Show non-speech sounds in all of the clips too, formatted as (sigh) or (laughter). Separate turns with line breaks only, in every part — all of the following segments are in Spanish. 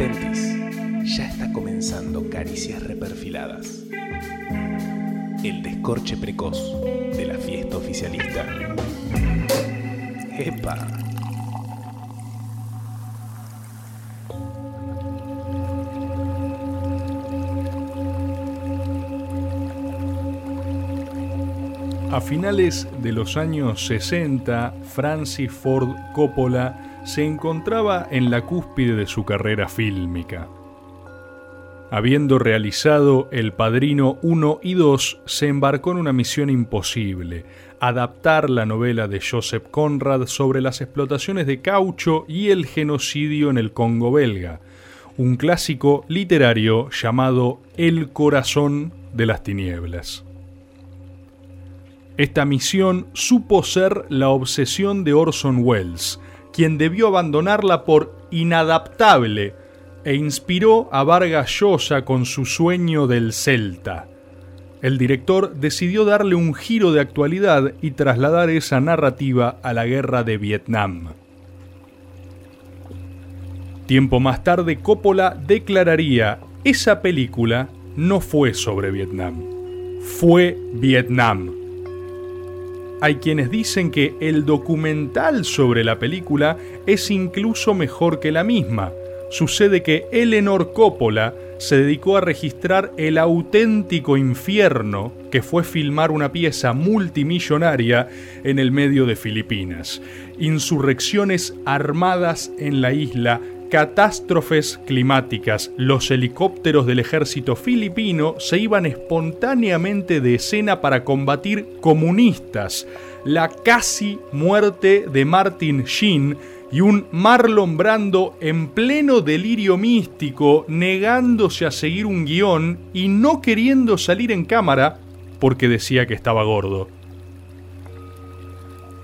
Atentis, ya está comenzando Caricias Reperfiladas. El descorche precoz de la fiesta oficialista. ¡Epa!
A finales de los años 60, Francis Ford Coppola se encontraba en la cúspide de su carrera fílmica. Habiendo realizado El Padrino 1 y 2, se embarcó en una misión imposible, adaptar la novela de Joseph Conrad sobre las explotaciones de caucho y el genocidio en el Congo belga, un clásico literario llamado El corazón de las tinieblas. Esta misión supo ser la obsesión de Orson Welles, quien debió abandonarla por inadaptable e inspiró a Vargas Llosa con su sueño del Celta. El director decidió darle un giro de actualidad y trasladar esa narrativa a la guerra de Vietnam. Tiempo más tarde, Coppola declararía, esa película no fue sobre Vietnam, fue Vietnam. Hay quienes dicen que el documental sobre la película es incluso mejor que la misma. Sucede que Eleanor Coppola se dedicó a registrar el auténtico infierno que fue filmar una pieza multimillonaria en el medio de Filipinas. Insurrecciones armadas en la isla, catástrofes climáticas, los helicópteros del ejército filipino se iban espontáneamente de escena para combatir comunistas, la casi muerte de Martin Sheen y un Marlon Brando en pleno delirio místico negándose a seguir un guión y no queriendo salir en cámara porque decía que estaba gordo.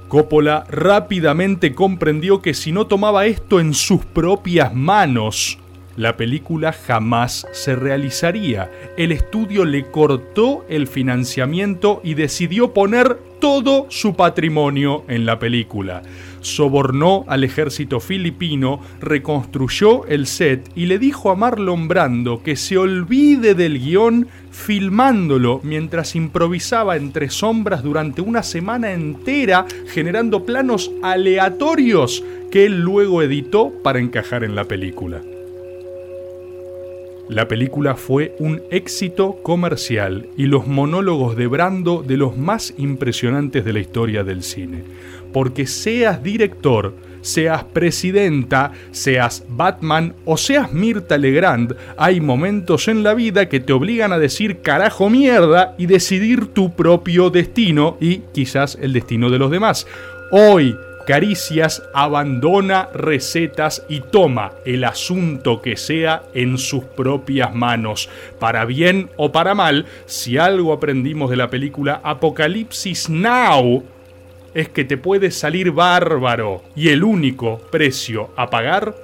Coppola rápidamente comprendió que si no tomaba esto en sus propias manos, la película jamás se realizaría. El estudio le cortó el financiamiento y decidió poner todo su patrimonio en la película. Sobornó al ejército filipino, reconstruyó el set y le dijo a Marlon Brando que se olvide del guión filmándolo mientras improvisaba entre sombras durante una semana entera generando planos aleatorios que él luego editó para encajar en la película. La película fue un éxito comercial y los monólogos de Brando de los más impresionantes de la historia del cine. Porque seas director, seas presidenta, seas Batman o seas Mirta Legrand, hay momentos en la vida que te obligan a decir carajo mierda y decidir tu propio destino y quizás el destino de los demás. Hoy, Caricias abandona recetas y toma el asunto que sea en sus propias manos. Para bien o para mal, si algo aprendimos de la película Apocalipsis Now, es que te puede salir bárbaro y el único precio a pagar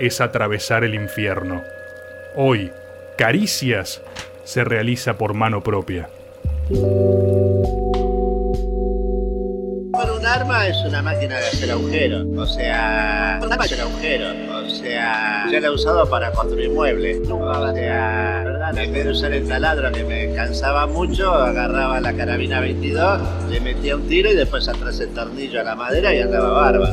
es atravesar el infierno. Hoy, Caricias se realiza por mano propia.
Bueno, un arma es una máquina de hacer agujeros. O sea, un arma es un agujero. O sea, yo la he usado para construir muebles. O sea, ¿verdad? En vez de usar el taladro que me cansaba mucho, agarraba la carabina 22, le metía un tiro y después atrás el tornillo a la madera y andaba barba.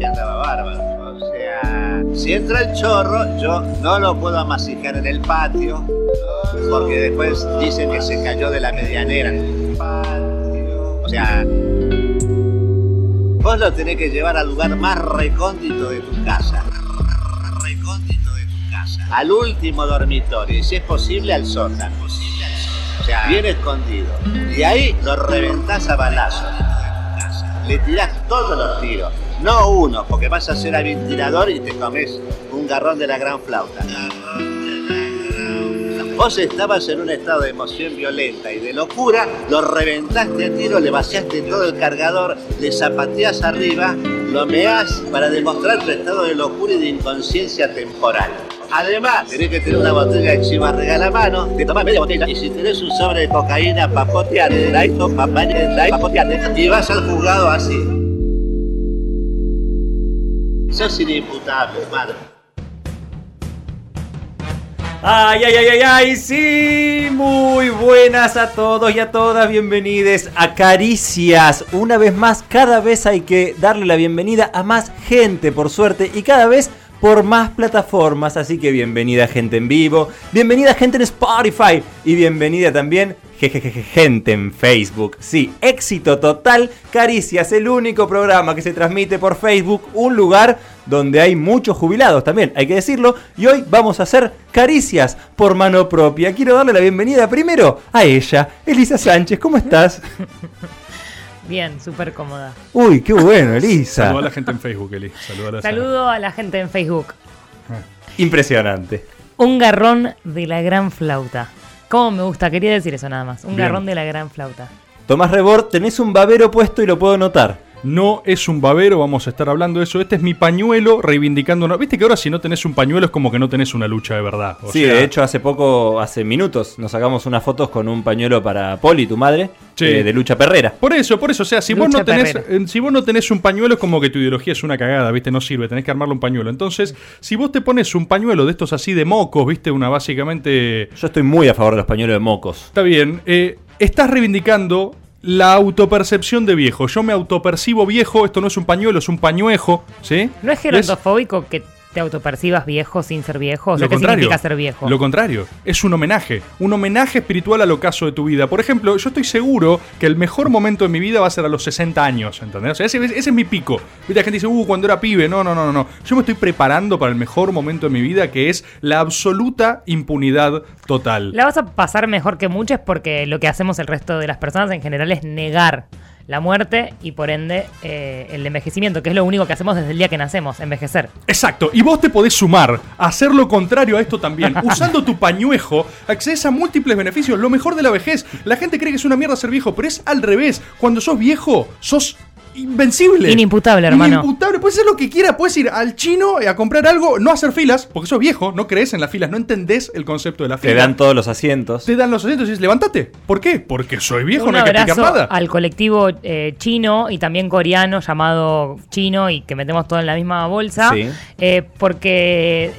Y andaba barba. O sea, si entra el chorro, yo no lo puedo amasijar en el patio. Porque después dicen que se cayó de la medianera. O sea, vos lo tenés que llevar al lugar más recóndito de tu casa. Recóndito de tu casa. Al último dormitorio, y si es posible al sótano. O sea, bien escondido. Y ahí lo reventás a balazos. Le tirás todos los tiros. No uno, porque vas a ser ventilador y te comes un garrón de la gran flauta. Vos estabas en un estado de emoción violenta y de locura, lo reventaste a tiro, le vaciaste todo el cargador, le zapateás arriba, lo meás para demostrar tu estado de locura y de inconsciencia temporal. Además, tenés que tener una botella de chivarrega a la mano, te tomás media botella y si tenés un sobre de cocaína, papoteate, la esto, papoteate, y vas al juzgado así. Sos inimputable, hermano.
Ay, ay, ay, ay, ay, sí, muy buenas a todos y a todas, bienvenidos a Caricias. Una vez más, cada vez hay que darle la bienvenida a más gente, por suerte, y cada vez por más plataformas, así que bienvenida gente en vivo, bienvenida gente en Spotify y bienvenida también jejeje, gente en Facebook. Sí, éxito total, Caricias, el único programa que se transmite por Facebook, un lugar donde hay muchos jubilados también, hay que decirlo, y hoy vamos a hacer Caricias por mano propia. Quiero darle la bienvenida primero a ella, Elisa Sánchez,
(laughs)
¿cómo estás?
Bien, súper cómoda.
Uy, qué bueno, Elisa.
Saluda a la gente en Facebook, Eli. Saluda a la
Saludo a la gente en Facebook.
Impresionante.
Un garrón de la gran flauta. ¿Cómo me gusta? Quería decir eso nada más. Un
Bien.
garrón de la gran flauta.
Tomás Rebord, tenés un babero puesto y lo puedo notar.
No es un babero, vamos a estar hablando de eso. Este es mi pañuelo reivindicando. una- Viste que ahora si no tenés un pañuelo es como que no tenés una lucha de verdad. O
sí, eh.
sea,
de hecho hace poco, hace minutos, nos sacamos unas fotos con un pañuelo para Poli, tu madre,
Sí.
eh, de lucha perrera.
Por eso, por eso, o sea, si vos,
Lucha
no tenés,
perrera.
eh, si vos no tenés un pañuelo es como que tu ideología es una cagada, ¿viste? No sirve, tenés que armarle un pañuelo. Entonces, si vos te pones un pañuelo de estos así de mocos, ¿viste? Una básicamente...
Yo estoy muy a favor de los pañuelos de mocos.
Está bien, eh, estás reivindicando la autopercepción de viejo. Yo me autopercibo viejo, esto no es un pañuelo, es un pañuejo, ¿sí?
¿No
Y
es
es-
gerontofóbico que te autopercibas viejo sin ser viejo? O sea,
Lo
¿qué
contrario.
significa ser viejo?
Lo contrario, es un homenaje, un homenaje espiritual al ocaso de tu vida. Por ejemplo, yo estoy seguro que el mejor momento de mi vida va a ser a los 60 años, ¿entendés? O sea, ese, ese es mi pico. Viste, la gente dice, uh, cuando era pibe, no, no, no, no, no. Yo me estoy preparando para el mejor momento de mi vida, que es la absoluta impunidad total.
La vas a pasar mejor que muchas porque lo que hacemos el resto de las personas en general es negar la muerte y por ende eh, el envejecimiento, que es lo único que hacemos desde el día que nacemos, envejecer.
Exacto, y vos te podés sumar, a hacer lo contrario a esto
(laughs)
también. Usando tu pañuejo, accedes a múltiples beneficios, lo mejor de la vejez. La gente cree que es una mierda ser viejo, pero es al revés. Cuando sos viejo, sos invencible.
Inimputable, hermano.
Inimputable, puedes hacer lo que quieras, puedes ir al chino eh, a comprar algo, no hacer filas, porque sos viejo, no crees en las filas, no entendés el concepto de la fila.
Te dan todos los asientos.
Te dan los asientos y dices, levántate. ¿Por qué? Porque soy viejo,
Un
no hay que explicar
abrazo
nada.
al colectivo eh, chino y también coreano llamado chino y que metemos todo en la misma bolsa.
Sí.
eh, porque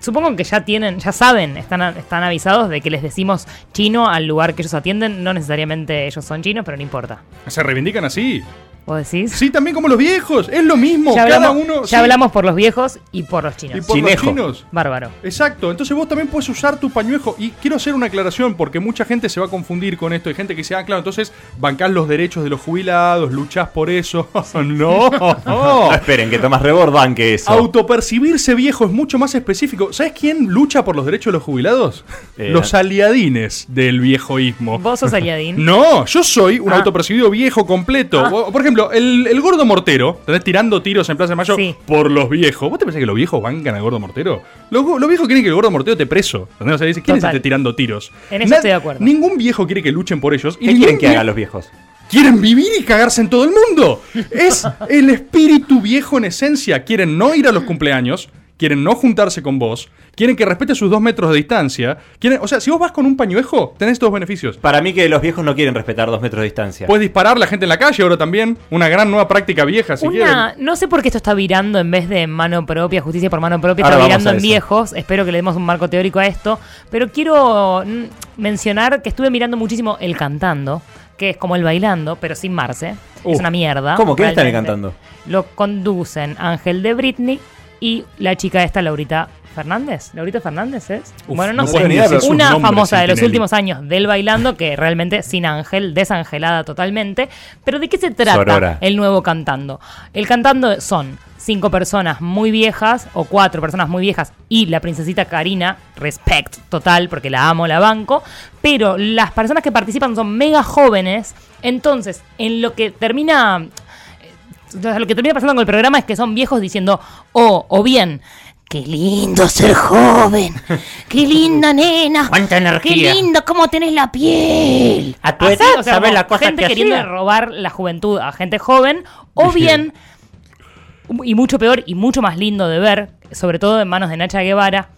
supongo que ya tienen, ya saben, están, están avisados de que les decimos chino al lugar que ellos atienden. No necesariamente ellos son chinos, pero no importa.
Se reivindican así.
¿Vos decís?
Sí, también como los viejos, es lo mismo.
ya
cada
hablamos,
uno.
ya
sí.
hablamos por los viejos y por los
Y
chinos.
por
Chinejo.
los chinos.
Bárbaro.
Exacto, entonces vos también puedes usar tu pañuejo y quiero hacer una aclaración porque mucha gente se va a confundir con esto, hay gente que dice, ah, claro, entonces bancás los derechos de los jubilados, luchás por eso. (laughs)
(laughs)
no,
(laughs) No esperen, que Tomás Rebord banque eso.
autopercibirse viejo es mucho más específico. ¿Sabes quién lucha por los derechos de los jubilados?
Eh,
los aliadines del viejoísmo.
Vos sos Ariadín.
No, yo soy un
Ah.
autopercibido viejo completo. Vos- Por ejemplo, el, el gordo mortero, ¿entendés? Tirando tiros en Plaza de Mayo
Sí.
por los viejos. ¿Vos te pensás que los viejos bancan al gordo mortero? Los, go- los viejos quieren que el gordo mortero te preso. ¿entendés? O sea, dice, ¿quién es
Total.
este tirando tiros?
En eso
Nad-
estoy de acuerdo.
Ningún viejo quiere que luchen por ellos. y
¿Qué quieren
ningún
que
vie-
hagan los viejos?
Quieren vivir y cagarse en todo el mundo. Es el espíritu viejo en esencia. Quieren no ir a los cumpleaños. Quieren no juntarse con vos. Quieren que respete sus dos metros de distancia. Quieren, o sea, si vos vas con un pañuejo, tenés estos beneficios.
Para mí que los viejos no quieren respetar dos metros de distancia.
Puedes disparar la gente en la calle ahora también. Una gran nueva práctica vieja, si
Una, no sé por qué esto está virando en vez de mano propia, justicia por mano propia,
Ahora
está
vamos
virando
a
en
eso.
viejos. Espero que le demos un marco teórico a esto. Pero quiero mm, mencionar que estuve mirando muchísimo El Cantando, que es como el bailando, pero sin Marce.
Uh,
es una mierda.
¿Cómo? ¿Quién está en El
realmente.
Cantando?
Lo conducen Ángel de Britney y la chica esta, Laurita Fernández. ¿Laurita Fernández es?
Uf,
bueno, no,
no
sé.
puedo ni decir sus
Una
nombres,
famosa de los
Tintinelli.
últimos años del bailando, que realmente sin Ángel, desangelada totalmente. Pero ¿de qué se trata?
Sorora.
el nuevo cantando. El cantando son cinco personas muy viejas o cuatro personas muy viejas y la princesita Karina, respect total porque la amo, la banco, pero las personas que participan son mega jóvenes, entonces en lo que termina entonces, lo que termina pasando con el programa es que son viejos diciendo, oh, o bien, qué lindo ser joven, qué linda nena,
¡Cuánta energía!
qué lindo cómo tenés la piel.
A tu
Asá,
edad, ¿sabés
como
la cosa
gente
que
queriendo
hacía?
robar la juventud a gente joven, o bien, y mucho peor y mucho más lindo de ver, sobre todo en manos de Nacha Guevara,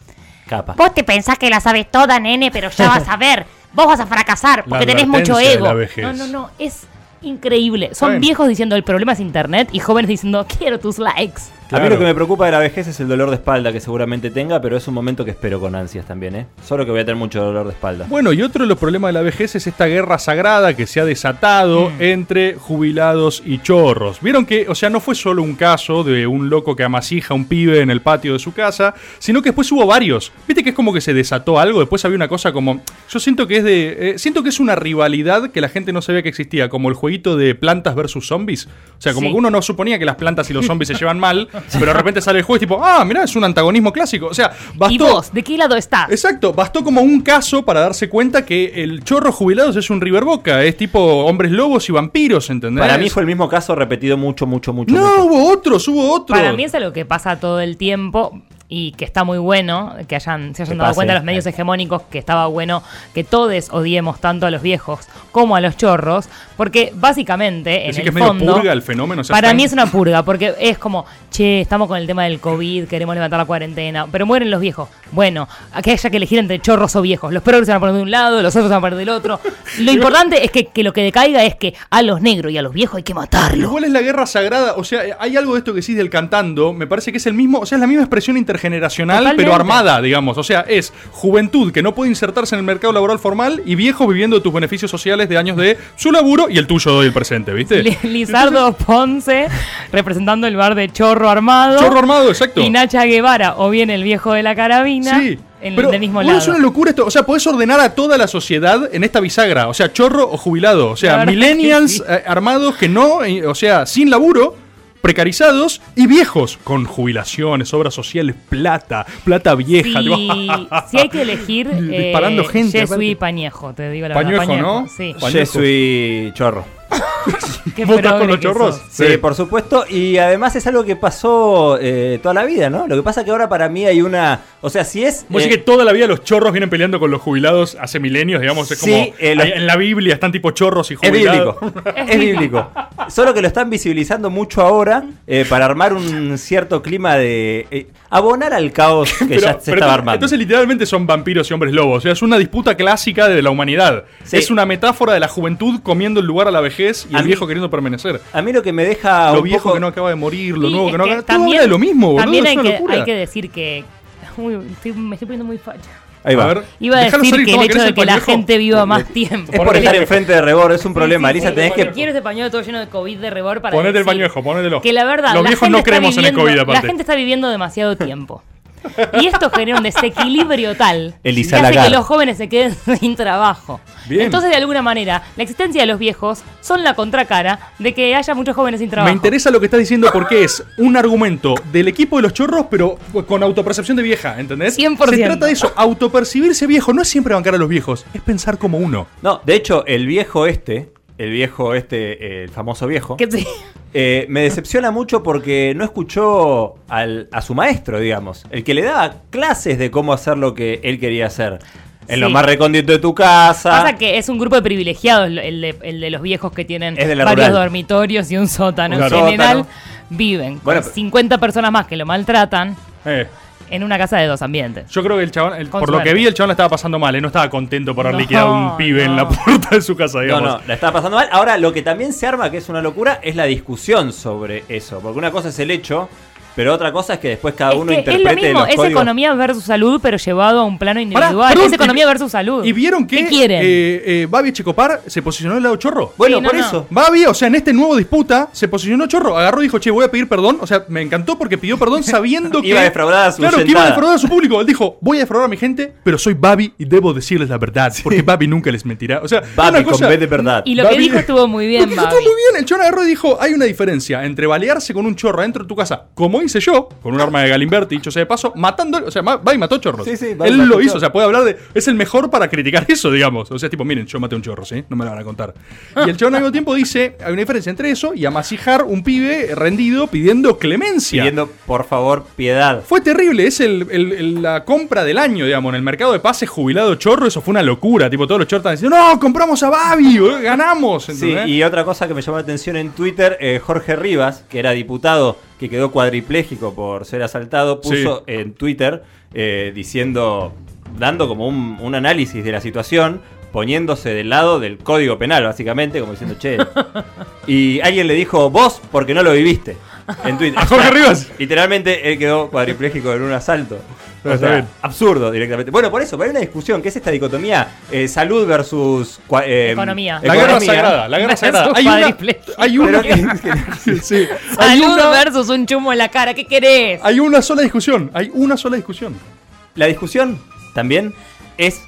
Capa.
Vos te pensás que la sabes toda, nene, pero ya vas a ver. Vos vas a fracasar porque tenés mucho
advertencia de
ego.
la vejez.
No, no, no, es increíble. Son
Bueno.
viejos diciendo el problema es internet y jóvenes diciendo quiero tus likes.
A mí lo
Claro.
que me preocupa de la vejez es el dolor de espalda que seguramente tenga, pero es un momento que espero con ansias también, ¿eh? Solo que voy a tener mucho dolor de espalda.
Bueno, y otro de los problemas de la vejez es esta guerra sagrada que se ha desatado entre jubilados y chorros. Vieron que, o sea, no fue solo un caso de un loco que amasija a un pibe en el patio de su casa, sino que después hubo varios. Viste que es como que se desató algo, después había una cosa como... Yo siento que es de... eh, siento que es una rivalidad que la gente no sabía que existía, como el jueguito de plantas versus zombies. O sea, como
Sí.
que uno no suponía que las plantas y los zombies se llevan mal, pero de repente sale el juego y es tipo, ah, mirá, es un antagonismo clásico. O sea, bastó...
¿Y vos? ¿De qué lado estás?
Exacto, bastó como un caso para darse cuenta que el chorro jubilados es un River Boca, es tipo hombres lobos y vampiros, ¿entendés?
Para mí fue el mismo caso repetido mucho, mucho, mucho.
No,
mucho.
hubo otros, hubo otros.
Para mí es algo que pasa todo el tiempo y que está muy bueno, que hayan, se hayan
Que
dado
pase.
cuenta los medios hegemónicos, que estaba bueno que todos odiemos tanto a los viejos como a los chorros, porque básicamente en
Decís
el
que es medio
fondo...
purga el fenómeno. o sea,
Para
están-
mí es una purga, porque es como, che, estamos con el tema del COVID, queremos levantar la cuarentena, pero mueren los viejos. Bueno, aquí haya que elegir entre chorros o viejos. Los progres se van a poner de un lado, los otros se van a poner del
(laughs)
otro. Lo importante es que, que lo que decaiga es que a los negros y a los viejos hay que matarlos.
Igual es la guerra sagrada, o sea, hay algo de esto que decís del cantando, me parece que es el mismo, o sea, es la misma expresión intergeneracional,
Totalmente.
pero armada, digamos. O sea, es juventud que no puede insertarse en el mercado laboral formal y viejo viviendo de tus beneficios sociales de años de su laburo y el tuyo hoy, el presente, ¿viste?
Li- Lizardo Ponce, representando el bar de Chorro Armado.
Chorro armado, exacto.
Y Nacha Guevara, o bien el viejo de la carabina,
Sí.
en,
pero
del mismo
boludo,
lado.
Es una locura esto. O sea, podés ordenar a toda la sociedad en esta bisagra. O sea, chorro o jubilado. O
La
sea,
verdad
millennials
que
eh, armados que no, eh, o sea, sin laburo, precarizados y viejos con jubilaciones, obras sociales, plata, plata vieja. ah.
si, si hay que
(laughs)
elegir
Disparando
eh,
gente,
Yesui
aparte.
y Pañejo, te digo la
Pañuejo,
verdad.
¿no?
Sí.
Pañuejo.
Yo soy chorro.
(laughs) Qué
¿Vos estás
progre
con los
que
chorros?
sos.
Sí,
Sí.
por supuesto. Y además es algo que pasó eh, toda la vida, ¿no? Lo que pasa es que ahora para mí hay una. O sea, si es.
Vos
eh,
decís que toda la vida los chorros vienen peleando con los jubilados hace milenios, digamos. Es
Sí,
como.
eh, los-
hay- En la Biblia están tipo chorros y
Es
jubilados.
bíblico.
(laughs)
Es bíblico. Solo que lo están visibilizando mucho ahora eh, para armar un cierto clima de. eh, abonar al caos que
Pero-
ya se
pero
estaba
entonces-
armando.
Entonces, literalmente son vampiros y hombres lobos. O sea, es una disputa clásica de la humanidad.
Sí.
Es una metáfora de la juventud comiendo el lugar a la vejez y
A
el
mí-
viejo queriendo permanecer.
A mí lo que me deja.
Lo
un
viejo
poco-
que no acaba de morir, lo
Y
nuevo
es
que no
que
acaba de Todo habla de lo mismo, boludo.
También
es
hay
una
que,
locura.
hay que decir que. Uy, estoy- me estoy poniendo muy facha.
Ahí va.
A ver,
Iba a
dejalo
decir
salir,
que el
toma,
hecho
¿querés
de que la
pañuejo?
gente viva más
Sí,
tiempo.
Es por estar enfrente de rebor, es un problema.
Sí, sí,
Elisa,
sí,
tenés
porque
que.
Quiero ese pañuelo todo lleno de COVID de rebor para
Ponete el
decir
pañuejo, ponételo.
Que la verdad,
Los
la
viejos no
gente está
creemos en el
viviendo-
COVID, aparte.
La gente está viviendo demasiado tiempo. Y esto genera un desequilibrio tal
Elisa
que hace que
Lagarde.
los jóvenes se queden (laughs) sin trabajo.
Bien.
Entonces, de alguna manera, la existencia de los viejos son la contracara de que haya muchos jóvenes sin trabajo.
Me interesa lo que estás diciendo porque es un argumento del equipo de los chorros, pero con autopercepción de vieja, ¿entendés?
100%.
Se trata de eso, autopercibirse viejo. No es siempre bancar a los viejos, es pensar como uno.
No, de hecho, el viejo este. El viejo este, eh, el famoso viejo.
Que sí.
Eh, me decepciona mucho porque no escuchó al- a su maestro, digamos, el que le daba clases de cómo hacer lo que él quería hacer. En
Sí.
lo más recóndito de tu casa.
Pasa que es un grupo de privilegiados el el de, el de los viejos que tienen
Es de la
varios
rural.
dormitorios y un sótano.
Claro.
En general,
Sótano.
viven con
Bueno, pero-
50 personas más que lo maltratan
Eh.
en una casa de dos ambientes.
Yo creo que el chabón, el-
Con
por lo
suerte.
que vi, el chabón la estaba pasando mal, ¿eh? no estaba contento por haber
No,
liquidado a un pibe en la
no.
puerta de su casa,
No,
digamos.
no, la estaba pasando mal. Ahora, lo que también se arma, que es una locura, es la discusión sobre eso. Porque una cosa es el hecho, pero otra cosa es que después cada
Es
uno
que es
interprete
lo mismo,
los
es
códigos.
economía versus salud, pero llevado a un plano
Pará,
individual.
perdón,
es
y-
economía versus salud.
Y vieron que
¿Qué quieren?
eh, eh, Babi Checopar se posicionó del lado chorro.
Bueno,
Sí, no,
por
no.
eso.
Babi, o sea, en este nuevo disputa, se posicionó chorro, agarró y dijo, che, voy a pedir perdón. O sea, me encantó porque pidió
(laughs)
perdón sabiendo que.
Iba a defraudar a su
Claro, que iba a
sentada.
defraudar a su público. Él dijo, voy a defraudar a mi gente, pero soy Babi y debo decirles la verdad. Porque Babi nunca les mentirá. O sea,
Papi,
una cosa.
con B de verdad.
Y lo
Babi-
que dijo estuvo muy
Lo
bien,
que hizo
Babi.
estuvo muy bien. El chorro agarró y dijo, hay una diferencia entre balearse con un chorro adentro de tu casa, como hice yo, con un arma de Galimberti, dicho sea de paso, matando, o sea, ma- Babi mató chorros.
Sí, sí, Babi
Él
mató
lo hizo,
chorros.
o sea, puede hablar de, es el mejor para criticar eso, digamos. O sea, tipo, miren, yo maté un chorro, ¿sí? No me lo van a contar. Y el chorro al mismo tiempo dice, hay una diferencia entre eso y amasijar un pibe rendido pidiendo clemencia.
Pidiendo, por favor, piedad.
Fue terrible, es el- el- el- la compra del año, digamos, en el mercado de pases jubilado chorro, eso fue una locura, tipo, todos los chorros están diciendo, no, compramos a Babi, boludo, ganamos.
Sí,
¿entendés?
y otra cosa que me llamó la atención en Twitter, eh, Jorge Rivas, que era diputado, que quedó cuadripléjico por ser asaltado, puso
Sí.
en Twitter eh, diciendo, dando como un, un análisis de la situación, poniéndose del lado
(laughs)
del Código Penal, básicamente, como diciendo, che. y alguien le dijo, vos porque no lo viviste. en
(laughs)
Twitter.
A Jorge Rivas.
Literalmente él quedó cuadripléjico en un asalto.
No,
O
está
sea,
bien.
Absurdo directamente. Bueno, por eso, pero hay una discusión que es esta dicotomía eh, salud versus cua- eh,
Economía.
La guerra sagrada, la guerra
Versus
sagrada. Hay una,
cuadripléjico.
hay
Pero
una,
(laughs)
(laughs) Sí, hay
Salud
una-
versus un chumo en la cara, ¿qué querés?
hay una sola discusión, hay una sola discusión.
La discusión también es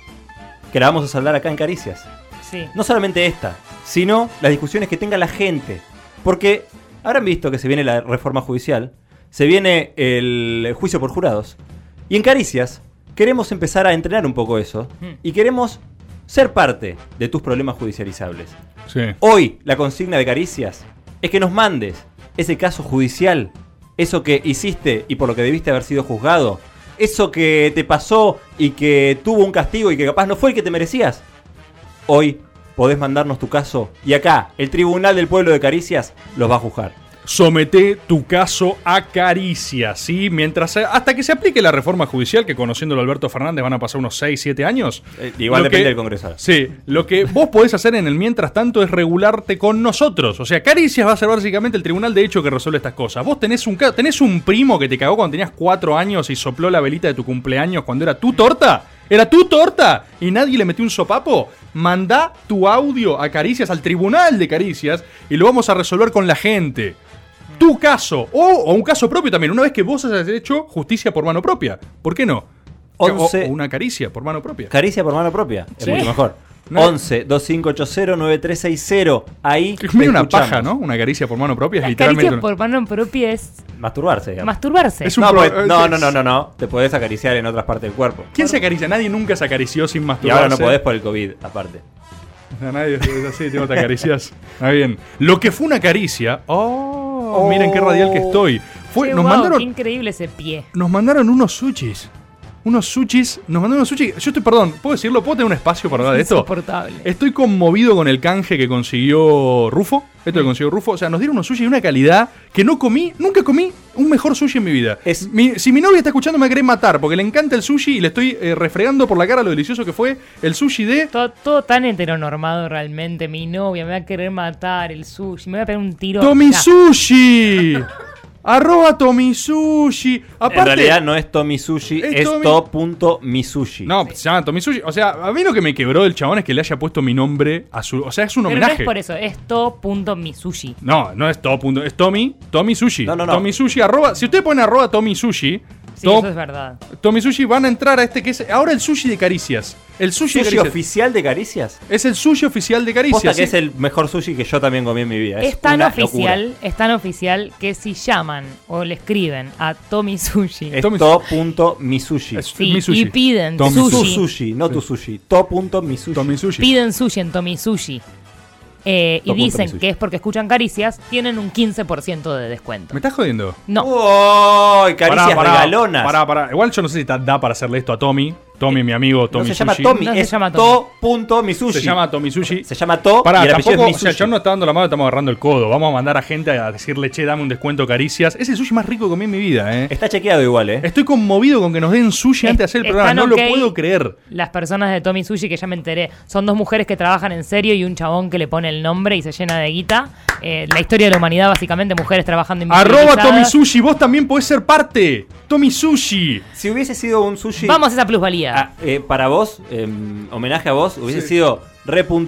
que la vamos a saldar acá en Caricias.
Sí.
No solamente esta, sino las discusiones que tenga la gente. Porque habrán visto que se viene la reforma judicial, se viene el juicio por jurados. Y en Caricias queremos empezar a entrenar un poco eso
Mm.
y queremos ser parte de tus problemas judicializables.
Sí.
Hoy la consigna de Caricias es que nos mandes ese caso judicial, eso que hiciste y por lo que debiste haber sido juzgado, eso que te pasó y que tuvo un castigo y que capaz no fue el que te merecías. Hoy podés mandarnos tu caso y acá el Tribunal del Pueblo de Caricias los va a juzgar.
Somete tu caso a caricia, ¿sí? Mientras, se- hasta que se aplique la reforma judicial, que conociéndolo a Alberto Fernández van a pasar unos 6, 7 años.
Eh, igual
Lo
depende del Congreso ahora.
Sí, lo que vos podés hacer en el mientras tanto es regularte con nosotros. O sea, Caricias va a ser básicamente el tribunal de hecho que resuelve estas cosas. Vos tenés un, ca- tenés un primo que te cagó cuando tenías 4 años y sopló la velita de tu cumpleaños cuando era tu torta. ¿Era tu torta? ¿Y nadie le metió un sopapo? Mandá tu audio a Caricias, al tribunal de Caricias, y lo vamos a resolver con la gente tu caso o, o un caso propio también, una vez que vos hayas hecho justicia por mano propia. ¿Por qué no? O,
Once-
o una caricia por mano propia.
Caricia por mano propia, es
Sí.
mucho mejor.
(laughs) No.
11 2580 9360. Ahí.
Es medio
te
una
escuchamos.
paja, ¿no? Una caricia por mano propia es
Las
literalmente.
caricias por mano propia es
Masturbarse, digamos.
masturbarse.
Es un
no,
pro-
porque- no, no, no, no, no. Te podés acariciar en otras partes del cuerpo.
¿Quién se acaricia? Nadie nunca se acarició sin
Y
masturbarse.
ahora no podés por el COVID, aparte.
A nadie es así, tipo, te acaricias. Está bien. Lo que fue una caricia. Oh, miren qué radial que estoy. Fue,
Che,
nos
guau,
mandaron.
qué increíble ese pie.
nos mandaron unos sushis. Unos sushis. Nos mandaron unos sushis. Yo estoy, perdón, ¿puedo decirlo? ¿Puedo tener un espacio para hablar de esto?
Insoportable.
Estoy conmovido con el canje que consiguió Rufo. Esto que consiguió Rufo. O sea, nos dieron unos sushis de una calidad que no comí. Nunca comí un mejor sushi en mi vida.
Es-
Mi- si mi novia está escuchando, me querés matar porque le encanta el sushi y le estoy eh, refregando por la cara lo delicioso que fue el sushi de.
Todo, todo tan heteronormado realmente. Mi novia me va a querer matar, el sushi, me va a pegar un tiro.
¡Tomi
Ya.
Sushi! Arroba Tomi Sushi. Aparte,
en realidad no es Tommy Sushi,
Es
es,
Tommy-
to.misushi.
No, se llama Tommy Sushi. O sea, a mí lo que me quebró el chabón es que le haya puesto mi nombre a su. O sea, es un
Pero no
homenaje.
es por eso, es to.misushi.
No, no es todo punto. Es Tommy, Tommy Sushi.
No, no, no.
Tommy Sushi, arroba. Si usted pone arroba Tommy Sushi,
Sí,
to-
eso es verdad.
Tommy Sushi van a entrar a este que es ahora el sushi de caricias. El sushi, de
¿Sushi
caricias.
oficial de Caricias?
Es el sushi oficial de caricias.
Posta que
sí.
es el mejor sushi que yo también comí en mi vida. Es,
Es, tan
una
oficial,
locura.
es tan oficial que si llaman o le escriben a Tommy Sushi
Es
Tommy-
to.misushi.
Es
sí,
mi sushi.
y piden
Tommy
Tu
sushi.
sushi, no tu sushi. To.misushi.
Tommy Sushi.
piden sushi en Tommy Sushi eh, y
Tomo
dicen
Tommy Sushi.
que es porque escuchan caricias, tienen un 15% de descuento.
¿Me estás jodiendo?
No,
¡Uy! Caricias
Pará, pará,
regalonas. Eh,
Pará, pará. Igual yo no sé si ta- da para hacerle esto a Tommy. Tommy, mi amigo,
no
Tommy
se
Sushi.
llama Tommy,
No se
es
llama Tommy.
to.misushi.
Se llama Tommy Sushi.
Se llama to
Pará,
y el apellido
tampoco,
es
o sea,
misushi.
yo no está dando la mano, estamos agarrando el codo. Vamos a mandar a gente a decirle, che, dame un descuento caricias. Es el sushi más rico que comí en mi vida, eh.
Está chequeado igual, ¿eh?
Estoy conmovido con que nos den sushi antes de hacer el
Es-
programa. No
están ok.
lo puedo creer.
las personas de Tommy Sushi que ya me enteré son dos mujeres que trabajan en serio y un chabón que le pone el nombre y se llena de guita. Eh, la historia de la humanidad, básicamente, mujeres trabajando
Arroba
invisibilizadas.
Tommy Sushi, vos también podés ser parte. Tommy Sushi.
Si hubiese sido un sushi.
Vamos a esa plusvalía.
Ah, eh, para vos, em, homenaje a vos, hubiese sido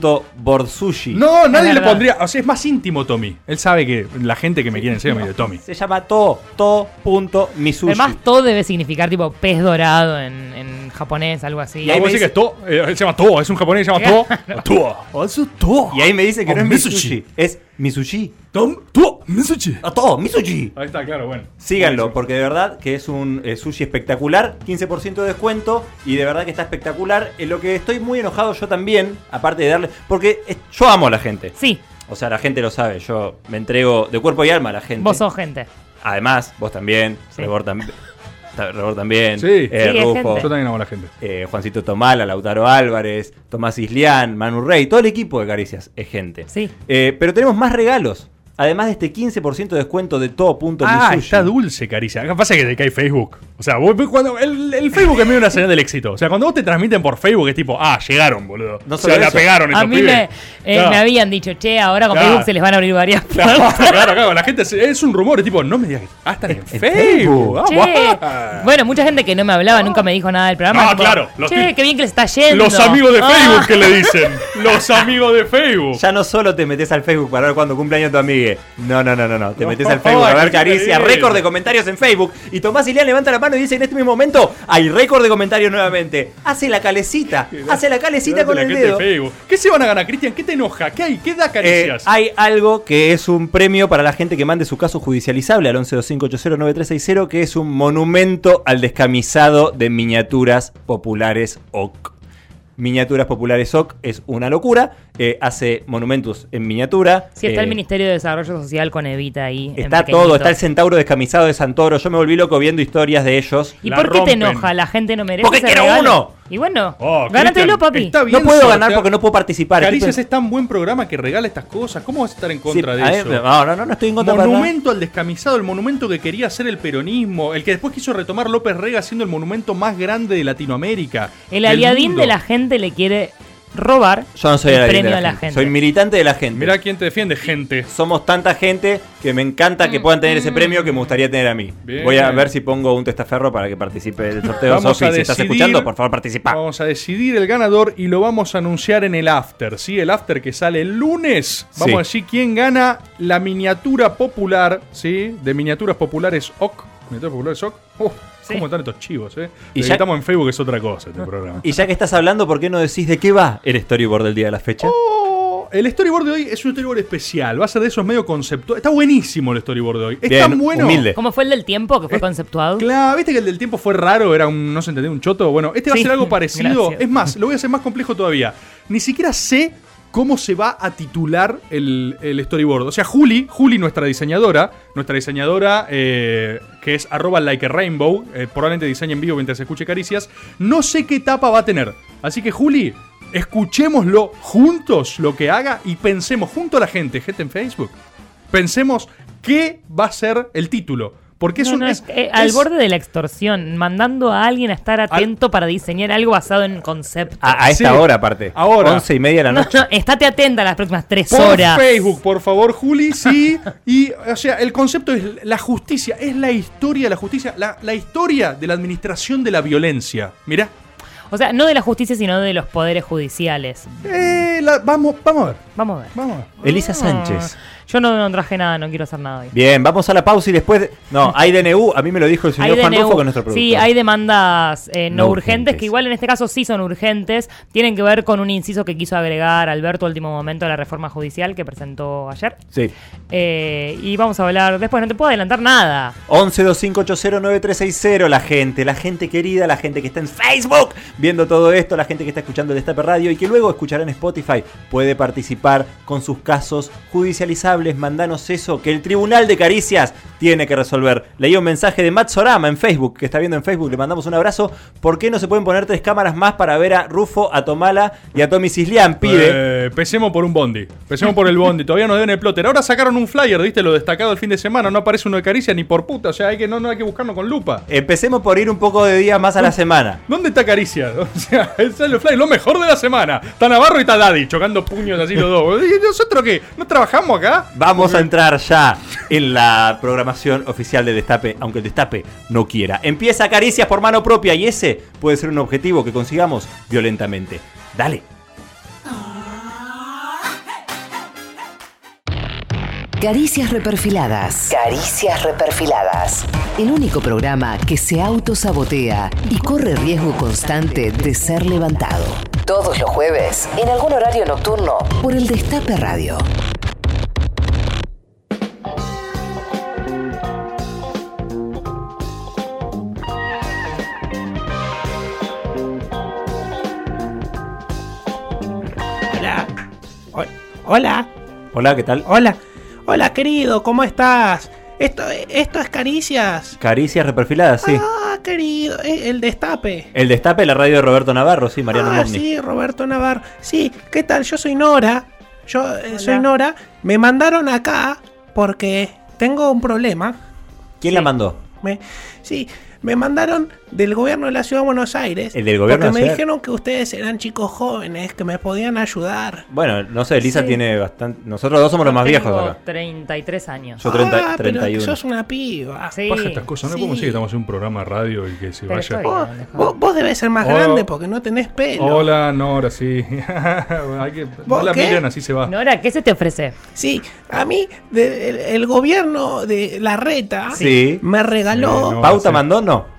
re.bordsushi.
No, nadie le
verdad.
pondría. O sea, es más íntimo Tommy. Él sabe que la gente que me quiere en serio me dice Tommy.
Se llama to, to.misushi.
Además, todo debe significar tipo pez dorado en, en japonés, algo así.
Y ahí
Ah, vos
me
decís que es to, eh, él se llama To, es un japonés que se
(laughs)
llama To. To. Oh, Eso es To.
Y ahí me dice que no es
Oh,
misushi, es Ah, misushi.
Tom, To, Mitsushi.
A to, misushi.
Ahí está, claro, bueno.
Síganlo, porque de verdad que es un eh, sushi espectacular, 15% de descuento y de verdad que está espectacular. En lo que estoy muy enojado yo también, aparte de darle, porque es- yo amo a la gente.
Sí,
O sea, la gente lo sabe, yo me entrego de cuerpo y alma a la gente.
vos sos gente.
Además, vos también,
Sí.
Rebor, tam- ta- Rebor también,
Sí.
eh,
Sí, hay
Rufo,
Yo
gente.
también amo a la gente.
eh, Juancito Tomala, Lautaro Álvarez, Tomás Islián, Manu Rey, todo el equipo de Caricias es gente.
Sí.
Eh, pero tenemos más regalos. Además de este 15% de descuento de todo punto en mi
Ah,
sushi.
está dulce, Caricia. Lo que pasa es que te cae Facebook. O sea, vos- vos cuando el, el Facebook es medio una señal del éxito. O sea, cuando vos te transmiten por Facebook es tipo, ah, llegaron, boludo.
No
o sea,
solo
la
eso.
pegaron
A
estos
mí
pibes.
(laughs) me, eh,
Claro.
me habían dicho, che, ahora con
Claro.
Facebook se les van a abrir varias
(laughs) Claro,
puertas.
claro, claro, la gente se- es un rumor, es tipo, no me digas que ah, están en, Facebook.
Che,
ah, guau.
bueno, mucha gente que no me hablaba, nunca me dijo nada del programa.
Ah,
tipo,
claro, los
che,
tip-
qué bien que les está yendo.
Los amigos de
Ah.
Facebook que le dicen. Los amigos de Facebook.
Ya no solo te metes al Facebook para ver cuándo cumpleaños tu amigue. No, no, no, no, no. Te
No,
metes al Facebook
ay,
a ver
qué
caricia,
increíble.
récord de comentarios en Facebook. Y Tomás Ilián levanta la mano y dice en este mismo momento, hay récord de comentarios nuevamente. Hace la calecita, hace la calecita con
La
el
gente de
dedo.
Facebook. ¿Qué se van a ganar, Cristian? ¿Qué te enoja? ¿Qué hay? ¿Qué da
Eh,
caricias?
hay algo que es un premio para la gente que mande su caso judicializable al 1125809360, que es un monumento al descamisado de miniaturas populares OC. Miniaturas populares OC es una locura, eh, hace monumentos en miniatura.
(laughs) Sí, está el
eh,
Ministerio de Desarrollo Social con Evita ahí. en
Está
pequeñito.
todo, está el centauro descamisado de Santoro. Yo me volví loco viendo historias de ellos.
¿Y
La
por qué
rompen.
te enoja? La gente no merece.
Porque
ese
quiero
regalo?
uno.
Y bueno,
Oh, Cristian,
gánatelo, papi.
está bien
No puedo
sortear-
ganar porque no puedo participar. Estoy
Caricias
pens-
es tan buen programa que regala estas cosas. ¿Cómo vas a estar en
Sí,
contra
a
de
mí-
eso?
No, no, no, no estoy en contra para nada.
Monumento al descamisado, el monumento que quería hacer el peronismo, el que después quiso retomar López Rega siendo el monumento más grande de Latinoamérica.
El
del
aliadín
mundo.
de la gente le quiere robar
Yo no soy
el
aliado
premio
de la gente. Soy militante de la gente.
Mirá quién te defiende, gente.
Somos tanta gente que me encanta
Mm,
que puedan tener ese premio que me gustaría tener a mí.
Bien.
Voy a ver si pongo un testaferro para que participe del sorteo.
Vamos
Sofi,
a
si estás
decidir-
escuchando, por favor, participa.
Vamos a decidir el ganador y lo vamos a anunciar en el after, ¿sí? El after que sale el lunes. Vamos
Sí.
a decir quién gana la miniatura popular, ¿sí? De miniaturas populares OC. Miniaturas populares OC. Uf, ¿Cómo están estos chivos, eh?
Y
Y
ya-
estamos en Facebook es otra cosa este programa.
(laughs) Y ya que estás hablando, ¿por qué no decís de qué va el storyboard del día de la fecha?
Oh, El storyboard de hoy es un storyboard especial. Va a ser de esos medio conceptuales. Está buenísimo el storyboard de hoy. Es
Bien,
tan bueno.
humilde.
¿Cómo fue el del tiempo que fue
Es-
conceptuado?
Claro, viste que el del tiempo fue raro, era un, no se entendía, un choto. Bueno, este va a
Sí,
ser
(laughs)
algo parecido.
gracias.
Es más, lo voy a hacer más complejo todavía. Ni siquiera sé cómo se va a titular el, el storyboard. O sea, Juli, Juli, nuestra diseñadora, nuestra diseñadora eh, que es arroba like a rainbow, eh, probablemente diseñe en vivo mientras escuche caricias, no sé qué etapa va a tener. Así que Juli, escuchémoslo juntos lo que haga y pensemos junto a la gente, gente en Facebook. Pensemos qué va a ser el título. Porque es
No,
un.
no,
es-
es- eh, al
es-
borde de la extorsión, mandando a alguien a estar atento para diseñar algo basado en concepto.
A, a esta
Sí.
hora, aparte.
Ahora.
Once y media de la
no,
noche.
no, estate atenta a las próximas tres
Por
horas.
Facebook, por favor, Juli, sí. (laughs) Y, o sea, el concepto es la justicia, es la historia de la justicia, la, la historia de la administración de la violencia. Mirá.
O sea, no de la justicia, sino de los poderes judiciales.
Eh, la- vamos, vamos a ver,
Vamos a ver.
vamos a ver.
Elisa Sánchez.
Yo no, no traje nada, no quiero hacer nada hoy.
Bien, vamos a la pausa y después. No, hay DNU. A mí me lo dijo el
Hay
señor Juan
DNU.
Rufo, que es nuestro productor.
Sí, hay demandas eh, no,
No
urgentes,
urgentes.
que igual en este caso sí son urgentes. Tienen que ver con un inciso que quiso agregar Alberto al último momento de la reforma judicial que presentó ayer.
Sí.
Eh, y vamos a hablar después, no te puedo adelantar nada.
1125809360, la gente, la gente querida, la gente que está en Facebook viendo todo esto, la gente que está escuchando el Destape Radio y que luego escuchará en Spotify, puede participar con sus casos judicializables, mandanos eso que el Tribunal de Caricias tiene que resolver. Leí un mensaje de Matt Sorama en Facebook, que está viendo en Facebook, le mandamos un abrazo. ¿Por qué no se pueden poner tres cámaras más para ver a Rufo, a Tomala y a Tommy Cislián, pibe?
Eh, empecemos por un bondi. Empecemos por el bondi. Todavía no deben el plotter. Ahora sacaron un flyer, ¿viste? Lo destacado el fin de semana. No aparece uno de caricia ni por puta. O sea, hay que, no, no hay que buscarlo con lupa.
Empecemos por ir un poco de día más a la semana.
¿Dónde está Caricia? (laughs) O sea, es el fly, lo mejor de la semana. Está Navarro y está Daddy chocando puños así los (laughs) dos. ¿Y nosotros qué? ¿No trabajamos acá?
Vamos a entrar ya en la programación oficial del Destape, aunque el Destape no quiera. Empieza Caricias por mano propia y ese puede ser un objetivo que consigamos violentamente. Dale.
Caricias reperfiladas. Caricias reperfiladas. El único programa que se autosabotea y corre riesgo constante de ser levantado. Todos los jueves, en algún horario nocturno, por el Destape Radio.
Hola. O- Hola.
Hola, ¿qué tal?
Hola. Hola, querido, ¿cómo estás? Esto, esto es Caricias.
Caricias reperfiladas, sí.
Ah, querido, eh, el destape.
El Destape, la radio de Roberto Navarro, sí, Mariano
ah,
Mogni.
sí, Roberto Navarro. Sí, ¿qué tal? Yo soy Nora. Yo eh, soy Nora. Me mandaron acá porque tengo un problema.
¿Quién la mandó?
Me- sí, me mandaron del gobierno de la ciudad de Buenos Aires.
El del gobierno de la
Porque me
ciudad.
dijeron que ustedes eran chicos jóvenes, que me podían ayudar.
Bueno, no sé, Elisa
Sí.
tiene bastante. Nosotros dos somos los más viejos
Tengo
acá.
33 años.
Yo 30,
ah, pero
31.
sos una piba.
Sí.
Baja estas cosas, no
Sí.
podemos decir que estamos en un programa de radio y que se
Pero
vaya.
estoy-
Vos, vos- vos debes ser más
Hola.
grande porque no tenés pelo.
Hola, no, ahora sí. (laughs) Hay que- no
¿Vos
la
qué?
miren, así se va.
Nora, ¿qué se te ofrece?
Sí, a mí de- el, el gobierno de la reta
Sí.
me regaló...
Sí, no.
¿Pauta
sí.
mandó? No.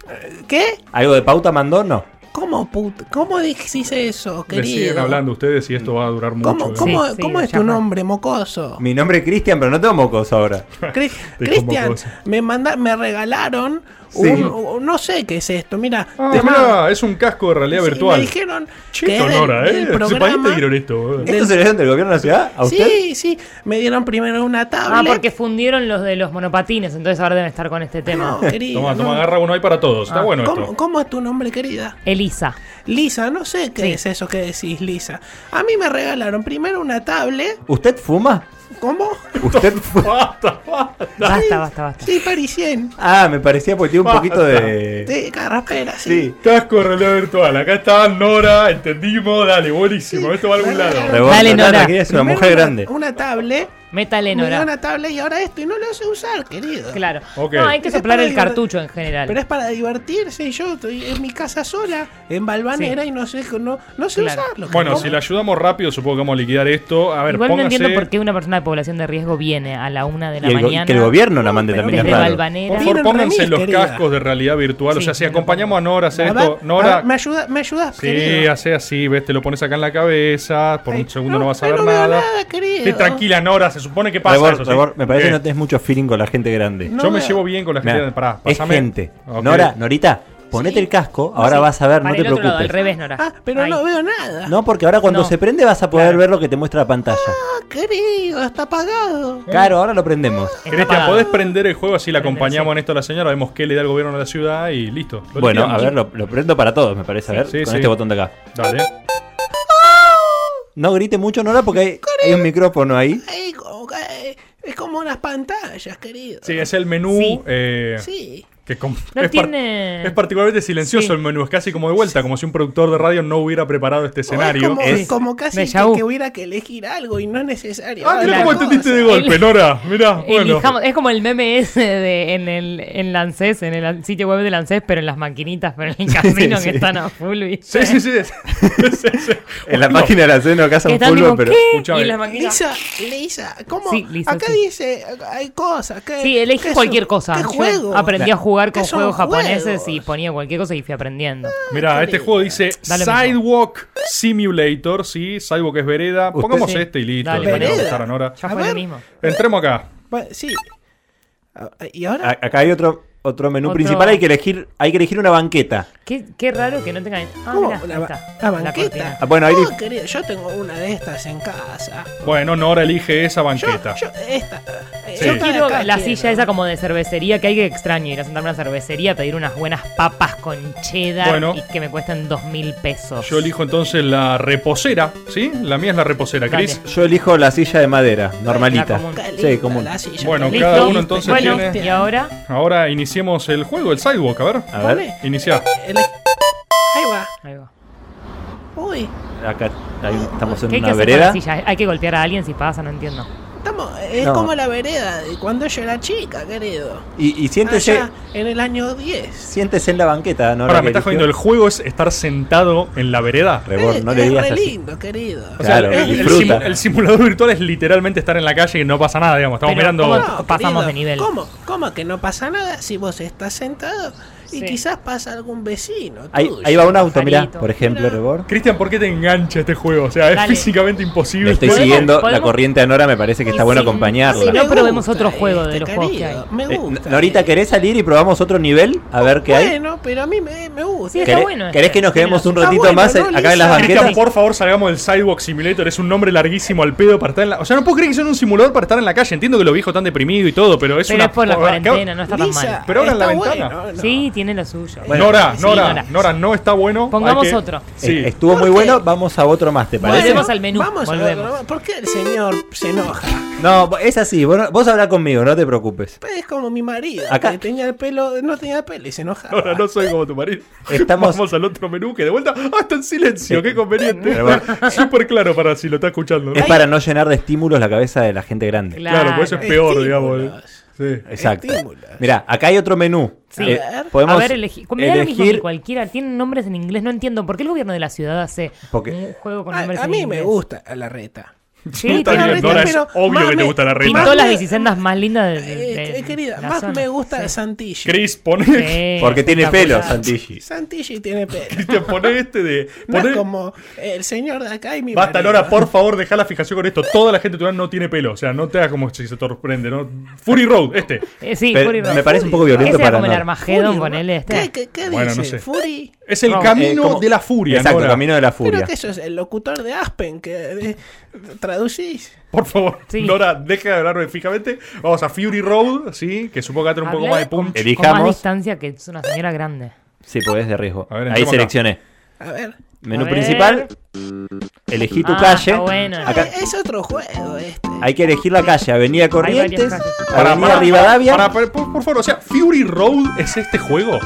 ¿Qué?
¿Algo de pauta mandó? No.
¿Cómo, put- ¿Cómo decís eso,
Le siguen
querido?
hablando ustedes y esto va a durar mucho.
¿Cómo,
¿eh?
cómo-
Sí, sí,
cómo es
ya
tu
va.
nombre, mocoso?
(laughs)
Mi nombre es Cristian, pero no tengo mocos ahora.
Cri-
Te
Cristian,
convocó.
me, manda, me regalaron
Sí.
un, un- No sé qué es esto, mira.
Ah,
te
mirá,
mando-
es un casco de realidad
Sí,
virtual.
Me dijeron que
Cheto,
es del-
Nora,
del
¿eh? ¿Se país te
programa.
dieron esto? boludo?
¿Esto se lo dieron del gobierno de la ciudad? ¿A usted?
Sí, sí, me dieron primero una tabla.
Ah, porque fundieron los de los monopatines, entonces ahora deben estar con este
No,
tema.
querido,
Toma, toma,
no. Ah,
agarra uno ahí para todos. Está bueno
¿Cómo,
esto.
cómo es tu nombre, querida?
Elisa.
Lisa, no sé qué
Sí.
es eso que decís, Lisa. A mí me regalaron primero una tablet.
¿Usted fuma?
¿Cómo?
¿Usted
(laughs)
fuma?
Basta, basta.
Basta, basta, basta.
Sí, parisien.
Ah, me parecía porque tiene un poquito de.
De carraspera, ah, sí.
Sí.
Casco de realidad virtual. Acá está Nora, entendimos. Dale, buenísimo. Esto va a algún lado.
Pero
Dale,
bueno,
Nora.
que Es una
Primero
mujer grande.
Una tablet.
Métale,
Me dio
Nora.
una tablet y ahora esto. Y no lo sé usar, querido.
Claro.
Ok.
No, hay que
Es
soplar
para
el
divert-
cartucho en
Pero
general.
es para divertirse y yo estoy en mi casa sola, en Balvanera, y no sé, no, no sé
Claro.
usarlo.
Bueno,
¿Cómo?
si le ayudamos rápido, supongo que vamos a liquidar esto. A ver,
Igual no
póngase.
entiendo por qué una persona de población de riesgo viene a la una de
Y
la
el go-
mañana.
que el gobierno la mande
No,
también.
desde
es raro.
Por
Valvanera. Era-
favor,
Miren
pónganse
remis,
los
querida.
cascos de realidad virtual. o
Sí,
sea, si
me lo
acompañamos a Nora a hacer
A ver,
esto,
a
Nora.
ver, ¿Me ayudas, me ayudas,
Sí,
querido?
hace así, ves, te lo pones acá en la cabeza, por
Ay,
un segundo no,
no,
vas a
ay,
ver
no veo
nada.
nada, querido.
Esté tranquila, Nora, se supone que pasa
Rebor,
eso. ¿sí?
Rebor, me parece
Bien.
que no tenés mucho feeling con la gente grande.
No
Yo me
veo.
llevo bien con la gente.
Mirá,
Pará,
es
pasame.
gente.
Ok.
Nora, Norita, ponete el casco, ahora
Sí,
vas a ver, no
para
te
el otro lado, al
preocupes.
revés, Nora.
Ah, pero
Ahí.
no veo nada.
No, porque ahora cuando
No.
se prende vas a poder ver lo que te muestra la pantalla.
Ah, querido, está apagado.
Claro, ahora lo prendemos.
Está
Cristian,
apagado.
¿podés prender el juego así la
Prender,
acompañamos
sí.
en esto a la señora? Vemos qué le da el gobierno a la ciudad y listo. Lo
Bueno, a
liquidamos.
ver, lo, lo prendo para todos, me parece. A ver,
Sí,
con
sí.
este botón de acá.
Dale.
No grite mucho, Nora, porque hay, hay un micrófono ahí.
Ay, como que- eh, es como unas pantallas, querido.
Sí, es el menú.
Sí.
eh,
Sí.
que com-
No
es, par-
tiene-
es particularmente silencioso
Eh, Sí.
el menú, es casi como de vuelta, como si un productor de radio no hubiera preparado este escenario.
Como,
es-
como casi
Déjà
que,
vu.
que hubiera que elegir algo y no es necesario.
Ah, mirá
Claro.
cómo entendiste de golpe, Nora.
Eh,
Mirá, bueno.
Elijamos- es como el meme ese de, en el en la ANSES, en el an- sitio web del ANSES, pero en las maquinitas, pero en el casino
sí.
que están a full, ¿viste?
Sí, sí, sí. Sí, sí.
En la
Bueno,
página de la cena casa
Que
un
están
pulvo,
tipo,
pero.
¿qué?
escuchame.
Y las maquinitas-
Lisa, Lisa, ¿cómo?
Sí, Lisa,
Acá
sí.
dice, hay cosas. Que,
Sí, elegí
que
cualquier
son-
cosa.
¿Qué
Yo
juego?
aprendí a jugar
¿Qué
con
son
juegos japoneses y
juegos? Ah,
ponía cualquier cosa y fui aprendiendo.
Mirá, este juego dice
(laughs) Dale,
Sidewalk Simulator, sí, Sidewalk es vereda. Pongamos
Sí.
este y listo,
Dale,
le ponemos
ponele.
a gustar a Nora.
Ya
A
fue lo
ver. eh,
mismo.
Entremos acá.
Bueno, sí. Ah, ¿Y ahora?
A- Acá hay otro, otro menú
Otro-
principal, hay que elegir, hay que elegir una banqueta.
Qué, qué raro que no tengan. Ah,
¿Cómo?
mirá,
¿La
ahí
ba-
está.
la
cortina.
banqueta?
Ah, bueno, ahí
No,
di-
querido, yo tengo una de estas en casa.
Bueno, Nora elige esa
Yo,
banqueta.
yo, esta. eh,
Sí.
esta
Yo
de
quiero
acá
la
quiero.
silla esa como de cervecería que hay que extraño ir a sentarme a una cervecería, pedir unas buenas papas con cheddar
Bueno.
y que me cuesten dos mil pesos.
Yo elijo entonces la reposera, ¿sí? La mía es la reposera,
Dale.
Chris.
Yo elijo la silla de madera,
La
normalita.
común.
Qué
Sí,
linda
como.
la silla.
Bueno,
Qué
cada
lindo.
uno entonces
bueno,
tiene-
y ahora
Ahora iniciemos el juego, el Sidewalk, a ver.
A ver,
Iniciá.
Ele- Ahí va.
Ahí va.
Uy,
acá hay un- estamos en
¿Qué hay que
una
hacer con
vereda.
la silla? Hay que golpear a alguien si pasa, no entiendo.
estamos, es
No.
como la vereda de cuando yo era chica, querido.
Y, y siéntese,
Allá en el año 10.
siéntese en la banqueta, Nora.
Ahora,
que
me estás
eligió.
jodiendo, el juego es estar sentado en la vereda.
Rebor, no
es,
le
es
digas
re
así.
lindo, querido.
O sea,
Claro,
el, el
disfruta.
simu- el simulador virtual es literalmente estar en la calle y no pasa nada, digamos. Estamos
Pero,
mirando.
¿cómo no? pasamos de nivel.
¿Cómo? ¿Cómo que no pasa nada si vos estás sentado y
Sí.
quizás pasa algún vecino?
Ahí,
tuyo?
ahí va un auto, mirá,
Pajarito.
por ejemplo,
Mirá.
Rebor.
Cristian, ¿por qué te engancha este juego? O sea, es
Dale.
físicamente imposible.
Le estoy
¿Podemos-
siguiendo la
podemos-
corriente a Nora, me parece que
Y
está bueno
si-
acompañarla.
si
Me
no probemos
gusta
otro juego de los juegos que
querido,
hay.
Me
Eh,
Eh, gusta.
Norita, ¿querés salir y probamos otro nivel? A ver qué hay.
Bueno, pero a mí me, me gusta.
Sí, está
¿Querés,
bueno este.
querés que nos quedemos un
Está
ratito
bueno,
más
¿no,
en- acá en
Lisa?
las
Cristian,
banquetas?
por favor, salgamos del Sidewalk Simulator. Es un nombre larguísimo al pedo para estar en la. O sea, no puedo creer que sea un simulador para estar en la calle. Entiendo que los viejos están deprimidos y todo, pero es
Pero
una.
es por la
acá-
cuarentena, no está tan
Lisa,
mal.
Pero abran la
está
ventana.
bueno, ¿no?
Sí, tiene lo suyo.
Bueno,
Nora,
Sí,
Nora, Nora, no está bueno.
Pongamos
hay que-
otro.
Sí.
Eh, Estuvo muy bueno, vamos a otro más, ¿te parece?
Volvemos al menú,
Vamos a ver,
volvemos.
¿Por qué el señor se enoja?
No, es así, vos, no- vos hablá conmigo, no te preocupes.
Pues es como mi marido.
Acá.
Que tenía el pelo, no tenía pelo y se
(laughs)
enojaba.
Nora, no soy como tu marido.
Estamos- Eh,
Vamos al otro menú que de vuelta. ¡Ah, está en silencio! ¡Qué conveniente!
Pero bueno.
(laughs) Súper claro para si lo está escuchando.
Es para no llenar de estímulos la cabeza de la gente grande.
Claro, por eso es peor, digamos. eh. Sí.
Exacto.
Estímulos.
Mira, acá hay otro menú.
Sí.
Eh,
A ver.
podemos
a ver, elegí. Mirá lo mismo que
elegir.
cualquiera. Tienen nombres en inglés, no entiendo. ¿Por qué el gobierno de la ciudad hace
Porque-
un juego con
A,
nombres
a
en
mí
inglés?
me gusta la reta.
Sí,
Está
tiene-
bien,
Pero-
Nora, es
pero,
obvio que
mami,
te gusta la reina.
Pintó
Más
las
me-
bicisendas más lindas de, de-
Eh,
de-
querida,
la
más
zona.
me gusta
Sí.
Santilli.
Chris, poné.
Sí,
Porque tiene pelo,
espectacular.
Santilli.
Santilli tiene
(laughs)
pelo.
Cristian, poné este de.
No
poné-
es como el señor de acá y mi
Basta,
marido.
Nora, por favor, deja la fijación con esto. Toda la gente de tu edad no tiene pelo. O sea, no te hagas como si se te sorprende, ¿no? Fury Road, este.
Eh, sí,
Pero
Fury Road.
me parece un poco
Ese
violento
era
para
como el
Nora.
Armagedón
Fury,
con él
¿Qué,
este.
qué, qué
Bueno,
dice?
no sé.
Fury.
Es el
No,
camino
Eh, como-
de la furia,
Exacto,
Nora.
camino de la furia.
Creo que eso es el locutor de Aspen que de- traducís.
Por favor,
Sí.
Nora, deja de hablarme fijamente. Vamos a Fury Road, sí, que supongo que va a tener un poco
Hablé
más de
con-
punch.
El- Elijamos.
Con más distancia que es una señora grande.
Sí, porque es de riesgo.
A ver, entramos
Ahí
acá.
seleccioné.
A ver.
Menú
A ver.
principal. Elegí tu
Ah,
calle.
está bueno.
Acá
Eh, Es otro juego este.
hay que elegir la calle. Avenida Corrientes,
varias calles.
Pará,
Avenida
pará,
Rivadavia.
pará, pará, por, por favor, o sea, Fury Road es este juego.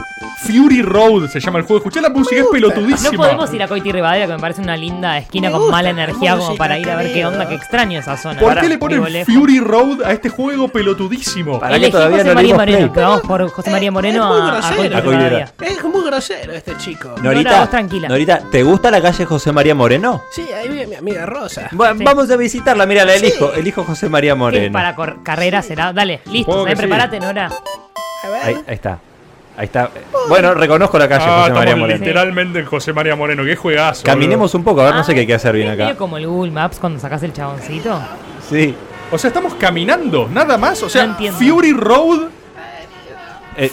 Fury Road se llama el juego. Escuché la música, es pelotudísima.
No podemos ir a Coiti Rivadavia, que me parece una linda esquina
Me
con
gusta
mala
la
energía como
música,
para ir a ver qué
querido.
onda, qué extraño esa zona.
¿Por
Pará,
qué le ponen
vivo lejos.
Fury Road a este juego pelotudísimo?
Pará. que
Elegí
todavía
José
no le
María
dimos
Moreno,
play.
que vamos por José
Eh,
María Moreno
es muy
a, a Coiti
grosero.
A Coiti
Rivadavia.
Es muy grosero este chico.
Nora,
Norita,
vos tranquila.
Norita, ¿te gusta la calle José María Moreno?
Sí, ahí vive mi amiga Rosa.
Bueno,
Sí.
Vamos a visitarla. Mira, la elijo. Elijo José María
¿Qué es
Moreno.
para cor- carrera será? Dale, listo, eh,
Supongo que
ahí
sí.
prepárate, Nora.
A ver.
Eh.
Ahí, ahí está. Ahí está. Bueno, reconozco la calle
Ah,
José
estamos
María Moreno.
literalmente en José María Moreno. Qué juegazo.
Caminemos un poco, a ver, no sé
Ah,
qué hay que hacer bien
¿es medio
acá.
como el Google Maps cuando sacas el chaboncito?
Sí.
boludo. O sea, estamos caminando, nada más. O sea,
No entiendo.
Fury Road.
Eh,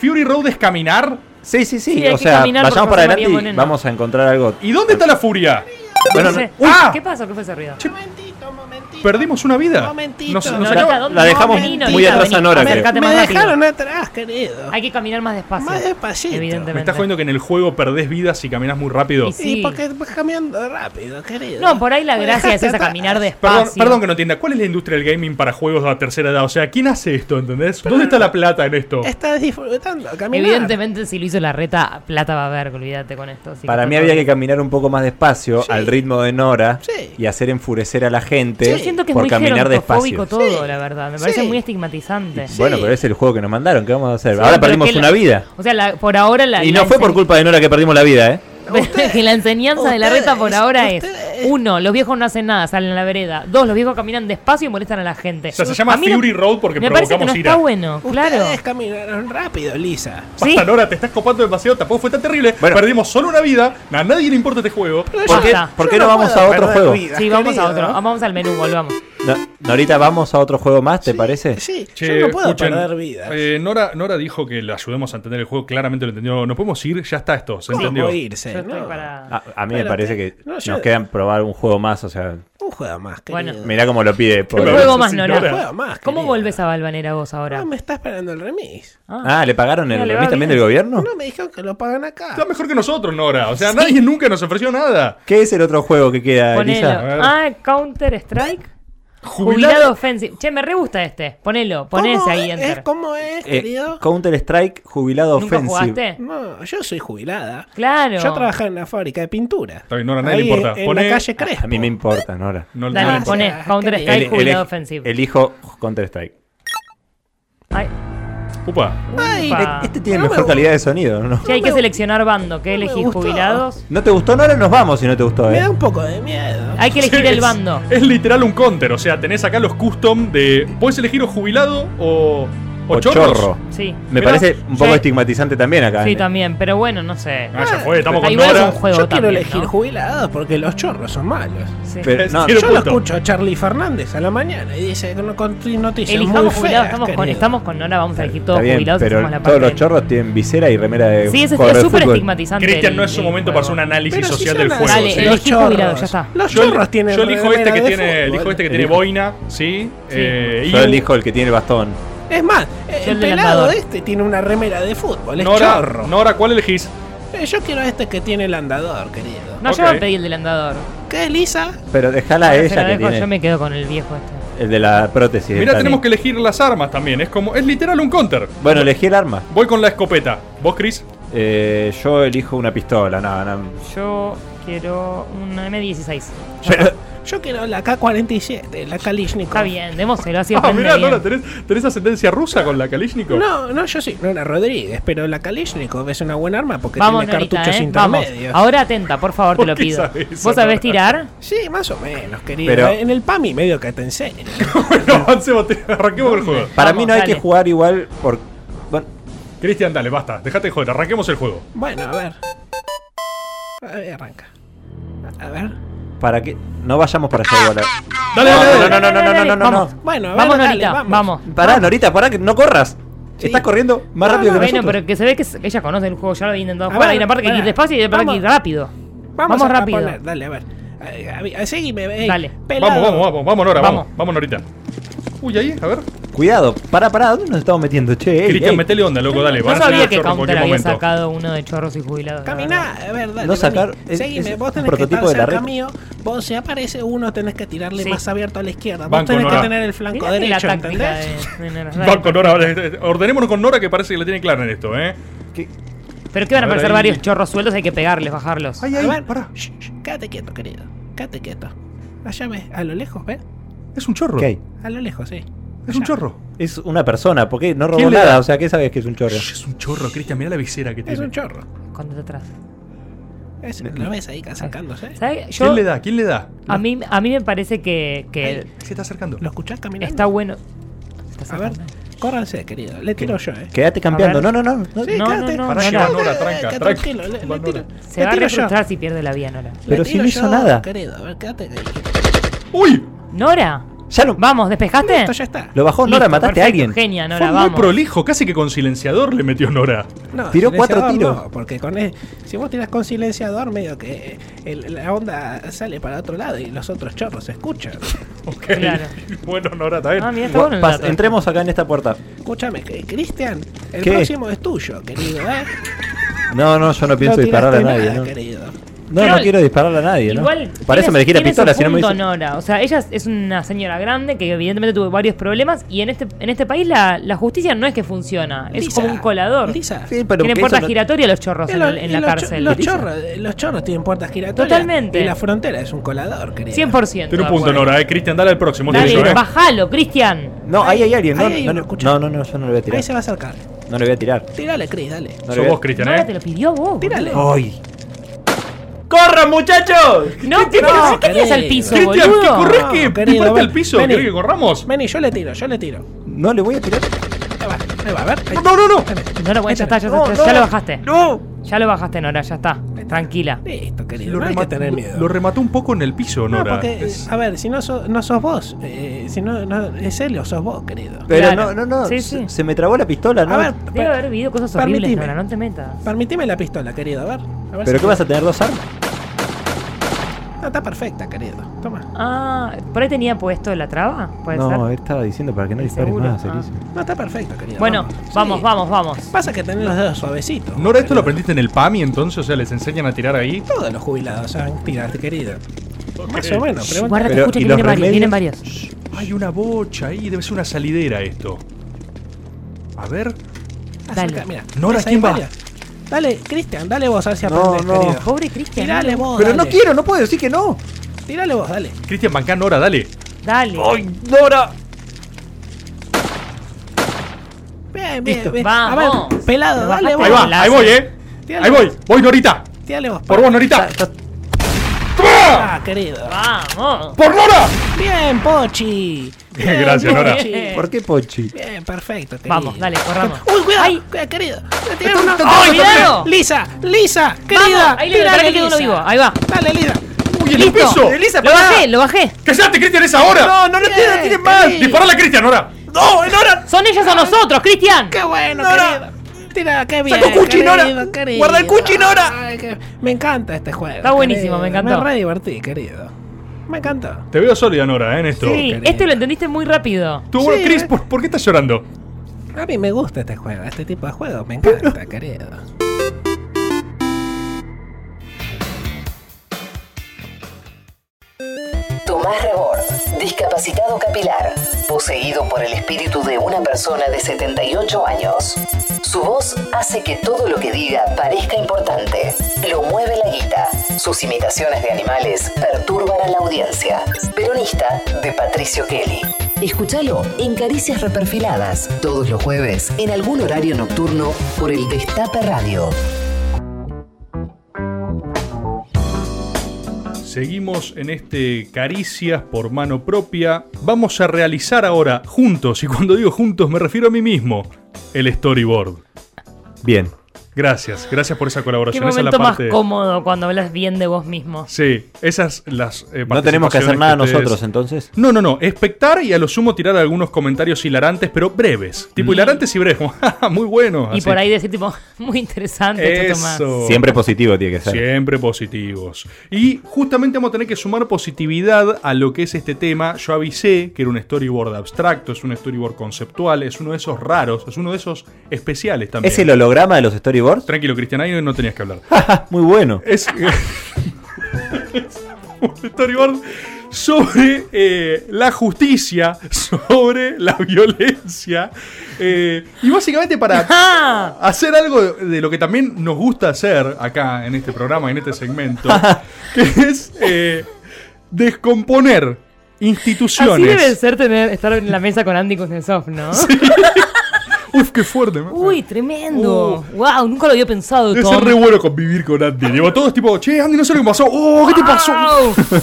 Fury Road es caminar.
sí, sí, sí.
Sí, hay
o
que
sea,
caminar por
vayamos para
José María
adelante y
Moreno.
vamos a encontrar algo.
¿Y dónde está la furia?
Bueno,
No sé.
no-
¡Ah!
¿Qué pasó? ¿Qué fue ese ruido?
Che,
Momentito, momentito.
Perdimos una vida.
Momentito.
Nos- nos
No,
acaba-
Norita, ¿dónde
la
vas?
dejamos
Vení,
muy
Norita,
atrás a
vení.
Nora, creo.
Acércate
Me
más rápido.
dejaron atrás, querido.
Hay que caminar más despacio.
Más despacito.
Evidentemente.
Me estás jodiendo que en el juego perdés vidas si caminás muy rápido.
Y
Sí,
sí.
porque vas caminando rápido, querido.
No, por ahí la
Me
gracia es
dejaste
esa,
atrás.
caminar despacio.
Perdón, perdón que no entienda. ¿Cuál es la industria del gaming para juegos de la tercera edad? O sea, ¿quién hace esto? ¿Entendés? ¿Dónde está la plata en esto?
Estás disfrutando, caminar.
Evidentemente, si lo hizo la reta, plata va a haber, olvídate con esto. así que
Para
está
mí
todo
había que
bien.
caminar un poco más despacio,
Sí.
al ritmo de Nora,
Sí.
y hacer enfurecer a la gente
Yo siento que es
por
muy
caminar despacio.
gerontofóbico todo, la verdad. Me parece
Sí.
muy estigmatizante.
Bueno,
Sí.
pero ese es el juego que nos mandaron, ¿qué vamos a hacer?
Sí,
Ahora
pero
perdimos
que la-
una vida.
O sea, la- por ahora la.
Y
la
no fue por
enseñ-
culpa de Nora que perdimos la vida, ¿eh?
(laughs) que la enseñanza de la reta por
ustedes,
ahora es
ustedes.
uno, los viejos no hacen nada, salen a la vereda. Dos, los viejos caminan despacio y molestan a la gente.
O sea, se llama
A mí no-
Fury Road porque
me parece que no
provocamos
está
ira.
bueno, claro.
Ustedes caminaron rápido, Lisa.
Sí.
Basta, Nora, te estás copando demasiado, tampoco fue tan terrible.
Bueno.
Perdimos solo una vida, a nadie le importa este juego.
¿Por qué,
Basta.
por
Yo
qué no vamos a
puedo
otro
perder
juego?
vidas,
Sí, vamos a
querido.
otro. Vamos al menú, volvamos.
No- Norita, vamos a otro juego más, ¿te parece?
Sí,
Che,
yo no puedo
Eh, escuchen,
perder vidas.
eh, Nora, Nora dijo que le ayudemos a entender el juego, claramente lo entendió. No podemos ir, ya está esto, se entendió.
¿Cómo irse?
Yo estoy
no?
A,
para-
Ah, a mí me
Pero
parece
te-
que
no,
nos
yo-
quedan probar un juego más, o sea,
Un juego más,
Bueno.
querido.
mirá cómo lo pide. pobre.
Pero
Juego
eso
más,
sí,
Nora.
Un
Nora.
juego más,
¿Cómo
querido.
volvés a Valvanera vos ahora?
No, me está esperando el remis.
Ah, ¿le pagaron el
No, le va
remis también
bien.
del gobierno?
No me dijeron que lo pagan acá.
Está mejor que nosotros, Nora. O sea, nadie nunca nos ofreció nada.
¿Qué es el otro juego que queda,
Ponelo.
Elisa?
ver.
Ah, Counter Strike. Jubilado Offensive. Che, me re gusta este. Ponelo, ponese
¿Cómo
ahí
es?
enter.
¿Cómo
Eh,
es, eh, querido?
Counter Strike Jubilado
¿Nunca
Offensive.
jugaste?
No, yo soy jubilada.
Claro.
Yo trabajaba en una fábrica de pintura.
Está bien, no, a nadie le
Ahí
importa.
En
Poné- Ah,
la calle Crespo.
A mí me importa, Nora.
No, no le
Dale,
importa.
poné
Gracias,
Counter
querido.
Strike,
El- elej-
jubilado ofensivo.
Elijo Counter Strike.
Ay,
Upa.
Ay,
upa.
Este tiene
No me
mejor
gusta.
calidad de sonido, ¿no?
Che, hay que seleccionar bando. ¿Qué
me
elegís?
gustó.
¿Jubilados?
¿No te gustó Nora? Nos vamos si no te gustó,
Me
¿eh?
da un poco de miedo.
Hay que elegir
(laughs) Sí,
el
es-
bando.
Es literal un counter, o sea, tenés acá los custom de. Puedes elegir o jubilado o. O,
O
chorros.
chorro.
Sí.
Me
Mirá.
parece un poco
Sí.
estigmatizante también acá.
Sí,
¿eh?
también. Pero bueno, no sé.
Ah, ya fue, estamos
Ah,
con
igual es
Nora.
un juego
yo quiero
también,
elegir
¿no?
jubilados porque los chorros son malos.
Sí.
Pero, no,
Tiene
Yo lo
punto.
escucho a Charlie Fernández a la mañana y dice que no con noticias muy
Elijamos jubilados.
feas.
Estamos con,
querido.
estamos con Nora. Vamos a elegir
está
todos
bien,
jubilados. y hacemos
pero
la
todos los
parte.
chorros tienen visera y remera de
Sí, eso
jugador
es
de
súper
fútbol.
estigmatizante.
Cristian,
el-
no es su
el
momento para hacer un
juego.
análisis
Pero si
social
son
del
las-
juego.
Dale,
sí.
elegí jubilado, ya está.
Los
Yo,
chorros tienen
yo elijo
remera
este que
de
tiene.
fútbol.
Elijo este que tiene boina, ¿sí? Eh,
Yo
Iu.
elijo el que tiene el bastón.
Es más, el
el del
pelado
andador.
de este tiene una remera de fútbol, es
Nora,
chorro.
Nora, ¿cuál elegís?
Eh, Yo quiero este que tiene el andador, querido.
No, yo
Ok.
no pedí el del andador.
¿Qué, Lisa?
Pero déjala a
Bueno,
ella
se lo
que
dejo,
tiene
Yo me quedo con el viejo este.
el de la prótesis.
Mira,
Dani.
tenemos que elegir las armas también. Es como. Es literal un counter.
Bueno, elegí el arma.
Voy con la escopeta. ¿Vos, Chris?
Eh, yo elijo una pistola, no, no.
Yo quiero una M16.
Pero-
Yo quiero la K-47, la Kalishnikov.
Está bien, démoselo así.
Ah,
aprende
mirá,
bien.
Nora, ¿tenés, tenés ascendencia rusa con la Kalishnikov?
No, no, yo sí, no era Rodríguez, pero la Kalishnikov es una buena arma porque
Vamos,
tiene
Norita,
cartuchos
¿eh? Vamos.
intermedios.
Ahora atenta, por favor,
¿Por
te lo
qué
pido.
sabés eso,
¿Vos sabés
Nora?
tirar?
Sí, más o menos, querido. ¿eh?
Pero-
en el PAMI medio que
(laughs)
te enseña.
Bueno, avancemos, te- (laughs) arranquemos el juego.
Para
Vamos,
mí no hay
dale.
que jugar igual por. Bueno,
Cristian, dale, basta. Dejate de joder, arranquemos el juego.
Bueno, a ver. A ver, arranca. A ver.
para que. No vayamos para allá igual.
Dale, dale, dale.
No, no, no, no, no,
Dale,
no, no,
vamos.
no.
Bueno, a ver,
Vamos,
dale,
Norita,
vamos.
vamos.
Pará, Norita, pará, que no corras. Estás corriendo más
No,
rápido
no,
que
Bueno,
nosotros.
pero que se ve que s- que ella conoce el juego, ya lo había intentado
A
jugar.
ver,
hay una parte que hay que ir
pará.
despacio y hay una parte que hay que ir
Vamos.
rápido. Vamos,
a- a
rápido.
poner- dale, a ver. A- a- a- Seguime, ey,
Dale.
pelado.
Vamos, vamos, vamos, vamos, Nora, vamos,
Vamos.
vamos, Norita. Uy, ahí, a ver.
Cuidado, pará, pará, ¿dónde nos estamos metiendo? Che, ey,
Cristian,
ey.
metele onda, loco, dale.
Yo
van a
sabía
salir
que
chorros en
Counter
cualquier
había
momento.
sacado uno de chorros y jubilados. la verdad.
Caminá, a ver, dale.
Ah, No sacar-
vení.
es-
Seguime,
es
vos tenés que
prototipo
estar
de la
cerca
red.
mío. Vos se aparece uno, tenés que tirarle
Sí.
más abierto a la izquierda. Vos
Banco,
tenés
Nora.
que tener el flanco
Mirá que
derecho,
la táctica
¿entendés?
de-
(laughs)
de- de-
Va con Nora, vale. ordenémonos con Nora que parece que la tiene clara en esto, ¿eh?
¿Qué?
Pero que van a
A ver,
aparecer
ahí.
varios chorros sueltos, hay que pegarles, bajarlos.
Ay,
A
ay,
ver,
pará.
shh, shh, quédate quieto, querido. Quédate quieto. Allá ves, a lo lejos, ¿ves?
Es un chorro.
¿Qué hay?
A lo lejos, sí.
Es un
Allá.
chorro.
Es una persona, porque no robó
¿Quién le da?
nada, o sea, ¿qué sabes que es un chorro?
Shh, Es un chorro, Cristian, mirá la visera que
Es
tiene.
un chorro.
Cuando te atrás.
Es, ¿Lo ves ahí sacándose? ¿eh?
¿Sabes? Yo,
¿Quién le da? ¿Quién le da?
A, mí, a mí me parece que, que
Ahí, Se está acercando.
¿Lo escuchás caminando?
está bueno.
A ver, córranse, querido. Le tiro yo, ¿eh?
Quédate campeando.
A
No,
ver.
no, no. no.
Sí,
No,
quédate.
no, no,
Pará,
no,
lleva
no.
Nora, tranca,
Eh,
tranca.
tranquilo, le, le
Va,
tiro.
Nora.
Se va a
le tiro yo.
refrustrar si pierde la vida, Nora.
Le
Pero si
tiro
no hizo
yo,
nada.
Querido, a ver, quédate. querido.
¡Uy!
¿Nora?
Ya lo,
Vamos, ¿despejaste?
Esto ya está.
lo bajó Nora,
Listo,
mataste a
perfecto,
alguien.
Genia, Nora,
Fue muy
vamos.
prolijo, casi que con silenciador le metió Nora.
No,
Tiró cuatro
silenciador
tiros.
no, porque con el- si vos tiras con silenciador, medio que eh, el- la onda sale para otro lado y los otros chorros se
(laughs)
escuchan.
Ok.
Claro.
Bueno, Nora, está bien.
Ah, mira, está
Gua-
bueno el
pas-
dato.
entremos acá en esta puerta.
Escúchame, que- Cristian, el
¿Qué?
próximo es tuyo, querido, ¿eh?
No, no, yo no pienso
no
disparar
tiraste
a nadie.
nada,
¿no?
querido.
No, no
Pero-
quiero dispararle a nadie, ¿no?
Igual.
Para eso me elegí la pistola, si no me dice.
Nora. O sea, ella es- es una señora grande que evidentemente tuvo varios problemas y en este, en este país la, la justicia no es que funciona, es
Lisa,
como un colador.
Lisa.
Sí, pero
Tienen
que
puertas
eso no-
giratorias los chorros
Y
en,
Eh, lo-
el- en
y
la
los cho-
cárcel.
Los chorros, los chorros tienen puertas giratorias.
Totalmente.
Y la frontera es un colador, querido.
100%.
Tiene un punto,
acuerdo.
Nora, eh. Cristian, dale al próximo.
Dale,
te digo, eh.
bajalo, Cristian.
No, ahí hay alguien. No,
Ahí hay
no,
uno,
no,
escucha.
no, no, no, yo no le voy a
Ahí se
tirar.
va a acercar.
No le voy a tirar.
Tírale, Cris, dale.
No le
Sos
voy a-
vos, Cristian,
Nora te
eh.
lo pidió vos.
Tírale.
¡Ay! ¡Corran, muchachos!
No, te
no,
¿qué tiras al
querido.
piso,
Cristian, ¿qué
boludo?
corres
No,
que
querido,
disparaste
ven,
al piso?
vení.
¿Querés que corramos?
Vení, yo le tiro, yo le tiro.
No le voy a tirar.
Ahí va, ahí va, a ver. ahí-
No, no, no.
Nora, bueno, ya está, ya,
No,
ya-
no,
ya lo bajaste.
¡No!
Ya lo bajaste, Nora, ya está. Tranquila.
Listo, querido. No hay que
remató-
tener miedo.
lo remató un poco en el piso,
No,
Nora.
porque,
Es-
a ver, si no, so- no sos vos, eh, si no, no es él o sos vos, querido.
Pero
Claro.
no, no, no.
Sí,
se,
sí.
se me trabó la pistola, ¿no?
A ver,
Debe haber vivido cosas horribles,
Permitime.
Nora, no te metas.
permitime la pistola, querido, a ver. a ver
¿Pero
si-
qué vas a tener dos armas?
No, está perfecta, querido. Toma.
Ah, ¿por ahí tenía puesto la traba? ¿Puede
No, eh.
ser?
él estaba diciendo para que no dispares
Seguro,
más,
ah.
Elisa.
No, está perfecta, querido.
Bueno, vamos,
Sí.
vamos, vamos.
Pasa que tenés los dedos suavecitos.
Nora, ¿esto lo
querido.
aprendiste en el PAMI entonces? O sea, ¿les enseñan a tirar ahí?
Todos los jubilados saben tirarte, querido. Más o menos,
Guarda,
pregunta.
Pero,
escucha
¿y
que
los
vienen varios, vienen
remedios?
varios.
Hay una bocha ahí, debe ser una salidera esto. A ver.
Acerca,
dale.
mira.
Nora,
¿ves ahí
¿quién va?
varias? Dale, Cristian, dale vos, a ver si
No,
aprendés,
no.
querido.
Pobre Cristian.
Tirale
dale.
vos,
Pero no
dale.
quiero, no puedo decir que no.
Tirale vos, dale.
Cristian, bancá Nora, dale.
Dale.
Nora!
Bien, bien,
Listo.
bien.
Vamos.
A ver, pelado,
Lo
dale vos.
Ahí
bajaste
va,
Láser.
ahí voy, eh.
Tírale.
Ahí voy, voy Norita.
Tirale vos.
Por vos, Norita.
Ah, querido.
Vamos.
¡Por Nora!
Bien, Pochi.
(laughs)
Bien,
Gracias, Nora.
Pochi.
¿Por qué Pochi?
Bien, perfecto. Querido.
Vamos, dale, corramos.
Uy, cuidado,
Ay.
cuidado, querido. Le tiraron una-
¡Ay, cuidado!
Lisa, Lisa, querida.
Vamos, ahí le- para que quede uno vivo, ahí va.
Dale, Lisa.
¡Uy, en el piso!
Elisa,
Lo
pará.
bajé, lo bajé.
¡Cállate, Cristian, es ahora!
No, no le
Bien,
tiren, tiren más.
querido.
¡Disparala a Cristian, Nora!
¡No, Nora!
Son ellos o nosotros, Cristian.
Qué bueno,
Nora.
querido. Tira, qué bien.
Sacó Cuchi,
querido,
Nora.
querido.
Guarda el Cuchi, Nora.
Ay, qué- Me encanta este juego.
Está buenísimo,
querido.
me encantó.
Me re divertí, querido. Me encantó.
Te veo sólida, Nora, eh, en esto.
Sí,
querido.
este lo entendiste muy rápido.
Tú, bueno,
Sí,
Chris,
eh.
¿por, por qué estás llorando?
A mí me gusta este juego, este tipo de juego, me encanta, querido.
Tomás Rebord, discapacitado capilar, poseído por el espíritu de una persona de 78 años. Su voz hace que todo lo que diga parezca importante. Lo mueve la guita. Sus imitaciones de animales perturban a la audiencia. Peronista de Patricio Kelly. Escúchalo en Caricias Reperfiladas, todos los jueves, en algún horario nocturno, por el Destape Radio.
Seguimos en este Caricias por mano propia. Vamos a realizar ahora, juntos, y cuando digo juntos me refiero a mí mismo, el storyboard.
Bien.
Gracias, gracias por esa
Qué
colaboración. esa es la
momento más
parte.
cómodo cuando hablas bien de vos mismo.
Sí, esas las. eh,
No tenemos que hacer
participaciones
nada
que ustedes-
nosotros entonces.
No, no, no. Espectar y a lo sumo tirar algunos comentarios hilarantes, pero breves.
Mm.
Tipo hilarantes y breves. (laughs) como, "Ja, ja, Muy bueno.
Y
así.
por ahí decir, tipo, (laughs) muy interesante esto, Tomás.
Eso.
Siempre positivo tiene que ser.
Siempre positivos. Y justamente vamos a tener que sumar positividad a lo que es este tema. Yo avisé que era un storyboard abstracto, es un storyboard conceptual, es uno de esos raros, es uno de esos especiales también.
¿Es el holograma de
(laughs)
los storyboards? (laughs)
Tranquilo, Cristian, ahí no tenías que hablar.
Muy bueno.
Es, (laughs) es un storyboard sobre eh, la justicia, sobre la violencia. eh, y básicamente para
¡Ah!
hacer algo de, de lo que también nos gusta hacer acá en este programa, en este segmento, que es eh, descomponer
Así
instituciones.
debe ser tener, estar en la mesa con Andy Kuznetsov, ¿no?
Uf, qué fuerte. man.
Uy, tremendo. wow, nunca lo había pensado,
Uh. Debe
Tom.
ser re bueno convivir con Andy. Llevo todos tipo, che, Andy, no sé lo que pasó. Oh, ¿qué te pasó? (laughs)
Wow,
Oh, che,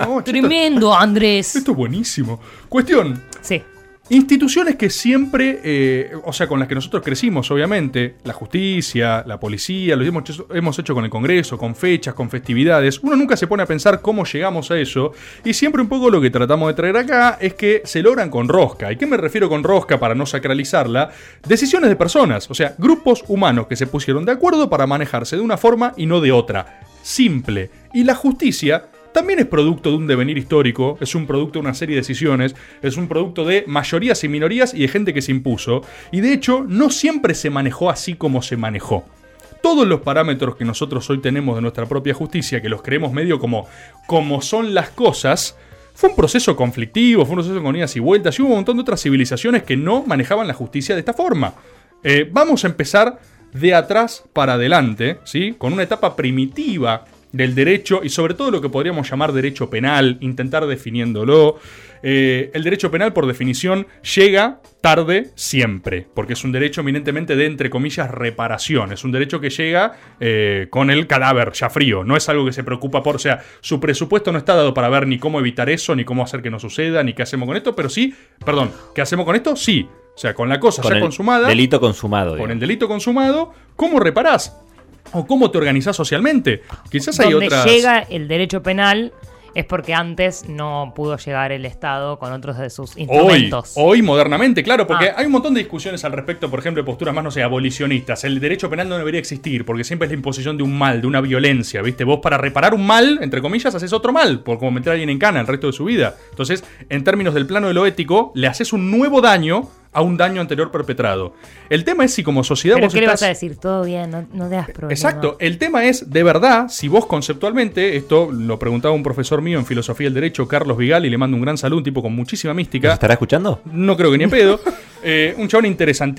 esto-
Tremendo, Andrés.
esto es buenísimo. Cuestión,
Sí.
Instituciones que siempre, eh, o sea, con las que nosotros crecimos, obviamente, la justicia, la policía, lo hemos hecho, hemos hecho con el Congreso, con fechas, con festividades, uno nunca se pone a pensar cómo llegamos a eso, y siempre un poco lo que tratamos de traer acá es que se logran con rosca. ¿Y qué me refiero con rosca para no sacralizarla? Decisiones de personas, o sea, grupos humanos que se pusieron de acuerdo para manejarse de una forma y no de otra. Simple. Y la justicia también es producto de un devenir histórico, es un producto de una serie de decisiones, es un producto de mayorías y minorías y de gente que se impuso, y de hecho no siempre se manejó así como se manejó. Todos los parámetros que nosotros hoy tenemos de nuestra propia justicia, que los creemos medio como, como son las cosas, fue un proceso conflictivo, fue un proceso con idas y vueltas, y hubo un montón de otras civilizaciones que no manejaban la justicia de esta forma. Eh, vamos a empezar de atrás para adelante, ¿sí? Con una etapa primitiva del derecho y sobre todo lo que podríamos llamar derecho penal, intentar definiéndolo. Eh, el derecho penal, por definición, llega tarde siempre, porque es un derecho eminentemente de, entre comillas, reparación. Es un derecho que llega eh, con el cadáver ya frío, no es algo que se preocupa por, o sea, su presupuesto no está dado para ver ni cómo evitar eso, ni cómo hacer que no suceda, ni qué hacemos con esto, pero sí, perdón, ¿qué hacemos con esto? Sí. O sea, con la cosa
Con
ya
el
consumada
Delito consumado.
con
digamos.
el delito consumado, ¿cómo reparás? ¿O cómo te organizás socialmente? Quizás hay
Donde
otras...
llega el derecho penal es porque antes no pudo llegar el Estado con otros de sus
Hoy,
instrumentos.
hoy modernamente, claro, porque
Ah.
hay un montón de discusiones al respecto, por ejemplo, de posturas más, no sé, abolicionistas. El derecho penal no debería existir, porque siempre es la imposición de un mal, de una violencia, ¿viste? Vos para reparar un mal, entre comillas, haces otro mal, por como meter a alguien en cana el resto de su vida. Entonces, en términos del plano de lo ético, le haces un nuevo daño a un daño anterior perpetrado. El tema es si como sociedad
Pero
vos
¿qué le
estás-
vas a decir? Todo bien, no, no te das problema.
Exacto, el tema es, de verdad, si vos conceptualmente, esto lo preguntaba un profesor mío en filosofía del derecho, Carlos Vigal, y le mando un gran saludo, un tipo con muchísima
¿Nos
mística.
estará escuchando?
No creo que ni en pedo. (laughs) Eh, un chabón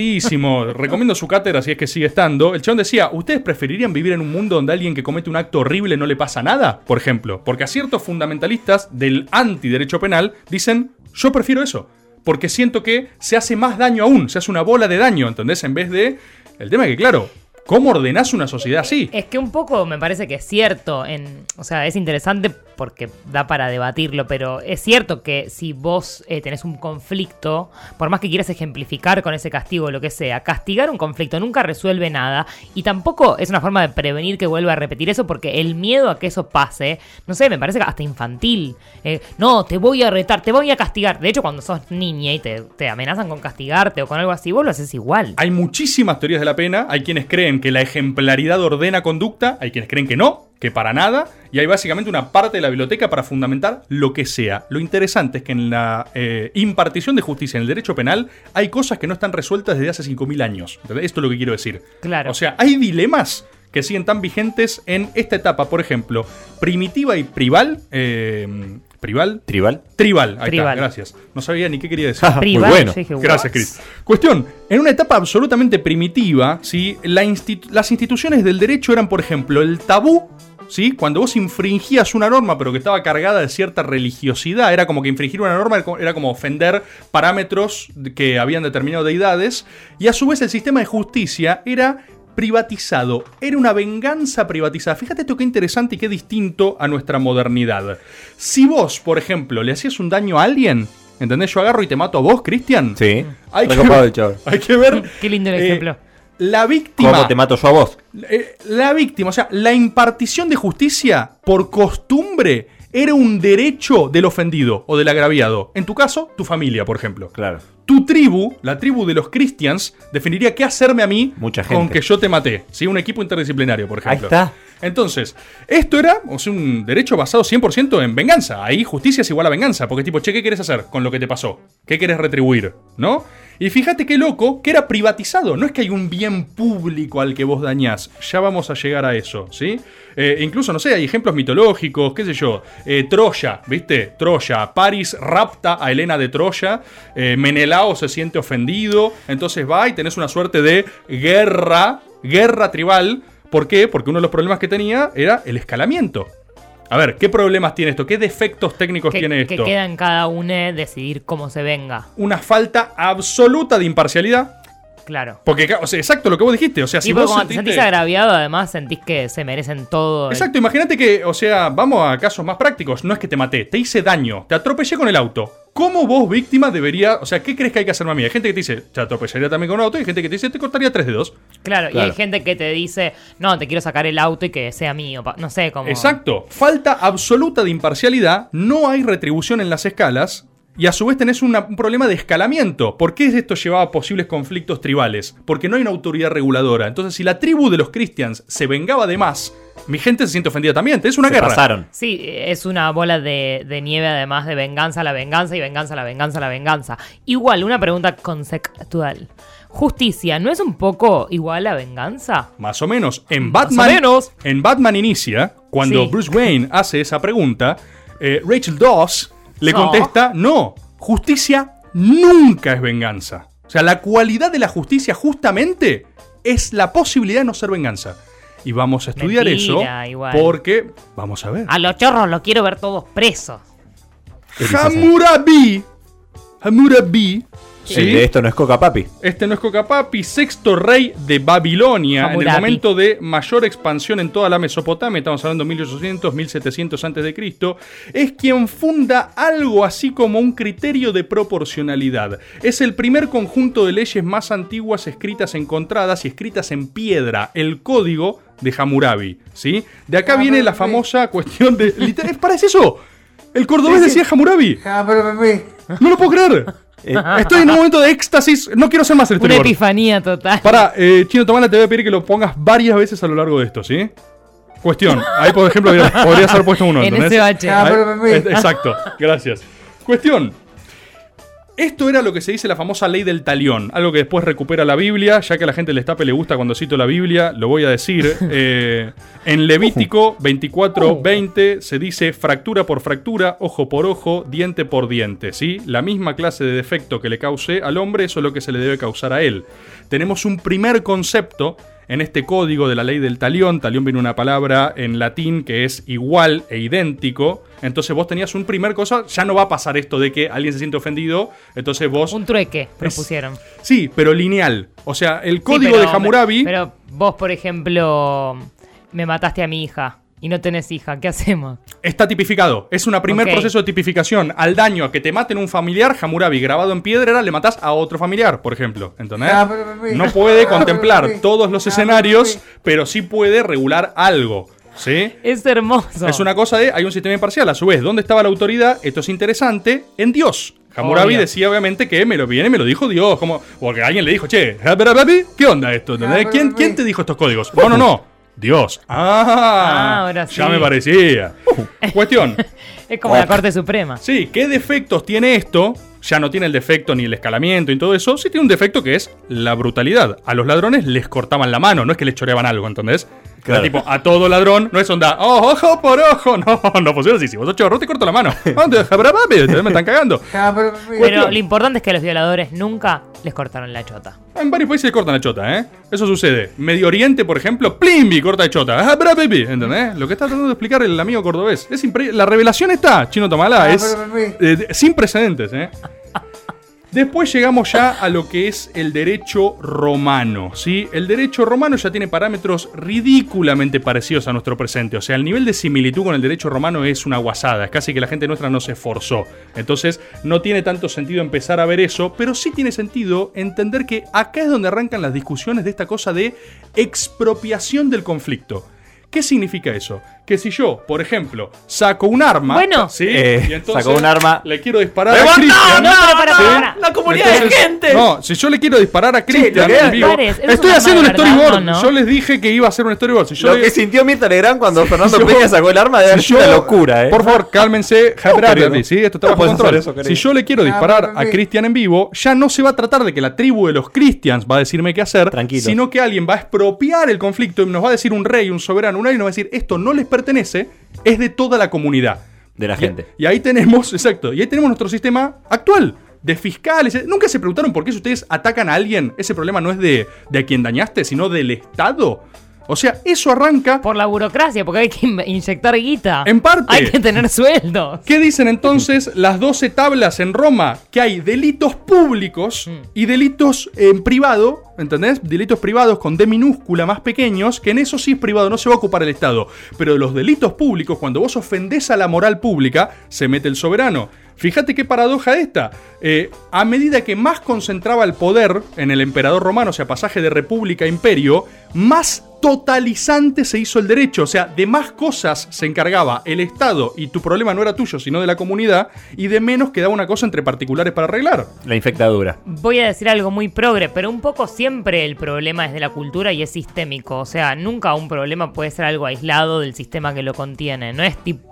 interesantísimo. Recomiendo su cátedra si es que sigue estando. El chabón decía: ¿Ustedes preferirían vivir en un mundo donde alguien que comete un acto horrible no le pasa nada? Por ejemplo, porque a ciertos fundamentalistas del antiderecho penal dicen: Yo prefiero eso. Porque siento que se hace más daño aún, se hace una bola de daño, ¿entendés? En vez de. El tema es que, claro, ¿cómo ordenás una sociedad así?
Es que un poco me parece que es cierto. En, o sea, es interesante porque da para debatirlo, pero es cierto que si vos eh, tenés un conflicto, por más que quieras ejemplificar con ese castigo o lo que sea, castigar un conflicto nunca resuelve nada y tampoco es una forma de prevenir que vuelva a repetir eso porque el miedo a que eso pase, no sé, me parece hasta infantil. Eh, no, te voy a retar, te voy a castigar. De hecho, cuando sos niña y te, te amenazan con castigarte o con algo así, vos lo haces igual.
Hay muchísimas teorías de la pena. Hay quienes creen que la ejemplaridad ordena conducta, hay quienes creen que no, que para nada, y hay básicamente una parte de la biblioteca para fundamentar lo que sea. Lo interesante es que en la eh, impartición de justicia, en el derecho penal, hay cosas que no están resueltas desde hace 5.000 años. ¿entendés? Esto es lo que quiero decir.
Claro.
O sea, hay dilemas que siguen tan vigentes en esta etapa, por ejemplo, primitiva y prival. eh, ¿Prival?
Tribal.
Tribal, ahí
Tribal.
está, gracias. No sabía ni qué quería decir.
Prival,
bueno.
yo dije,
Gracias,
"What?".
Chris. Cuestión, en una etapa absolutamente primitiva, ¿sí? La institu- las instituciones del derecho eran, por ejemplo, el tabú, ¿sí? cuando vos infringías una norma pero que estaba cargada de cierta religiosidad, era como que infringir una norma era co- era como ofender parámetros de- que habían determinado deidades, y a su vez el sistema de justicia era privatizado, era una venganza privatizada. Fíjate esto qué interesante y qué distinto a nuestra modernidad. Si vos, por ejemplo, le hacías un daño a alguien, ¿entendés? Yo agarro y te mato a vos, Cristian.
Sí.
Hay que,
Recopado el chaval.
hay que ver.
Qué lindo el
eh,
ejemplo.
La víctima.
¿Cómo te mato yo a vos?
eh, la víctima, o sea, la impartición de justicia por costumbre era un derecho del ofendido o del agraviado. En tu caso, tu familia, por ejemplo.
Claro.
Tu tribu, la tribu de los Christians, definiría qué hacerme a mí
Mucha
con
gente.
que yo te maté. ¿sí? Un equipo interdisciplinario, por ejemplo.
Ahí está.
Entonces, esto era o sea, un derecho basado 100% en venganza. Ahí justicia es igual a venganza. Porque es tipo, che, ¿qué quieres hacer con lo que te pasó? ¿Qué quieres retribuir? ¿No? Y fíjate qué loco que era privatizado. No es que hay un bien público al que vos dañás. Ya vamos a llegar a eso, ¿sí? Eh, incluso, no sé, hay ejemplos mitológicos, qué sé yo. Eh, Troya, ¿viste? Troya. Paris rapta a Helena de Troya. Eh, Menelao se siente ofendido. Entonces va y tenés una suerte de guerra, guerra tribal. ¿Por qué? Porque uno de los problemas que tenía era el escalamiento. A ver, ¿qué problemas tiene esto? ¿Qué defectos técnicos
Que,
tiene
que
esto?
queda en cada uno decidir cómo se venga.
Una falta absoluta de imparcialidad.
Claro.
Porque, o sea, exacto lo que vos dijiste. O sea, si
y porque
vos
cuando te
sentiste-
sentís agraviado, además sentís que se merecen todo. el-
Exacto, imagínate que, o sea, vamos a casos más prácticos. No es que te maté, te hice daño, te atropellé con el auto. ¿Cómo vos, víctima, debería. O sea, ¿qué crees que hay que hacerme a mí? Hay gente que te dice, te atropellaría también con un auto, y hay gente que te dice, te cortaría tres dedos.
Claro, y
Claro.
hay gente que te dice, no, te quiero sacar el auto y que sea mío. pa- No sé cómo.
Exacto. Falta absoluta de imparcialidad, no hay retribución en las escalas. Y a su vez tenés una- un problema de escalamiento. ¿Por qué esto llevaba a posibles conflictos tribales? Porque no hay una autoridad reguladora. Entonces, si la tribu de los Christians se vengaba de más, mi gente se siente ofendida también. Tenés una
Se
guerra.
pasaron.
Sí, es una bola de, de nieve además de venganza, la venganza y venganza, la venganza, la venganza. Igual, una pregunta conceptual. Justicia, ¿no es un poco igual a venganza?
Más o menos. En
Más
Batman.
o menos.
En Batman Inicia, cuando
Sí.
Bruce Wayne hace esa pregunta, eh, Rachel Dawes le
No.
contesta: No, justicia nunca es venganza. O sea, la cualidad de la justicia justamente es la posibilidad de no ser venganza. Y vamos a estudiar
Mentira,
eso
igual.
porque vamos a ver.
A los chorros los quiero ver todos presos.
Hammurabi. Hammurabi. ¿sí?
El de esto no es Coca Papi.
Este no es Cocapapi, sexto rey de Babilonia, en el
Hammurabi.
momento de mayor expansión en toda la Mesopotamia, estamos hablando 1800, 1700 antes de Cristo, es quien funda algo así como un criterio de proporcionalidad. Es el primer conjunto de leyes más antiguas escritas encontradas y escritas en piedra, el código de Hammurabi, ¿sí? De acá viene la famosa cuestión de literal- ¿es- parece eso. El cordobés decía Hammurabi. No lo puedo creer. Estoy en un momento de éxtasis. No quiero ser más este el
Una
storyboard.
epifanía total.
Pará, eh, Chino Tomana, te voy a pedir que lo pongas varias veces a lo largo de esto, ¿sí? Cuestión. Ahí, por ejemplo, mira, podría ser puesto uno,
En
¿entendés?
ese bache.
Ahí- es- exacto, gracias. Cuestión. Esto era lo que se dice la famosa ley del talión, algo que después recupera la Biblia, ya que a la gente del estape le gusta cuando cito la Biblia, lo voy a
(laughs)
decir. Eh, en Levítico
Uh.
24, 20 se dice fractura por fractura, ojo por ojo, diente por diente, ¿sí? La misma clase de defecto que le cause al hombre, eso es lo que se le debe causar a él. Tenemos un primer concepto en este código de la ley del talión, talión viene una palabra en latín que es igual e idéntico, entonces vos tenías un primer cosa, ya no va a pasar esto de que alguien se siente ofendido, entonces vos...
Un trueque propusieron.
Sí, pero lineal. O sea, el código
Sí, pero-
de Hammurabi...
Pero vos, por ejemplo, me mataste a mi hija y no tenés hija. ¿Qué hacemos?
Está tipificado. Es un primer
Ok.
proceso de tipificación. Al daño a que te maten un familiar, Hammurabi grabado en piedra, era, le matás a otro familiar, por ejemplo. ¿Entendés? No puede contemplar todos los escenarios, Ah, pero sí puede regular algo. ¿Sí?
Es hermoso.
Es una cosa de, hay un sistema imparcial, a su vez, ¿dónde estaba la autoridad? Esto es interesante, en Dios. Hammurabi
Obvio.
decía obviamente que me lo viene, me lo dijo Dios, eh, Ah, como, porque alguien le dijo, che, ¿qué onda esto? ¿Entendés? ¿Quién, ¿Quién te dijo estos códigos? No, no, no. Dios. Ah,
Ah, ahora
ya
sí.
me parecía. (laughs) Cuestión.
Es (laughs) como
Oh.
la Corte Suprema.
Sí, ¿qué defectos tiene esto? Ya no tiene el defecto ni el escalamiento y todo eso. Sí tiene un defecto que es la brutalidad. A los ladrones les cortaban la mano, no es que les choreaban algo, ¿entendés? Era
Claro.
tipo, a todo ladrón, no es onda, "Oh, ojo por ojo, (laughs) no, no funciona así. Si vos sos chorro, te corto la (laughs) mano. Ah, te- jabra, papi, te- Me están cagando.
Pero lo importante es que a los violadores nunca les cortaron la chota.
En varios países le cortan la chota, ¿eh? Eso sucede. Medio Oriente, por ejemplo, Plimbi corta de chota. Ah, bra, pipi, ¿Entendés? Lo que está tratando de explicar el amigo cordobés. Es impre- la revelación está, Chino Tomalá. Es eh, de- sin precedentes, ¿eh? Después llegamos ya a lo que es el derecho romano, ¿sí? El derecho romano ya tiene parámetros ridículamente parecidos a nuestro presente. O sea, el nivel de similitud con el derecho romano es una guasada. Es casi que la gente nuestra no se esforzó. Entonces, no tiene tanto sentido empezar a ver eso, pero sí tiene sentido entender que acá es donde arrancan las discusiones de esta cosa de expropiación del conflicto. ¿Qué significa eso? Que si yo, por ejemplo, saco un arma.
Bueno.
¿sí?
Eh,
Y entonces
sacó un arma.
Le quiero disparar a
¡Levantá,
Cristian.
No, para, para,
¿sí?
para.
¡La
Entonces, No, si yo le quiero disparar a Cristian
que
en
es-
vivo-
Pares, eres
Estoy
una
haciendo un
mala verdad,
storyboard.
¿no?
Yo les dije que iba a hacer un storyboard. Si yo
Lo
le-
que sintió Mirta Legrand cuando
(laughs)
Fernando
yo-
Peña sacó el arma de
si
sido una locura, ¿eh?
Por favor,
(laughs)
cálmense. Javier
querido.
Ardi, ¿sí? Esto está
No
bajo
puedes hacer
control.
eso, querido.
si yo le quiero disparar a Cristian en vivo, ya no se va a tratar de que la tribu de los Christians va a decirme qué hacer,
Tranquilo.
sino que alguien va a expropiar el conflicto y nos va a decir un rey, un soberano, un alguien nos va a decir esto no les pertenece, es de toda la comunidad.
de la
Y- Y, ahí tenemos, exacto, y ahí tenemos nuestro sistema actual de fiscales. Nunca se preguntaron por qué si ustedes atacan a alguien, ese problema no es de, de a quien dañaste, sino del Estado. O sea, eso arranca.
Por la burocracia, porque hay que in- inyectar guita.
En parte.
Hay que tener sueldos.
¿Qué dicen
(laughs)
entonces las 12 tablas en Roma? Que hay delitos públicos
Mm.
y delitos en privado, ¿entendés? Delitos privados con D minúscula más pequeños, que en eso sí es privado, no se va a ocupar el Estado. Pero de los delitos públicos, cuando vos ofendés a la moral pública, se mete el soberano. Fíjate qué paradoja esta. Eh, a medida que más concentraba el poder en el emperador romano, o sea, pasaje de república a imperio, más totalizante se hizo el derecho, o sea, de más cosas se encargaba el Estado y tu problema no era tuyo, sino de la comunidad, y de menos quedaba una cosa entre particulares para arreglar.
La infectadura.
Voy a decir algo muy progre, pero un poco siempre el problema es de la cultura y es sistémico. O sea, nunca un problema puede ser algo aislado del sistema que lo contiene. No es tipo.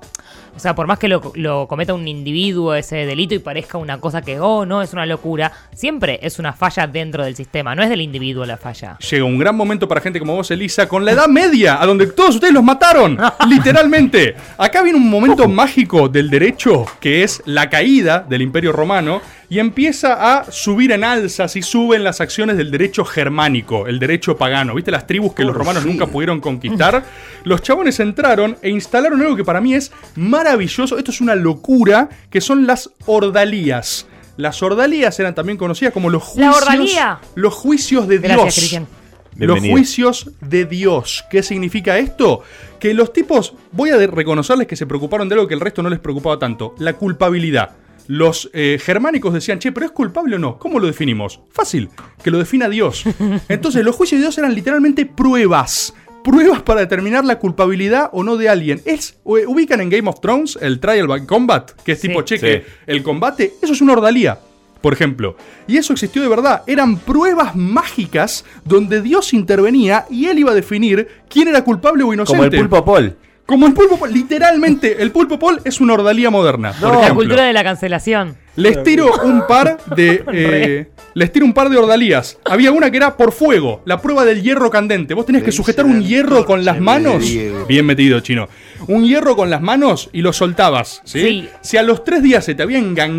O sea, por más que lo, lo cometa un individuo ese delito y parezca una cosa que, oh, no, es una locura, siempre es una falla dentro del sistema, no es del individuo la falla.
Llega un gran momento para gente como vos, Elisa, con la Edad Media, a donde todos ustedes los mataron, literalmente. Acá viene un momento mágico del derecho, que es la caída del Imperio Romano, y empieza a subir en alzas y suben las acciones del derecho germánico, el derecho pagano. ¿Viste las tribus que los romanos nunca pudieron conquistar? Los chabones entraron e instalaron algo que para mí es maravilloso, esto es una locura, que son las ordalías. Las ordalías eran también conocidas como los
La
juicios,
ordalía.
los juicios de
Gracias,
Dios.
Cristian.
Bienvenido.
Los juicios de Dios. ¿Qué significa esto? Que los tipos, voy a de- reconocerles que se preocuparon de algo que el resto no les preocupaba tanto, la culpabilidad. Los eh, germánicos decían, che, pero ¿es culpable o no? ¿Cómo lo definimos? Fácil, que lo defina
(laughs)
Dios. Entonces, los juicios de Dios eran literalmente pruebas. Pruebas para determinar la culpabilidad o no de alguien. Es, eh, ubican en Game of Thrones el Trial by Combat, que es tipo, che, que
Sí.
el combate, eso es una ordalía, por ejemplo. Y eso existió de verdad. Eran pruebas mágicas donde Dios intervenía y él iba a definir quién era culpable o inocente.
Como el pulpo Paul.
Como el pulpo Paul. Literalmente, el pulpo Paul es una ordalía moderna. por
La
ejemplo.
cultura de la cancelación.
Les tiro un par
(laughs)
de. eh, les tiro un par de ordalías. Había una que era por fuego, la prueba del hierro candente. Vos tenías que sujetar un hierro con las manos. Bien metido, chino. Un hierro con las manos y lo soltabas. ¿sí?
Sí.
Si a los tres días se te había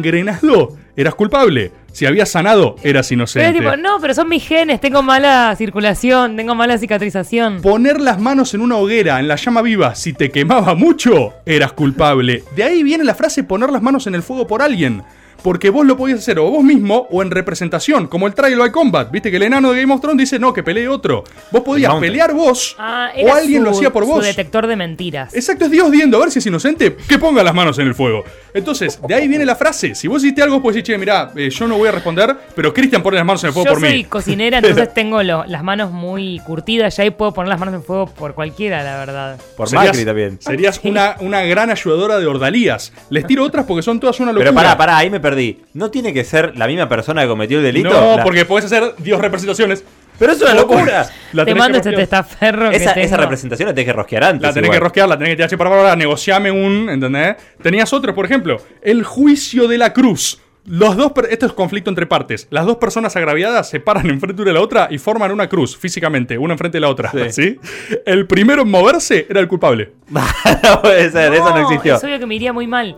engangrenado, eras culpable. Si habías sanado, eras
Pero
inocente.
es tipo, no, pero son mis genes, tengo mala circulación, tengo mala cicatrización.
Poner las manos en una hoguera, en la llama viva, si te quemaba mucho, eras culpable. De ahí viene la frase poner las manos en el fuego por alguien. Porque vos lo podías hacer o vos mismo o en representación, como el Trial by Combat. Viste que el enano de Game of Thrones dice, no, que pelee otro. Vos podías
Mountain.
pelear vos
Ah,
o
era
alguien lo
su-
hacía por
Su
vos.
detector de mentiras.
Exacto, es Dios viendo a ver si es inocente, que ponga las manos en el fuego. Entonces, de ahí viene la frase. Si vos hiciste algo, pues decís, che, mirá, eh, yo no voy a responder, pero Cristian pone las manos en el fuego
Yo
por
soy
mí.
cocinera,
(laughs)
entonces tengo lo- las manos muy curtidas ya y puedo poner las manos en fuego por cualquiera, la verdad.
Por
Serías-
Macri también.
Serías una, una gran ayudadora de ordalías. Les tiro otras porque son todas una locura.
Pero pará, pará, ahí me perdí. ¿No tiene que ser la misma persona que cometió el delito?
No,
La-
porque podés hacer Dios representaciones.
Pero es una locura.
La
te
tenés
mando
que
este
rosquear.
testaferro que
Esa, esa
tengo.
representación la tenés que rosquear antes.
La tenés
igual.
que rosquear, la tenés que tirar che, para, para, para, negociame un, ¿entendés? Tenías otros, por ejemplo, el juicio de la cruz. Los dos, per- esto es conflicto entre partes. Las dos personas agraviadas se paran enfrente una de la otra y forman una cruz físicamente, una enfrente de la otra.
Sí.
¿sí? El primero en moverse era el culpable.
(laughs) no puede ser, eso no
No,
existió.
Oh, Es obvio que me iría muy mal.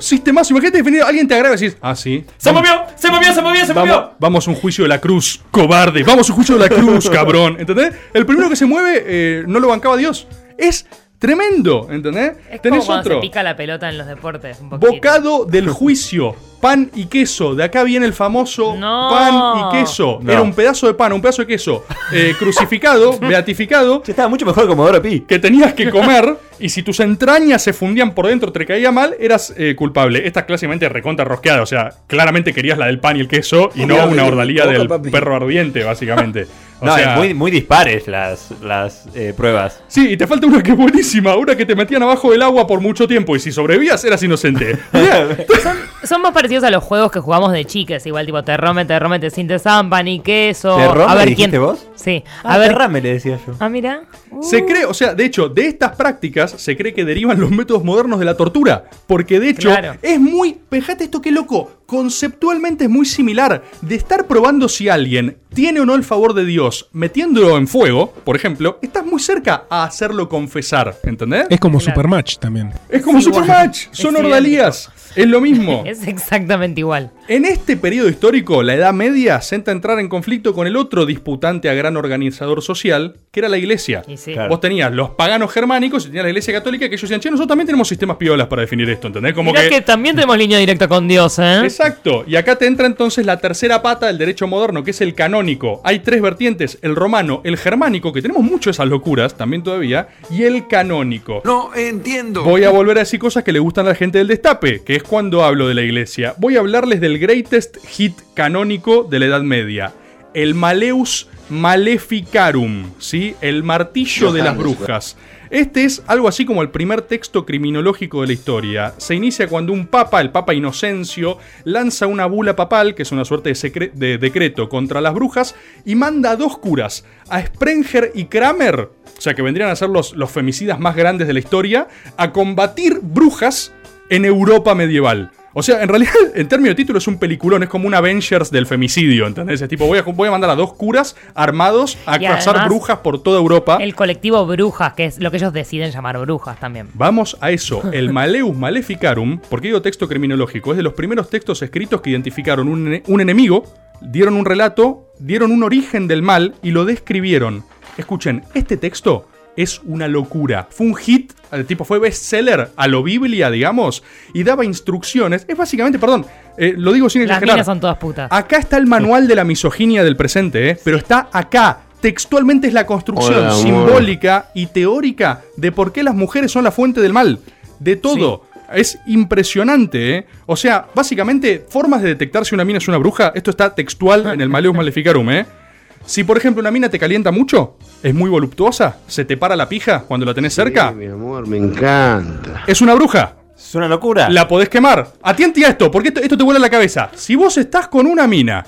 Sistemazo, sistemazo. Imagínate definir, alguien te agrava y decís, ah, sí.
¡Se movió! ¡Se movió! ¡Se movió! ¡Se
Vamos,
movió!
vamos a un juicio de la cruz, cobarde. Vamos a un juicio de la
(laughs)
cruz, cabrón. ¿Entendés? El primero que se mueve eh, no lo bancaba Dios. Es tremendo, ¿entendés?
Es como cuando se pica la pelota en los deportes. Un poquito.
Bocado del juicio. Pan y queso. De acá viene el famoso
No.
pan y queso.
No.
Era un pedazo de pan, un pedazo de queso.
(laughs)
eh, crucificado, beatificado.
Che, estaba mucho mejor que Comodoro Pi.
Que tenías que
(laughs)
comer y si tus entrañas se fundían por dentro, te caía mal, eras eh, culpable. Esta es claramente recontra rosqueada, o sea, claramente querías la del pan y el queso y no una ordalía
Ojo,
del
papi.
perro ardiente,
(laughs)
básicamente. O
No,
sea,
es muy, muy dispares las, las eh, pruebas.
Sí, y te falta una que es buenísima, una que te metían abajo del agua por mucho tiempo y si sobrevivías eras inocente.
(laughs)
Mirá,
Son más parecidos a los juegos que jugamos de chicas, igual tipo terrome, terrome, te sientes zampan y queso.
¿Terrome
a ver
dijiste
quién.
vos?
Sí, a
Ah,
ver.
derrame, le decía yo.
Ah, mira.
Se cree, o sea, de hecho, de estas prácticas se cree que derivan los métodos modernos de la tortura. Porque de hecho,
Claro.
es muy. Fíjate esto qué loco. Conceptualmente es muy similar de estar probando si alguien tiene o no el favor de Dios metiéndolo en fuego, por ejemplo, estás muy cerca a hacerlo confesar, ¿entendés?
Es como
Claro.
Supermatch también.
Es como
Sí, bueno.
Supermatch,
Es
son
idéntico.
ordalías, es lo mismo.
(laughs) Es exactamente igual.
En este periodo histórico, la Edad Media senta entrar en conflicto con el otro disputante a gran organizador social, que era la Iglesia.
Y sí.
Claro.
Vos tenías los paganos germánicos y tenías la iglesia católica que ellos decían, che, nosotros también tenemos sistemas piolas para definir esto, ¿entendés? Como
Mirá que...
que...
también tenemos línea directa con Dios, ¿eh?
Exacto. Y acá te entra entonces la tercera pata del derecho moderno, que es el canónico. Hay tres vertientes, el romano, el germánico, que tenemos mucho esas locuras también todavía, y el canónico.
No entiendo.
Voy a volver a decir cosas que le gustan a la gente del destape, que es cuando hablo de la iglesia. Voy a hablarles del greatest hit canónico de la Edad Media, el Maleus Maleficarum, ¿sí? El martillo de las brujas. Este es algo así como el primer texto criminológico de la historia. Se inicia cuando un papa, el papa Inocencio, lanza una bula papal, que es una suerte de, secre- de decreto contra las brujas, y manda a dos curas, a Sprenger y Kramer, o sea que vendrían a ser los, los femicidas más grandes de la historia, a combatir brujas en Europa medieval. O sea, en realidad, (laughs) en términos de título, es un peliculón, es como un Avengers del femicidio, ¿entendés? Es tipo, voy a, voy a mandar a dos curas armados a
Y
cazar
además,
brujas por toda Europa.
El colectivo brujas, que es lo que ellos deciden llamar brujas también.
Vamos a eso.
(laughs)
El Maleus Maleficarum, porque digo texto criminológico, es de los primeros textos escritos que identificaron un, ene- un enemigo, dieron un relato, dieron un origen del mal y lo describieron. Escuchen, este texto es una locura. Fue un hit, eh, tipo fue bestseller a lo Biblia, digamos, y daba instrucciones. Es básicamente, perdón, eh, lo digo sin
Las
exagerar.
minas son todas putas.
Acá está el manual de la misoginia del presente, ¿eh? pero está acá. Textualmente es la construcción
Hola, amor.
simbólica y teórica de por qué las mujeres son la fuente del mal. De todo. Es impresionante, ¿eh? O sea, básicamente, formas de detectar si una mina es una bruja, esto está textual en el Maleus Maleficarum, ¿eh? Si, por ejemplo, una mina te calienta mucho, es muy voluptuosa, se te para la pija cuando la tenés cerca,
Mi amor, me encanta.
es una bruja.
Es una locura.
La podés quemar. Atiente a esto, porque esto, esto te vuela la cabeza. Si vos estás con una mina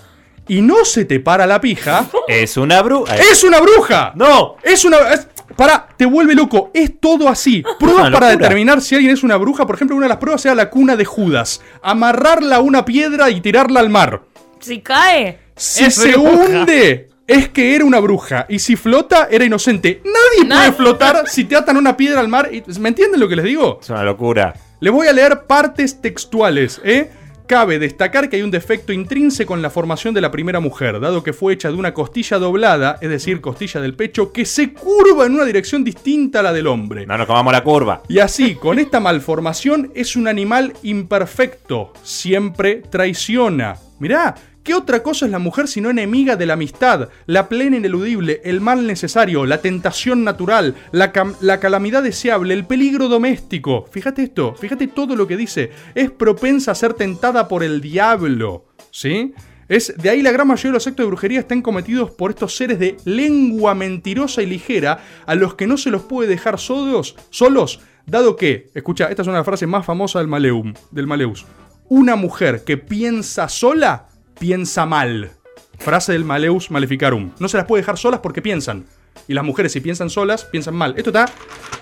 y no se te para la pija,
(laughs) Es una bruja.
¡es una bruja!
¡No!
Es una. es- pará, te vuelve loco. Es todo
(laughs)
así. Pruebas
Una
para
locura.
determinar si alguien es una bruja. Por ejemplo, una de las pruebas sea la cuna de Judas. Amarrarla a una piedra y tirarla al mar.
Si cae.
Si
es
se
bruja.
hunde, es que era una bruja. Y si flota, era inocente. Nadie puede
Nadie.
flotar si te atan una piedra al mar. y- ¿Me entienden lo que les digo?
Es una locura.
Les voy a leer partes textuales, ¿eh? Cabe destacar que hay un defecto intrínseco en la formación de la primera mujer, dado que fue hecha de una costilla doblada, es decir, costilla del pecho, que se curva en una dirección distinta a la del hombre.
No nos comamos la curva.
Y así, con esta malformación, es un animal imperfecto, siempre traiciona. Mirá, ¿qué otra cosa es la mujer sino enemiga de la amistad, la plena ineludible, el mal necesario, la tentación natural, la, cam- la calamidad deseable, el peligro doméstico? Fíjate esto, fíjate todo lo que dice. Es propensa a ser tentada por el diablo, ¿sí? Es, de ahí la gran mayoría de los actos de brujería están cometidos por estos seres de lengua mentirosa y ligera a los que no se los puede dejar solos, solos dado que, escucha, esta es una de las frases más famosas del, Maleum, del Maleus, una mujer que piensa sola, piensa mal. Frase del Maleus Maleficarum. No se las puede dejar solas porque piensan. Y las mujeres, si piensan solas, piensan mal. Esto está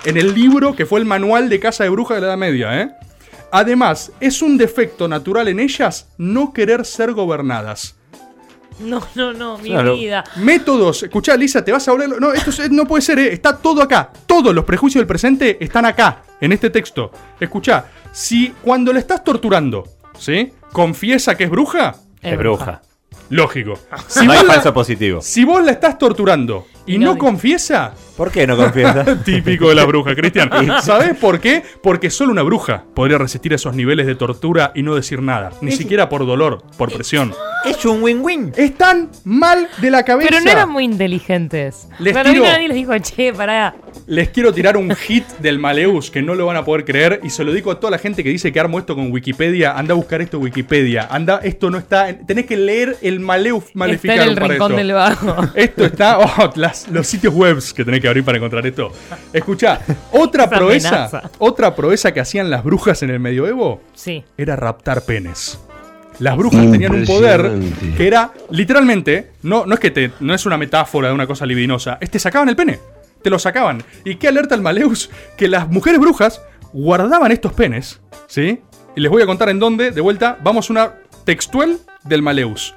en el libro que fue el manual de casa de bruja de la Edad Media, ¿eh? Además, es un defecto natural en ellas no querer ser gobernadas.
No, no, no, mi
Claro.
vida.
Métodos. Escuchá, Lisa, te vas a volver. No, esto es- no puede ser, ¿eh? está todo acá. Todos los prejuicios del presente están acá, en este texto. Escuchá, si cuando le estás torturando, ¿sí? Confiesa que es bruja,
Es
Es bruja. Ah.
lógico. Si,
No hay
vos,
falso
la,
positivo.
si vos la estás torturando y
No,
no
no.
confiesa,
¿Por qué no confiesa?
(laughs) típico de la bruja, Cristian. ¿Sabés por qué? Porque solo una bruja podría resistir esos niveles de tortura y no decir nada. Ni siquiera por dolor, por presión.
es un win-win.
Están mal de la cabeza.
Pero no eran muy inteligentes.
Les
Para mí
tiro.
nadie les dijo, che, eh, pará.
Les quiero tirar un hit del Maleus que no lo van a poder creer y se lo digo a toda la gente que dice que armo esto con Wikipedia. Anda a buscar esto en Wikipedia. Anda, esto no está. en- tenés que leer el Maleus
Está
Maleficarum
en el
para
rincón
esto.
del vago.
(laughs) Esto está. oh, las- los sitios webs que tenés que abrir para encontrar esto. Escuchá, otra
Esa
proeza.
amenaza.
Otra proeza que hacían las brujas en el medioevo
Sí.
era raptar penes. Las brujas tenían un poder
Impresionante.
que era literalmente, no, no es que te, no es una metáfora de una cosa libidinosa, es te sacaban el pene, te lo sacaban. Y qué alerta al Maleus que las mujeres brujas guardaban estos penes, ¿sí? Y les voy a contar en dónde, de vuelta, vamos a una textual del Maleus.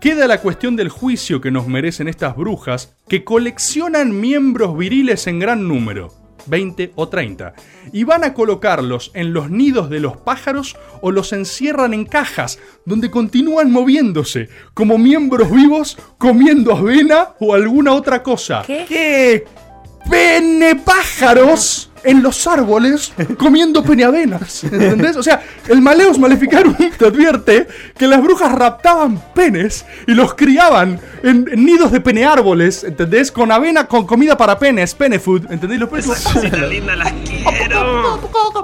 Queda la cuestión del juicio que nos merecen estas brujas que coleccionan miembros viriles en gran número, 20 o 30, y van a colocarlos en los nidos de los pájaros o los encierran en cajas, donde continúan moviéndose, como miembros vivos comiendo avena o alguna otra cosa.
¿Qué?
Pene pájaros en los árboles comiendo peneavenas. ¿Entendés? O sea, el Maleus Maleficarum (laughs) te advierte que las brujas raptaban penes y los criaban en, en nidos de peneárboles, ¿entendés? Con avena, con comida para penes, pene food, ¿entendés? Los penes. (laughs) Ah,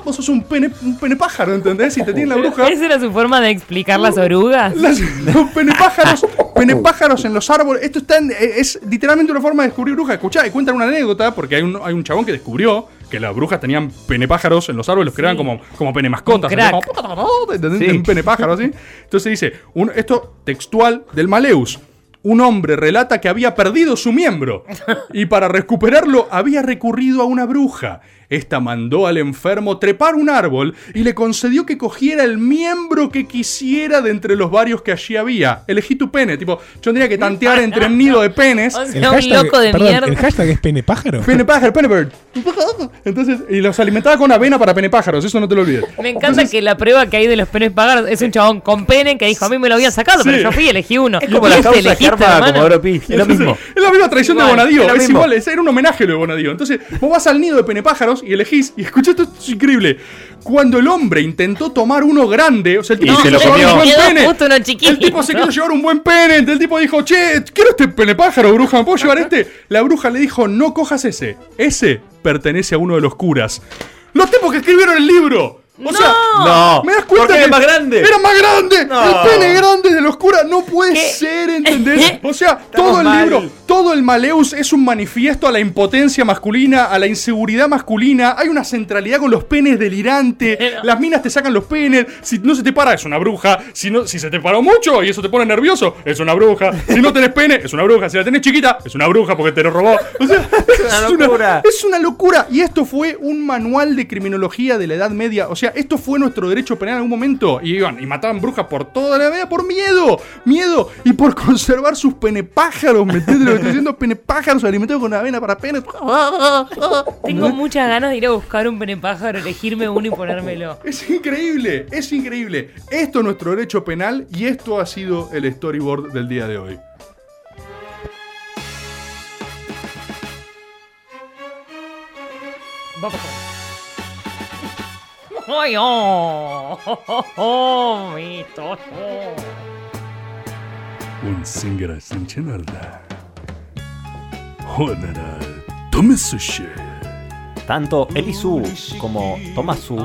Vos sos un pene, un pene pájaro, ¿entendés? Y te tiene la bruja.
¿Esa era su forma de explicar las orugas? Ah.
Las, los
(laughs)
penepájaros, penepájaros en los árboles. Esto está en- es literalmente una forma de descubrir brujas. Escuchá, y cuentan una anécdota, porque hay un, hay un chabón que descubrió que las brujas tenían penepájaros en los árboles, los creaban como, como penemascotas.
Un crack.
así como- ¿entendés? Un penepájaro así. Entonces dice, un- esto textual del Maleus. Un hombre relata que había perdido su miembro y para recuperarlo había recurrido a una bruja. Esta mandó al enfermo trepar un árbol y le concedió que cogiera el miembro que quisiera de entre los varios que allí había. Elegí tu pene, tipo, yo tendría que tantear entre el nido de penes.
O
El
sea, un loco de
perdón,
mierda.
El hashtag es pene pájaro.
Pene pájaro, pene bird. Entonces, y los alimentaba con avena para pene pájaros, eso no te lo olvides.
Me encanta que la prueba que hay de los penes pagados es un chabón con pene que dijo, a mí me lo habían sacado, pero
Sí.
yo fui y elegí uno.
Es como la
Este,
causa que
elegiste,
arma
hermano.
Comodoro Pi. Es lo mismo.
Es la misma traición de
Igual,
Bonadío,
es
es,
lo mismo.
igual, es- era un homenaje lo de Bonadío. Entonces, vos vas al nido de penepájaros y elegís, y escuchá esto, esto es increíble. Cuando el hombre intentó tomar uno grande, o sea, el tipo
Y se lo
llevaba
comió.
un buen
Quedó
pene.
justo uno chiquito.
El tipo se quiso llevar un buen pene, el tipo dijo, che, quiero este penepájaro, bruja, ¿me puedo llevar este? La bruja le dijo, no cojas ese, ese pertenece a uno de los curas. Los tipos que escribieron el libro. O sea,
No.
me das cuenta
Porque
que
era más grande.
Era más grande.
No.
El pene grande de los curas no puede ser, ¿entendés? O sea, todo el
mal.
libro, todo el Maleus es un manifiesto a la impotencia masculina, a la inseguridad masculina. Hay una centralidad con los penes delirante. Las minas te sacan los penes. Si no se te para, es una bruja. Si, no, si se te paró mucho y eso te pone nervioso, es una bruja. Si no tenés pene, es una bruja. Si la tenés chiquita, es una bruja porque te lo robó. O sea, (laughs)
una locura.
es una locura. Y esto fue un manual de criminología de la Edad Media. O sea, esto fue nuestro derecho penal en algún momento. Y iban y mataban brujas por toda la vida por miedo. Miedo. Y por conservar sus penepájaros. ¿Me entiendes lo que estoy diciendo? Penepájaros alimentados con avena para penes. (laughs)
Tengo muchas ganas de ir a buscar un pene pájaro, elegirme uno y ponérmelo.
Es increíble. Es increíble. Esto es nuestro derecho penal. Y esto ha sido el storyboard del día de hoy.
Vamos. ¡Ay, oh! (laughs) ¡Oh, oh, mi tocho!
Un singra sin chinarda. Honara. Tome sushi.
Tanto Elisu como Tomasu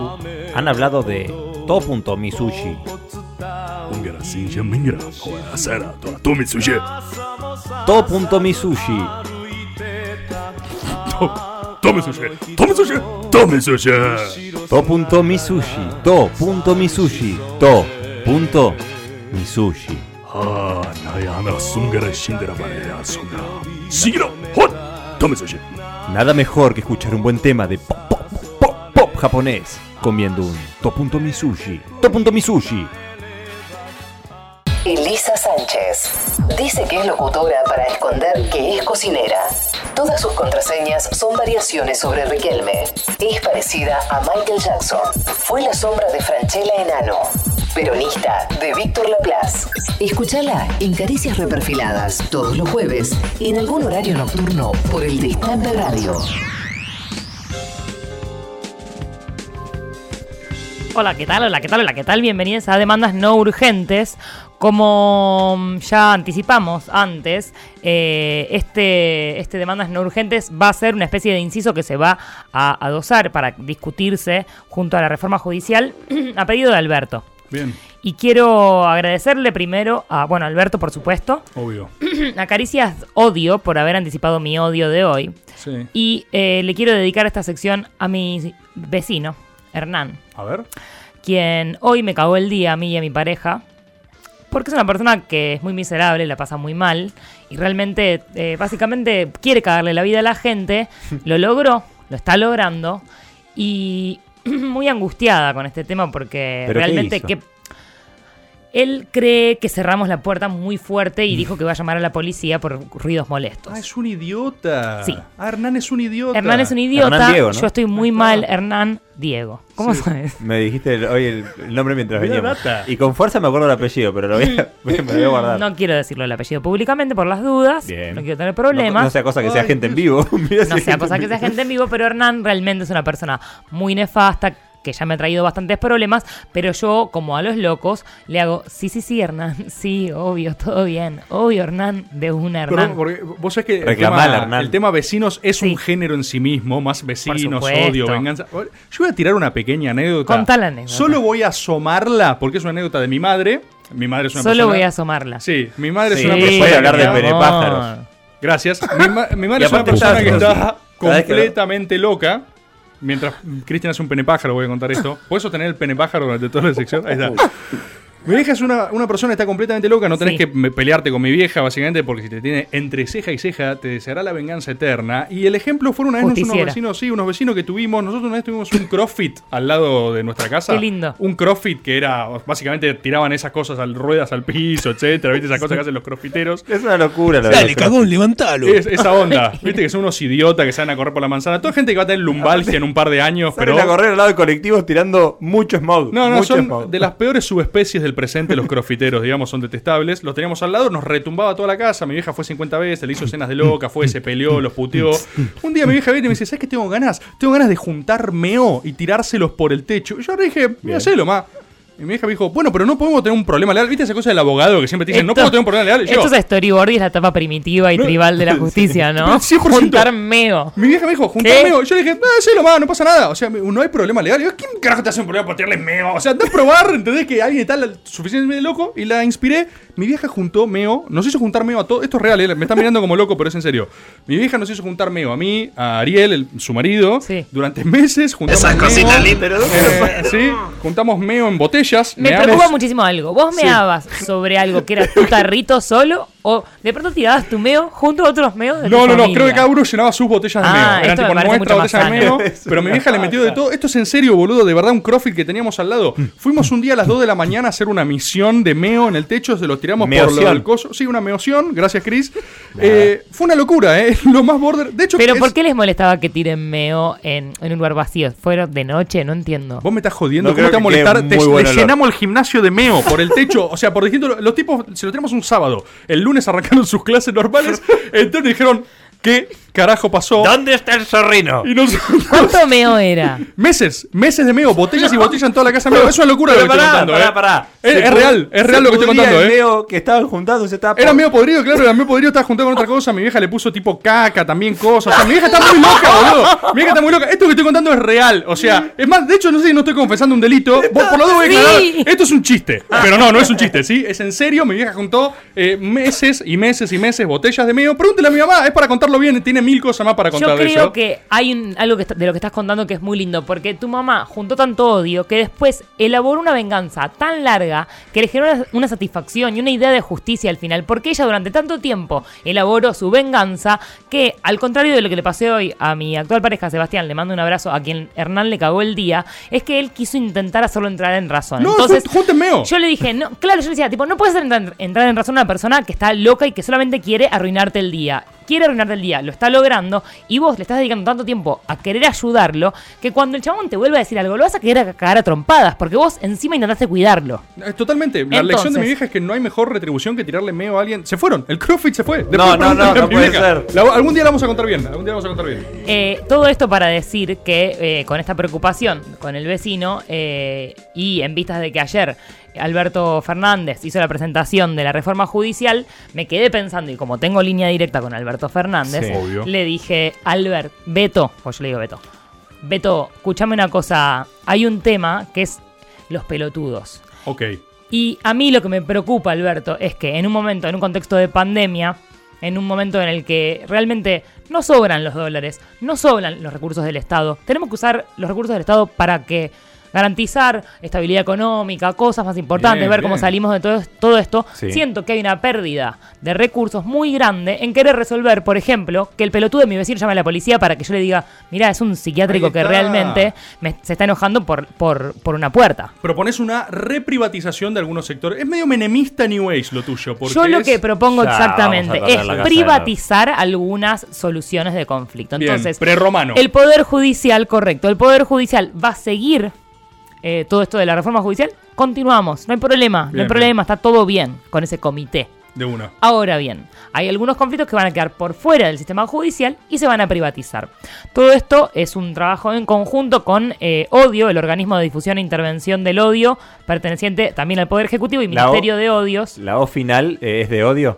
han hablado de todo Misushi.
Ungra sin yamingra. Honara. Tome sushi.
Todo Misushi.
Tome sushi. Tome sushi. Tome sushi.
To.misushi. To.misushi. To.misushi.
ああ、悩んだ、すんがら死んだらばれや、そんな。しぎろ、ほっ、とめそし。
Nada mejor que escuchar un buen tema de pop, pop, pop, pop japonés comiendo un Topuntomi Sushi. Topuntomi Sushi.
Elisa Sánchez. Dice que es locutora para esconder que es cocinera. Todas sus contraseñas son variaciones sobre Riquelme. Es parecida a Michael Jackson. Fue la sombra de Franchella Enano. Peronista de Víctor Laplace. Escúchala en Caricias Reperfiladas todos los jueves y en algún horario nocturno por el Destape Radio.
Hola, ¿qué tal? Hola, ¿qué tal? Hola, ¿qué tal? Bienvenidos a Demandas No Urgentes. Como mm, ya anticipamos antes, eh, este, este Demandas No Urgentes va a ser una especie de inciso que se va a adosar para discutirse junto a la reforma judicial (clears throat) a pedido de Alberto.
Bien,
Y quiero agradecerle primero a, bueno, Alberto, por supuesto,
obvio.
(clears throat) a Caricias Odio por haber anticipado mi odio de hoy.
Sí.
Y eh, le quiero dedicar esta sección a mi vecino, Hernán
A ver.
quien hoy me cagó el día a mí y a mi pareja, porque es una persona que es muy miserable, la pasa muy mal, y realmente, eh, básicamente, quiere cagarle la vida a la gente, lo logró, lo está logrando, y (clears throat) muy angustiada con este tema porque
¿Pero qué
realmente
hizo?
que... Él cree que cerramos la puerta muy fuerte
Mm.
y dijo que va a llamar a la policía por ruidos molestos.
Ah, es un idiota.
Sí.
Ah, Hernán es un idiota.
Hernán es un idiota,
Hernán Diego, ¿no?
yo estoy muy mal, Hernán Diego. ¿Cómo sabes?
Me dijiste el- hoy el, el nombre mientras
Mira,
veníamos.
data.
Y con fuerza me acuerdo el apellido, pero lo
(laughs)
voy a, (laughs) (laughs) me lo voy a guardar.
No quiero decirlo el apellido públicamente por las dudas.
Bien.
No quiero tener
No,
problemas.
no sea cosa que sea
Ay,
gente en vivo. (laughs) Mira si
No
hay
sea
gente
cosa
en
que sea
vivo.
gente en vivo, pero Hernán realmente es una persona muy nefasta que ya me ha traído bastantes problemas, pero yo, como a los locos, le hago, sí, sí, sí, Hernán, (laughs) sí, obvio, todo bien, obvio, Hernán, de una,
Pero,
Hernán.
porque vos sabés que el
Reclamala,
tema,
Hernán.
el tema vecinos es
Sí.
un género en sí mismo, más vecinos,
supuesto.
odio, venganza. Yo voy a tirar una pequeña anécdota.
Contá la anécdota.
Solo voy a asomarla porque es una anécdota de mi madre. Mi madre es una
Solo
persona-
voy a asomarla.
Sí, mi madre
Sí,
es una
después
persona.
de hablar de
que-
pere- perepájaros.
Gracias. Mi, ma- mi
Y
madre es una
aparte
persona
está-
que está
Cada vez que-
completamente loca. Mientras Cristian hace un penepájaro, voy a contar esto. ¿Puedes sostener el penepájaro durante toda la sección? Ahí está. Mi vieja es una, una persona que está completamente loca. No tenés
Sí.
que me- pelearte con mi vieja, básicamente, porque si te tiene entre ceja y ceja, te deseará la venganza eterna. Y el ejemplo fueron una vez unos- unos
Justiciera.
vecinos, sí, unos vecinos que tuvimos. Nosotros una vez tuvimos un crossfit al lado de nuestra casa.
Qué lindo.
Un crossfit que era, básicamente, tiraban esas cosas, al, ruedas al piso, etcétera. ¿Viste esas cosas que hacen los crossfiteros?
Es una locura lo de
Dale,
los
cagón, levantalo.
Es- esa
(laughs)
onda. Viste que son unos idiotas que salen a correr por la manzana. Toda gente que va a tener lumbalgia en un par de años,
crocs.
pero.
Salen a correr al lado de colectivos tirando mucho smog.
No, no,
mucho
son
smog.
de las peores subespecies del presente los crofiteros, digamos, son detestables. Los teníamos al lado, nos retumbaba toda la casa. Mi vieja fue 50 veces, le hizo escenas de loca, fue, se peleó, los
(laughs)
puteó. Un día mi vieja viene y me dice, ¿sabes qué tengo ganas? Tengo ganas de juntar meo y tirárselos por el techo. Y yo le dije, mira, hacelo, ma. Y mi vieja me dijo, bueno, pero no podemos tener un problema legal. ¿Viste esa cosa del abogado que siempre te dicen, no
Esto-
podemos tener un problema legal? Y yo,
Esto es storyboard y es la etapa primitiva y
(laughs)
tribal de la justicia, ¿no?
Sí, por ciento.
Juntar meo.
Mi vieja me dijo, juntar meo. Yo le dije, ah, sí, lo más, no pasa nada. O sea, me- no hay problema legal. Y yo, ¿quién carajo te hace un problema por tirarle meo? O sea, anda a probar, ¿entendés? Que alguien está la- suficientemente loco y la inspiré. Mi vieja juntó meo, nos hizo juntar meo a todos. Esto es real, eh, me están mirando como loco, pero es en serio. Mi vieja nos hizo juntar meo a mí, a Ariel, el- su marido,
Sí.
durante meses. Juntamos
Esas
meo,
cositas lindas.
Pero
eh, sí, juntamos meo en botellas.
Me
meamos-
preocupa muchísimo algo. ¿Vos meabas sobre algo que
(laughs)
era tu tarrito solo o de pronto tirabas tu meo junto a otros meos de tu
No, no, no,
familia?
creo que cada uno llenaba sus botellas de
Ah,
meo. Eran
esto me
tipo
parece
nuestra
mucho más
botella de meo.
sano.
Pero mi vieja le metió de todo. Esto es en serio, boludo. De verdad, un crofit que teníamos al lado. Fuimos un día a las 2 de la mañana a hacer una misión de meo en el techo. Se los tiramos por lo
Meoción.
del coso. Sí, una meoción. Gracias, Chris. Eh, fue una locura, ¿eh? (laughs) Lo más border. De hecho,
Pero
es-
¿por qué les molestaba que tiren meo en, en un lugar vacío? ¿Fueron de noche? No entiendo.
Vos me estás jodiendo,
No
¿cómo
creo
te va a
que quede
molestar?
muy
Te-
buen
le
olor.
llenamos el gimnasio de meo por el techo. O sea, por diciendo, los tipos se lo tenemos un sábado. El lunes arrancaron sus clases
(laughs)
normales. Entonces dijeron, ¿qué carajo pasó?
¿Dónde está el zorrino?
Y nosotros.
¿Cuánto meo era?
Meses, meses de meo, botellas y botellas en toda la casa de meo. Es una locura lo que
pará,
estoy contando.
pará,
eh.
pará.
Es,
Se
es
pu-
real, es
se
real lo que estoy
pudría
contando,
el
eh.
meo que estaban juntando se estaba
Era medio podrido, claro, era medio podrido, estaba juntado con otra cosa. Mi vieja le puso tipo caca, también cosas. O sea, mi vieja está muy loca, boludo. Mi vieja está muy loca. Esto que estoy contando es real. O sea, es más, de hecho, no sé si no estoy confesando un delito. Vos, por lo menos voy a aclarar.
Sí.
Esto es un chiste. Pero no, no es un chiste, ¿sí? Es en serio. Mi vieja juntó eh, meses y meses y meses botellas de meo. Pregúntele a mi mamá, es para contarlo bien. Tiene mil cosas más para
Yo
contar de
creo
eso.
que hay un- algo que está- de lo que estás contando que es muy lindo, porque tu mamá juntó tanto odio que después elaboró una venganza tan larga que le generó una- una satisfacción y una idea de justicia al final, porque ella durante tanto tiempo elaboró su venganza que, al contrario de lo que le pasé hoy a mi actual pareja Sebastián, le mando un abrazo a quien Hernán le cagó el día, es que él quiso intentar hacerlo entrar en razón.
No,
Entonces,
jun- júntenmeo.
yo le dije, no, claro, yo le decía, tipo, no puedes entrar, entrar en razón a una persona que está loca y que solamente quiere arruinarte el día. Quiere arruinarte el día, lo está logrando y vos le estás dedicando tanto tiempo a querer ayudarlo que cuando el chabón te vuelva a decir algo, lo vas a querer a cagar a trompadas porque vos encima intentaste cuidarlo.
Eh, Totalmente. La
Entonces.
lección de mi vieja es que no hay mejor retribución que tirarle meo a alguien. Se fueron. El CrossFit se fue. Después
No, no,
pregúntale
no,
a
no
mi
puede
vieja.
ser.
La- algún día la vamos a contar bien. Algún día la vamos a contar bien.
Eh, todo esto para decir que eh, con esta preocupación con el vecino eh, y en vistas de que ayer Alberto Fernández hizo la presentación de la reforma judicial, me quedé pensando, y como tengo línea directa con Alberto Fernández,
Sí. Obvio.
le dije, Albert, Beto, o yo le digo Beto, Beto, escúchame una cosa, hay un tema que es los pelotudos.
Ok.
Y a mí lo que me preocupa, Alberto, es que en un momento, en un contexto de pandemia, en un momento en el que realmente no sobran los dólares, no sobran los recursos del Estado, tenemos que usar los recursos del Estado para que garantizar estabilidad económica, cosas más importantes,
Bien,
ver cómo
bien.
salimos de todo, todo esto.
Sí.
Siento que hay una pérdida de recursos muy grande en querer resolver, por ejemplo, que el pelotudo de mi vecino llame a la policía para que yo le diga, mirá, es un psiquiátrico
Ahí
que
está.
realmente me- se está enojando por, por, por una puerta.
Propones una reprivatización de algunos sectores. Es medio menemista New Age lo tuyo. Porque
Yo lo
es-
que propongo
Ya,
exactamente
vamos a
es
tratar la casa de
privatizar algunas soluciones de conflicto.
Bien,
Entonces,
prerromano.
el Poder Judicial, correcto, el Poder Judicial va a seguir eh, todo esto de la reforma judicial. Continuamos, no hay problema, no
Bien,
hay problema, está todo bien con ese comité.
De uno.
Ahora bien, hay algunos conflictos que van a quedar por fuera del sistema judicial y se van a privatizar. Todo esto es un trabajo en conjunto con eh, Odio, el organismo de difusión e intervención del odio, perteneciente también al Poder Ejecutivo y
La O-
Ministerio de Odios
La O final eh, es de odio.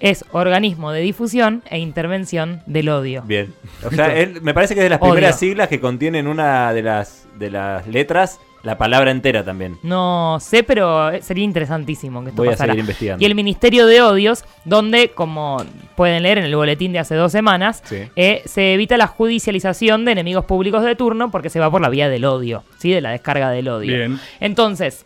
es organismo de difusión e intervención del odio.
Bien. O sea, él- me parece que es de las
Odio.
primeras siglas que contienen una de las, de las letras la palabra entera también.
No sé, pero eh, sería interesantísimo que esto
Voy a
pasara.
seguir investigando.
Y el Ministerio de Odios, donde, como pueden leer en el boletín de hace dos semanas,
Sí.
eh, se evita la judicialización de enemigos públicos de turno porque se va por la vía del odio, ¿sí? De la descarga del odio.
Bien.
Entonces,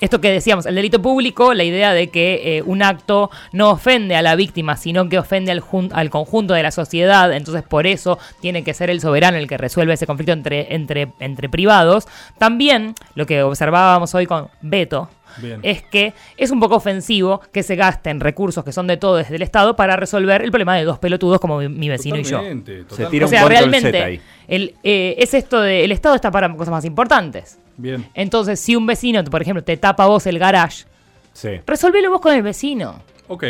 esto que decíamos, el delito público, la idea de que eh, un acto no ofende a la víctima, sino que ofende al, jun- al conjunto de la sociedad, entonces por eso tiene que ser el soberano el que resuelve ese conflicto entre, entre, entre privados. También lo que observábamos hoy con Beto.
Bien.
Es que es un poco ofensivo que se gasten recursos que son de todo desde el Estado para resolver el problema de dos pelotudos como mi, mi vecino y yo.
Totalmente, totalmente.
tira
O
un
sea,
control Z
realmente
ahí.
el, eh, es esto de el Estado está para cosas más importantes.
Bien.
Entonces, si un vecino, por ejemplo, te tapa a vos el garage,
Sí.
resolvelo vos con el vecino,
Ok.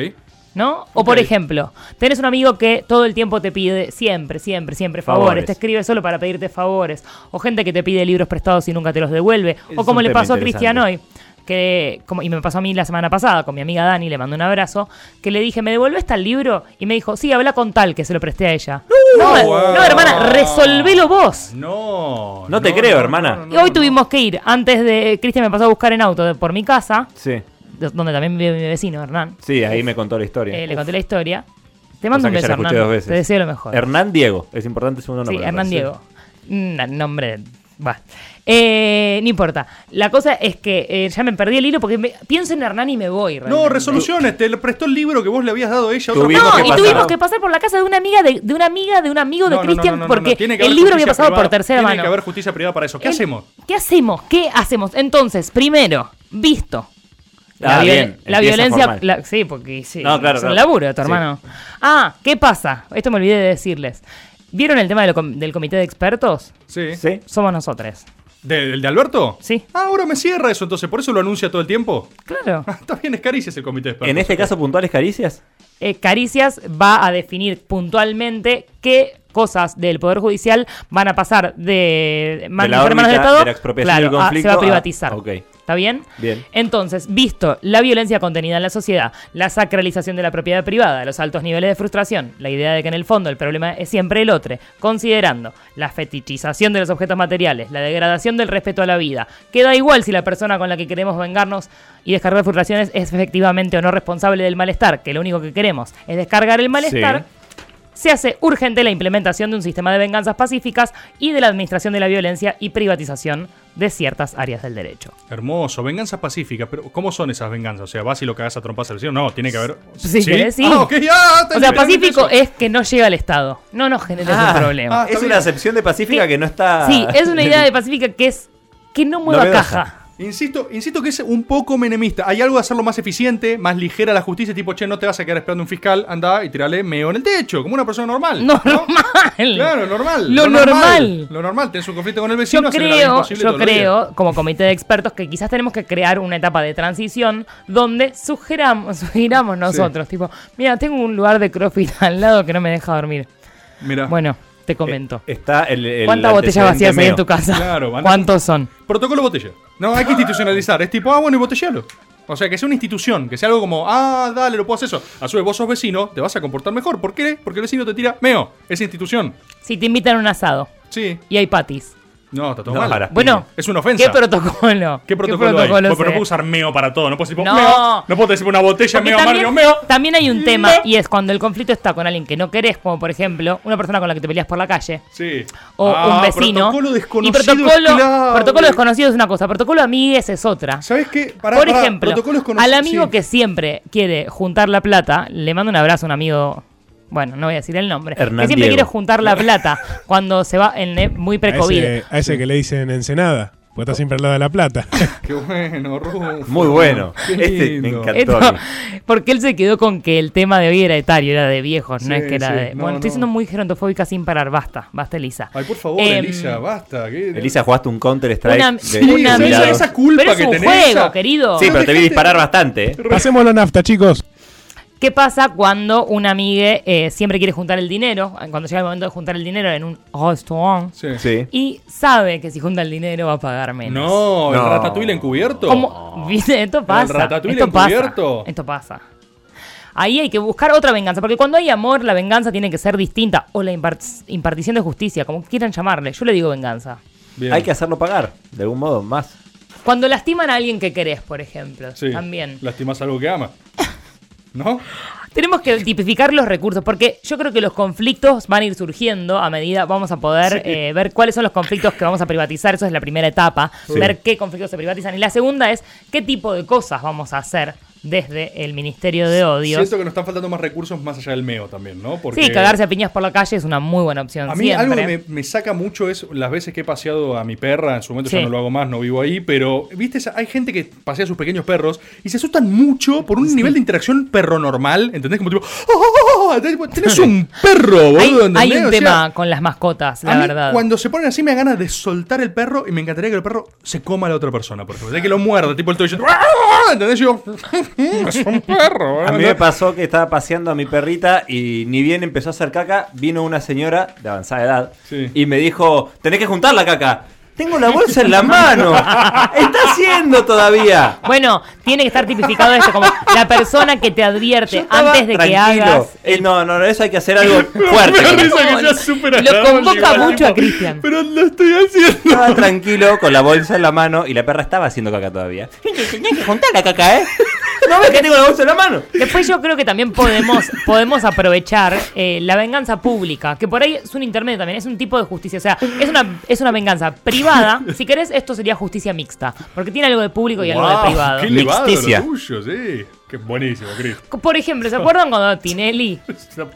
¿no? O por
Ok.
ejemplo, tenés un amigo que todo el tiempo te pide siempre, siempre, siempre favores.
Favores.
te escribe solo para pedirte favores, o gente que te pide libros prestados y nunca te los devuelve,
Ese
o
es
como
un
le
tema
pasó a Cristian hoy.
interesante.
Que, como, y me pasó a mí la semana pasada con mi amiga Dani, le mandé un abrazo, que le dije, ¿me devolvés tal libro? Y me dijo, sí, habla con tal, que se lo presté a ella. No,
wow.
no, hermana, resolvelo vos. Oh,
No.
No te creo, hermana.
Y hoy tuvimos que ir, antes de. Cristian me pasó a buscar en auto de- por mi casa,
Sí.
do- donde también vive mi vecino, Hernán.
Sí, ahí me contó la historia.
Eh, le conté la historia. Te
O sea
mando un
que
beso,
ya la escuché
Hernán.
dos veces.
Te deseo lo mejor.
Hernán Diego. Es importante el segundo
sí,
nombre. Ah, me
Hernán
parece.
Diego. Mm, nombre. Va. Eh, no importa. La cosa es que eh, ya me perdí el hilo porque me- pienso en Hernán y me voy.
No,
realmente.
resoluciones. Te lo prestó el libro que vos le habías dado a ella. a otra
Tuvimos
No,
persona.
que
y
pasar.
tuvimos que pasar por la casa de una amiga de, de una amiga de un amigo de
No, no, no,
Cristian
no, no, no,
porque
tiene que
el
haber
libro había
justicia
pasado
privada.
por tercera
Tiene
mano.
que haber justicia privada para eso. ¿Qué
El-
hacemos?
¿Qué hacemos? ¿Qué hacemos? Entonces, primero, visto.
Ah,
La, viol-
bien,
la
empieza
violencia.
formal.
la- sí, porque sí,
No, claro,
es un
claro.
laburo, tu
Sí.
hermano. Ah, ¿qué pasa? Esto me olvidé de decirles. ¿Vieron el tema de lo com- del comité de expertos?
Sí.
Sí.
Somos nosotros.
¿De- ¿El de Alberto?
Sí.
Ah, ahora me cierra eso, entonces. ¿Por eso lo anuncia todo el tiempo?
Claro.
(laughs) Está bien, es caricias el comité de expertos.
En este caso, puntuales caricias.
Eh, Caricias va a definir puntualmente qué cosas del Poder Judicial van a pasar de, man-
la
por manos
órbita
del Estado.
de la expropiación
claro,
del
a- se
conflicto
va a
a-
privatizar.
ok.
¿Está bien?
Bien.
Entonces, visto la violencia contenida en la sociedad, la sacralización de la propiedad privada, los altos niveles de frustración, la idea de que en el fondo el problema es siempre el otro, considerando la fetichización de los objetos materiales, la degradación del respeto a la vida, queda igual si la persona con la que queremos vengarnos y descargar frustraciones es efectivamente o no responsable del malestar, que lo único que queremos es descargar el malestar. se hace urgente la implementación de un sistema de venganzas pacíficas y de la administración de la violencia y privatización de ciertas áreas del derecho.
Hermoso, venganza pacífica. Pero, ¿cómo son esas venganzas? O sea, vas y lo cagas a trompas al vecino. No, tiene que haber.
Si querés, sí.
Ah, ok, ah,
O sea,
te-
pacífico
eso.
es que no llega al Estado. No nos genera
Ah,
ese problema.
Ah, está
es
bien.
una acepción de pacífica
Sí.
que no está.
Sí, es una idea de pacífica que es que no mueva
Novedosa.
caja.
Insisto, insisto que es un poco menemista. Hay algo de hacerlo más eficiente, más ligera la justicia, tipo, che, no te vas a quedar esperando un fiscal, anda y tirale meo en el techo, como una persona normal.
No, normal.
Claro, normal.
Lo normal.
Lo normal, tenés un conflicto con el
Yo
vecino, hacele la vida
creo,
imposible
yo
todos los días.
creo, como comité de expertos, que quizás tenemos que crear una etapa de transición donde sugeramos, sugiramos nosotros, tipo, mira, tengo un lugar de crossfit al lado que no me deja dormir.
Mirá. Eh,
Bueno, te comento.
Está el. el
¿Cuántas botellas
antecedente
vacías hay
meo.
en tu casa?
Claro, andá-
¿Cuántos son?
Protocolo botella. No, hay que institucionalizar. Es tipo, ah, bueno, y botellalo. O sea, que sea una institución, que sea algo como, ah, dale, lo puedo hacer eso. A su vez, vos sos vecino, te vas a comportar mejor. ¿Por qué? Porque el vecino te tira meo. Es institución.
Si te invitan a un asado
Sí.
y hay patis.
No, está todo
No,
mal.
para.
Bueno,
Es una ofensa.
¿Qué protocolo?
(laughs) ¿Qué protocolo, hay? Bueno, pero no
se-
puedo usar meo para todo. No puedo decir
No.
meo. No puedo decir una botella
Porque
meo, Mario,
también,
meo.
también hay un tema
Meo.
y es cuando el conflicto está con alguien que no querés, como por ejemplo una persona con la que te peleas por la calle.
Sí.
o
Ah,
un vecino.
Protocolo desconocido.
Y protocolo,
claro.
protocolo desconocido es una cosa, protocolo amigues es otra.
¿Sabes qué? Pará,
Por
pará,
ejemplo,
protocolo descono-
al amigo
sí.
que siempre quiere juntar la plata, le mando un abrazo a un amigo. Bueno, no voy a decir el nombre.
Hernán
que siempre
Diego.
quiere juntar la plata cuando se va en eh, muy
A
pre-COVID.
ese, a ese que le dicen Ensenada, porque está siempre al lado de la
(laughs)
plata.
Qué bueno, Rufo.
(laughs) Muy bueno.
Qué
Este me
lindo.
encantó.
Esto-
Tony.
porque él se quedó con que el tema de hoy era etario, era de viejos, no
Sí,
es que era
sí,
de.
no,
bueno, estoy
no.
siendo muy gerontofóbica sin parar. Basta, basta, Elisa.
Ay, por favor,
Em,
Elisa, basta. que-
Elisa, jugaste un Counter Strike.
Una-
de-
un
de
esa-
amigo-
cuidado.
esa culpa
pero es
que
un
tenés,
juego,
esa-
querido.
Sí, pero te vi
Dejate-
disparar bastante. ¿eh?
Pasémoslo nafta, chicos.
¿Qué pasa cuando un amigue eh, siempre quiere juntar el dinero? Cuando llega el momento de juntar el dinero en un restaurant
Sí.
Sí.
y sabe que si junta el dinero va a pagar menos.
No, el
No.
ratatouille encubierto.
Como, (laughs) ¿viste? Esto pasa.
ratatouille
Esto pasa.
encubierto.
Esto pasa. Ahí hay que buscar otra venganza, porque cuando hay amor, la venganza tiene que ser distinta. O la impar- impartición de justicia, como quieran llamarle. Yo le digo venganza.
Bien.
Hay que hacerlo pagar, de algún modo, más.
Cuando lastiman a alguien que querés, por ejemplo.
Sí.
También.
Lastimás algo que ama. ¿No?
Tenemos que tipificar los recursos, porque yo creo que los conflictos van a ir surgiendo a medida, vamos a poder eh, ver cuáles son los conflictos que vamos a privatizar, eso es la primera etapa, ver qué conflictos se privatizan. Y la segunda es qué tipo de cosas vamos a hacer desde el Ministerio de Odios.
Siento que nos están faltando más recursos más allá del meo también, ¿no? Porque
Sí, cagarse a piñas por la calle es una muy buena opción.
A mí
siempre.
algo que me, me saca mucho es las veces que he paseado a mi perra, en su momento
Sí.
ya no lo hago más, no vivo ahí, pero viste, esa- hay gente que pasea a sus pequeños perros y se asustan mucho por un nivel de interacción perro normal, ¿entendés? Como tipo, ¡Oh, oh, oh, oh! Tipo, tenés un perro, boludo,
Hay, hay
¿entendés?
un
O sea,
tema con las mascotas, la
a mí,
verdad.
Cuando se ponen así me dan ganas de soltar el perro y me encantaría que el perro se coma a la otra persona, por ejemplo. O sea, que lo muerda, tipo el toyo. "Ah", ¿Entendés? Yo, (laughs) es un perro.
A mí
¿no?
me pasó que estaba paseando a mi perrita y ni bien empezó a hacer caca, vino una señora de avanzada edad
Sí.
y me dijo, tenés que juntar la caca.
(laughs)
Tengo la bolsa en la mano. Está haciendo
(laughs)
todavía.
(laughs) Bueno, tiene que estar tipificado esto, como la persona que te
Yo
advierte
estaba
antes de que
tranquilo.
hagas
Eh, no, no, no, eso hay
(laughs)
que hacer algo fuerte.
Me da risa
No,
que
no.
sea súper
Lo
agradable,
convoca
igual,
mucho a Cristian.
Pero lo estoy haciendo.
Estaba tranquilo con la bolsa en la mano y la perra estaba haciendo caca
(laughs)
todavía. Tenés que juntar la caca, ¿eh? ¿No ves que tengo la bolsa en la mano?
Después yo creo que también podemos, podemos aprovechar eh, la venganza pública, que por ahí es un intermedio también, es un tipo de justicia. O sea, es una, es una venganza privada. Si querés, esto sería justicia mixta, porque tiene algo de público y algo de
Wow,
privado.
Qué elevado
Mixticia.
lo tuyo, sí. Qué buenísimo, Chris.
Por ejemplo, ¿se acuerdan cuando
(laughs)
Tinelli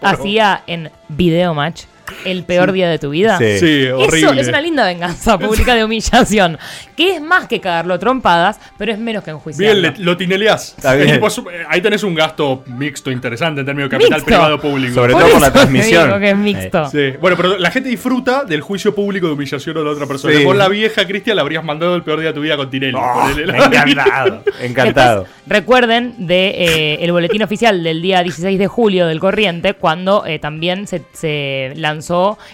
hacía en Video Match el peor día de tu vida?
Sí.
Sí,
Eso
horrible.
es una
(laughs)
linda venganza pública de humillación, que es más que cagarlo a trompadas, pero es menos que enjuiciarlo.
Bien, le- lo tineleás.
Está bien.
Es tipo su- eh, Ahí tenés un gasto mixto interesante en términos de capital
Mixto.
privado-público.
Sobre todo
Por
por la
eso te
transmisión.
digo que es mixto.
Sí. Bueno, pero la gente disfruta del juicio público de humillación a la otra persona.
Sí.
Vos la vieja, Cristian, la habrías mandado el peor día de tu vida con Tinelli.
Oh,
Ponele la-
encantado. Encantado.
Después, recuerden de eh, el boletín oficial del día 16 de julio del Corriente, cuando eh, también se, se lanzó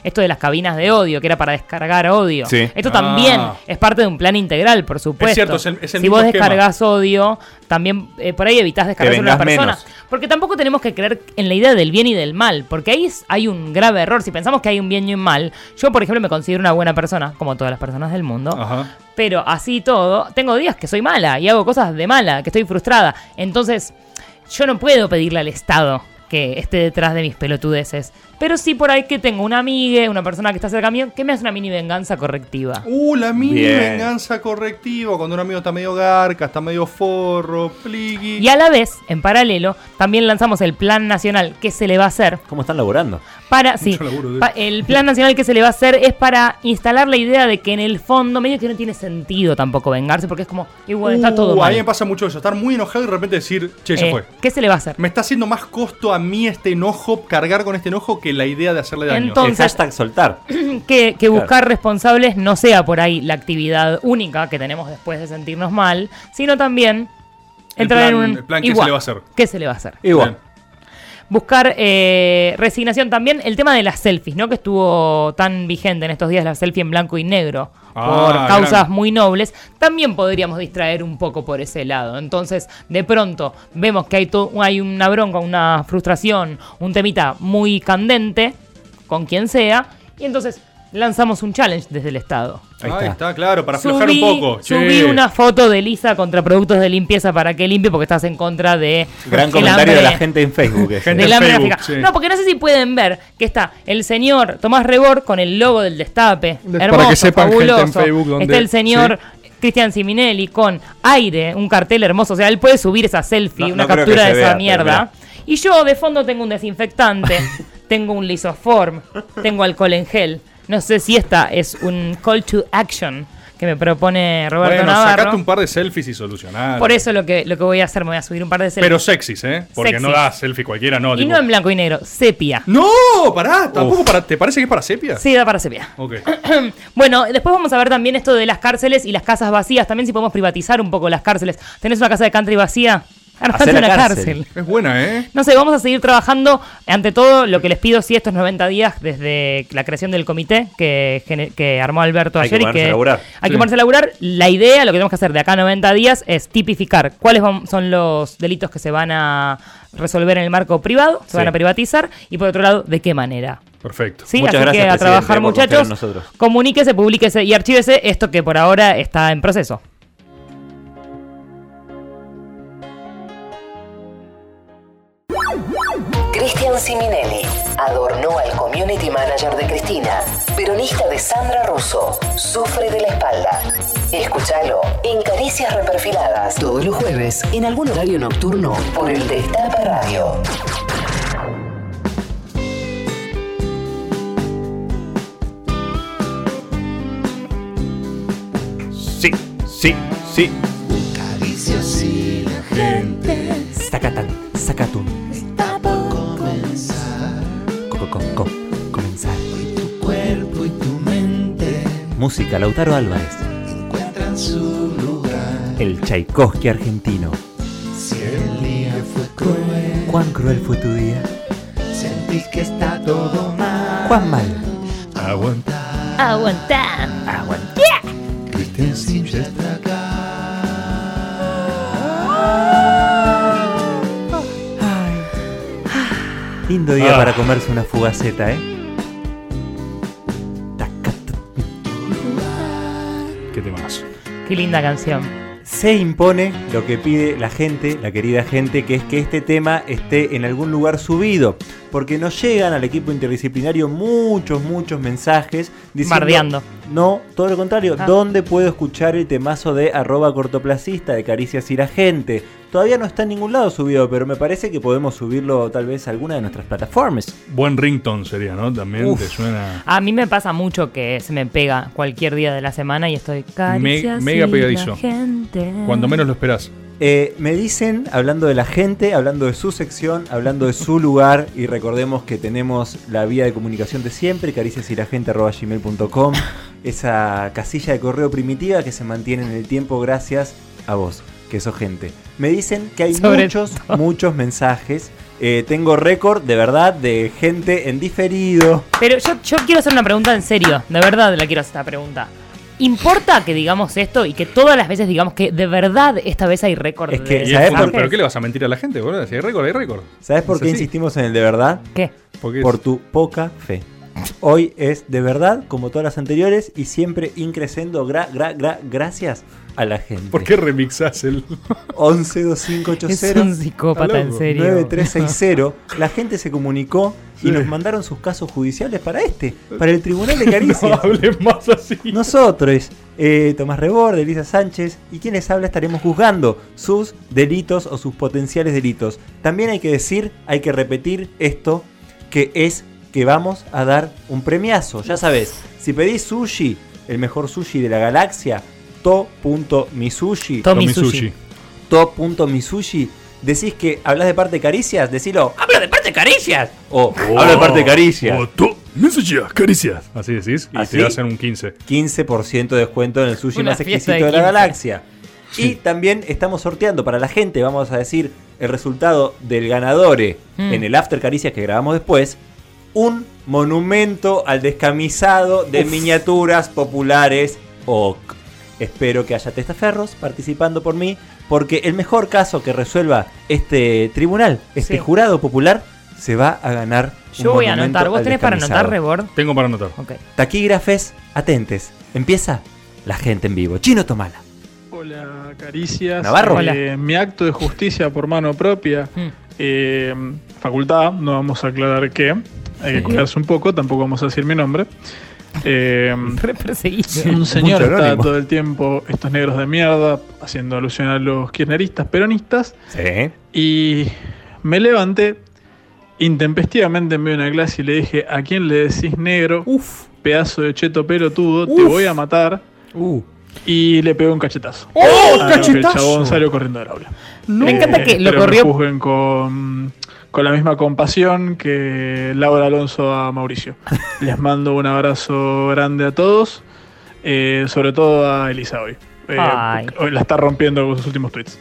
esto de las cabinas de odio, que era para descargar odio.
Sí.
Esto
Ah.
también es parte de un plan integral, por supuesto.
cierto, es el- es el
si
mismo
vos
esquema.
descargas odio, también eh, por ahí evitas descargar
Te
sobre una
vengás
persona.
menos.
Porque tampoco tenemos que creer en la idea del bien y del mal, porque ahí es- hay un grave error. Si pensamos que hay un bien y un mal, yo, por ejemplo, me considero una buena persona, como todas las personas del mundo.
Ajá.
Pero así y todo, tengo días que soy mala y hago cosas de mala, que estoy frustrada. Entonces, yo no puedo pedirle al Estado que esté detrás de mis pelotudeces. Pero sí por ahí que tengo una amiga, una persona que está cerca mío, que me hace una mini venganza correctiva.
Uh, la mini
Bien.
venganza correctiva. Cuando un amigo está medio garca, está medio forro, pligui.
Y a la vez, en paralelo, también lanzamos el plan nacional que se le va a hacer
¿Cómo están laburando?
para... Sí,
Mucho laburo, dude.
pa- el plan nacional que se le va a hacer es para instalar la idea de que en el fondo medio que no tiene sentido tampoco vengarse, porque es como, igual está
Uh,
todo
A mí me
mal.
pasa mucho eso. Estar muy enojado y de repente decir, che, ya
Eh,
fue.
¿Qué se le va a hacer? (clears throat)
Me está haciendo más costo a mí este enojo, cargar con este enojo, que la idea de hacerle daño.
Entonces-
el hashtag soltar.
que, que buscar
Claro.
responsables no sea por ahí la actividad única que tenemos después de sentirnos mal, sino también
El
entrar
plan-
en un...
el plan, ¿qué se
Igual,
le va a hacer?
¿Qué se le va a hacer?
Igual.
Buscar eh, resignación también. El tema de las selfies, ¿no? Que estuvo tan vigente en estos días la selfie en blanco y negro
Ah,
por causas
gran.
muy nobles. También podríamos distraer un poco por ese lado. Entonces, de pronto vemos que hay, to- hay una bronca, una frustración, un temita muy candente, con quien sea. Y entonces lanzamos un challenge desde el Estado.
Ahí,
Ahí
está.
está.
claro, para aflojar
Subí-
un poco.
Subí
Che.
una foto de Lisa contra productos de limpieza para que limpie porque estás en contra de.
Gran
el
comentario de la
hambre-
gente en Facebook. ese.
Gente-
del
en
hambre
Facebook,
gráfica.
sí.
No, porque no sé si pueden ver que está el señor Tomás Rebor con el logo del Destape.
De-
hermoso,
para que sepan, gente en
fabuloso.
Facebook, donde-
Está el señor Cristian Siminelli con aire, un cartel hermoso. O sea, él puede subir esa selfie,
No-
una
no creo
captura
que
de
se vea,
esa
pero
mierda. Y yo de fondo tengo
(laughs)
un desinfectante, tengo un lisoform, tengo alcohol en gel. No sé si esta es un call to action que me propone Roberto
Bueno,
Navarro.
sacate un par de selfies y solucionar.
Por eso lo que, lo que voy a hacer, me voy a subir un par de selfies.
Pero sexys, ¿eh? Porque no
Sexys.
da selfie cualquiera, no.
y
tipo-
no en blanco y negro, sepia.
No, pará, tampoco para. ¿Te parece que es para sepia?
Sí, da para sepia. (clears throat)
Ok.
Bueno, después vamos a ver también esto de las cárceles y las casas vacías. También si podemos privatizar un poco las cárceles. ¿Tenés una casa de country vacía? Armate
Hacé la
una cárcel.
cárcel.
Es buena, ¿eh?
No sé, vamos a seguir trabajando. Ante todo, lo que les pido, sí, estos 90 días desde la creación del comité que, gene- que armó Alberto
Hay que
ayer. y
ponerse
que
a laburar.
Hay
Sí.
que ponerse a laburar. La idea, lo que tenemos que hacer de acá a 90 días es tipificar cuáles vam- son los delitos que se van a resolver en el marco privado, se
Sí.
van a privatizar. Y por otro lado, de qué manera.
Perfecto.
Sí,
Muchas
así
gracias,
que a
presidente,
trabajar,
por confiar en
muchachos.
nosotros.
Comuníquese, publíquese y archívese esto que por ahora está en proceso.
Cristian Siminelli adornó al community manager de Cristina, peronista de Sandra Russo. Sufre de la espalda. Escúchalo en Caricias Reperfiladas. Todos los jueves, en algún horario nocturno, por el Destape Radio.
Sí, sí, sí. Sacatán, sacatún. Comenzar. comenzar. Música Lautaro Álvarez. Encuentran su lugar. El Tchaikovsky argentino. ¿Cuán cruel fue tu día? ¿Cuán mal?
Aguantá.
Aguanta. Lindo día para comerse una fugaceta, ¿eh? Tacat.
¿Qué temas?
Qué linda canción.
Se impone lo que pide la gente, la querida gente, que es que este tema esté en algún lugar subido. Porque nos llegan al equipo interdisciplinario muchos, muchos mensajes diciendo...
Bardeando.
No, todo lo contrario.
Ah.
¿Dónde puedo escuchar el temazo de arroba cortoplacista de Caricias y la Gente? Todavía no está en ningún lado subido, pero me parece que podemos subirlo tal vez a alguna de nuestras plataformas.
Buen ringtone sería, ¿no? También
Uf.
te suena.
A mí me pasa mucho que se me pega cualquier día de la semana y estoy caricias
mega
y
pegadizo.
la gente.
Cuando menos lo esperás.
Eh, me dicen, hablando de la gente, hablando de su sección, hablando de su lugar, y recordemos que tenemos la vía de comunicación de
(laughs)
siempre, cariciasyragente.com, esa casilla de correo primitiva que se mantiene en el tiempo gracias a vos, que sos gente. Me dicen que hay
Sobre
muchos, muchos mensajes. Eh, tengo récord, de verdad, de gente en diferido.
Pero yo, yo quiero hacer una pregunta en serio. De verdad la quiero hacer esta pregunta. ¿Importa que digamos esto y que todas las veces digamos que de verdad esta vez hay récord
Es que,
de
Y es
¿Sabés
fútbol,
por qué?
¿Pero qué le vas a mentir a la gente, boludo? Si hay récord, hay récord.
¿Sabes por
Es
qué
así.
insistimos en el de verdad?
¿Qué?
Porque
Por tu poca fe. Hoy es de verdad, como todas las anteriores, y siempre increciendo gra, gra, gra, gracias a la gente.
¿Por qué remixás
(laughs)
el
112580?
Es un psicópata, en
(laughs)
serio.
9360. La gente se comunicó y
Sí.
nos mandaron sus casos judiciales para este, para
(laughs)
el Tribunal de Caricias.
No hables más así.
Nosotros, eh, Tomás Rebord, Elisa Sánchez y quienes habla estaremos juzgando sus delitos o sus potenciales delitos. También hay que decir, hay que repetir esto, que es que vamos a dar un premiazo. Ya sabes, si pedís sushi, el mejor sushi de la galaxia, to.misushi.
Tomisushi.
To.misushi. Decís que hablas de parte de caricias, decilo, habla de parte de caricias.
Oh,
O habla de parte de caricias.
O tú, Misushi, Oh, caricias. Así decís. Y
¿Así?
te hacen un 15.
15% de descuento en el sushi
Una
más
fiesta
exquisito
de
de, la
15.
galaxia. Y también estamos sorteando para la gente, vamos a decir, el resultado del ganadore
Mm.
en el After Caricias que grabamos después, un monumento al descamisado de miniaturas populares OC. Espero que haya testaferros participando por mí, porque el mejor caso que resuelva este tribunal, este
Sí.
jurado popular, se va a ganar. un
Yo voy a
monumento
anotar. ¿Vos
al
tenés para anotar,
descamisado.
Rebord?
Tengo para anotar.
Ok.
Taquígrafes, atentes. Empieza la gente en vivo. Chino Tomala.
Hola, caricias.
Navarro.
Eh, Mi acto de justicia por mano propia.
Mm.
eh, facultad, no vamos a aclarar qué. Hay que cuidarse un poco, tampoco vamos a decir mi nombre. Eh,
(laughs) Re perseguido.
un señor
Mucho
está
anónimo.
todo el tiempo, estos negros de mierda, haciendo alusión a los kirchneristas, peronistas.
Sí.
Y me levanté intempestivamente en medio de una clase y le dije, ¿a quién le decís negro?
Uf.
Pedazo de cheto pelotudo, te voy a matar.
Uh.
Y le pegó un cachetazo.
¡Oh,
Ah, no, que El chabón salió corriendo del aula.
Me encanta
Eh,
que lo
espero me
corrió.
juzguen con, con la misma compasión que Laura Alonso a
(laughs)
Mauricio. Les mando un abrazo grande a todos, eh, sobre todo a Elisa hoy. Eh,
Ay.
porque hoy la está rompiendo con sus últimos tweets.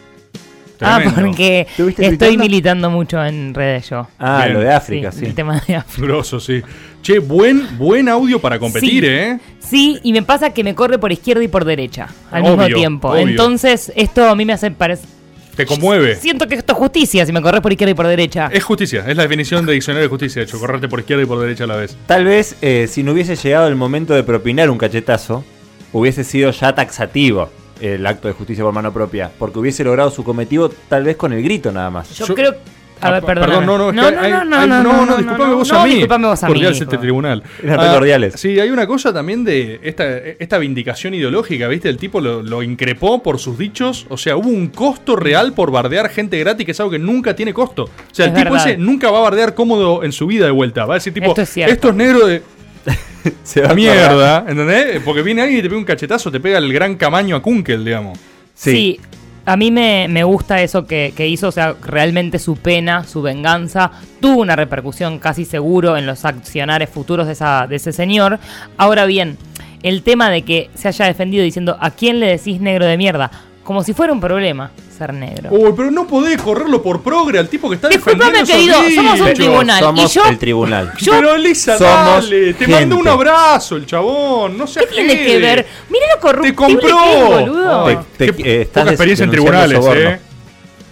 Ah,
Tremendo.
porque estoy
¿Estuviste tuiteando?
militando mucho en redes yo.
Ah,
Bien.
lo de África, sí.
El tema de África.
Grosso, sí. Che, buen, buen audio para competir,
Sí.
¿eh?
Sí, y me pasa que me corre por izquierda y por derecha al
Obvio,
mismo tiempo.
obvio.
Entonces, esto a mí me hace parecer.
Te conmueve.
Siento que esto es justicia si me corres por izquierda y por derecha.
Es justicia, es la definición de diccionario de justicia, de hecho, correrte por izquierda y por derecha a la vez.
Tal vez eh, si no hubiese llegado el momento de propinar un cachetazo, hubiese sido ya taxativo el acto de justicia por mano propia, porque hubiese logrado su cometido tal vez con el grito nada más.
Yo,
Yo-
creo. A ver,
Ah,
perdón.
no, no, es que hay- hay- disculpame vos a mí.
Disculpame vos a mí.
Cordiales este
hijo.
tribunal.
Eran re cordiales.
Sí, hay una cosa también de esta, esta vindicación ideológica, ¿viste? El tipo lo, lo increpó por sus dichos, o sea, hubo un costo real por bardear gente gratis, que es algo que nunca tiene costo. O sea, el
Es
tipo
verdad.
ese nunca va a bardear cómodo en su vida de vuelta. Va a decir, tipo,
Esto es cierto.
estos negros de
(laughs) Se va a acordar.
mierda, ¿entendés? Porque viene alguien y te pega un cachetazo, te pega el gran camaño a Kunkel, digamos.
Sí.
Sí. A mí me, me gusta eso que, que hizo, o sea, realmente su pena, su venganza, tuvo una repercusión casi seguro en los accionares futuros de, esa, de ese señor. Ahora bien, el tema de que se haya defendido diciendo, ¿a quién le decís negro de mierda? Como si fuera un problema ser negro.
Uy, pero no podés correrlo por progre al tipo que está
Disculpame,
defendiendo
querido,
esos
somos un
dichos.
tribunal.
Somos
¿Y yo?
el tribunal.
(laughs) Yo-
Pero Elisa,
Somos
dale, te
gente.
mando un abrazo el chabón, no
¿Qué
seas
tiene que
jede.
ver? Mira lo corruptible
Te compró.
que es, boludo.
Ay,
Te-
qué
eh, estás
poca experiencia en tribunales,
denunciando
eh.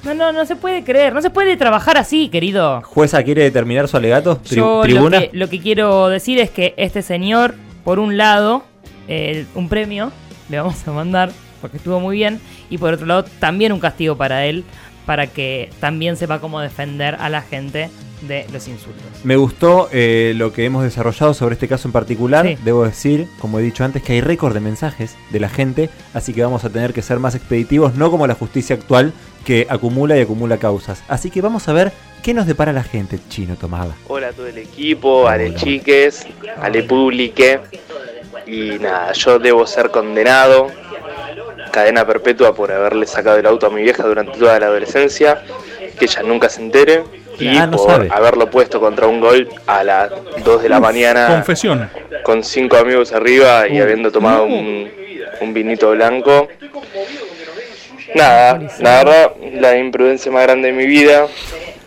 No, no, no se puede creer, no se puede trabajar así, querido.
¿Jueza quiere determinar su alegato? Tri-
Yo lo
¿Tribuna?
que, lo que quiero decir es que este señor, por un lado, eh, un premio le vamos a mandar porque estuvo muy bien, y por otro lado también un castigo para él, para que también sepa cómo defender a la gente de los insultos.
Me gustó eh, lo que hemos desarrollado sobre este caso en particular.
Sí.
Debo decir, como he dicho antes, que hay récord de mensajes de la gente, así que vamos a tener que ser más expeditivos, no como la justicia actual que acumula y acumula causas. Así que vamos a ver qué nos depara la gente, Chino Tomada.
(laughs) Hola a todo el equipo, a los chiques, a le publique. Y nada, yo debo ser condenado. Cadena perpetua por haberle sacado el auto a mi vieja durante toda la adolescencia. Que ella nunca se entere. Y
Ah, no
por
sabe.
haberlo puesto contra un gol a las 2 de la mañana
Confesión.
con cinco amigos arriba y
Uh,
habiendo tomado
no.
un, un vinito blanco. Nada, la verdad, la imprudencia más grande de mi
(laughs)
vida.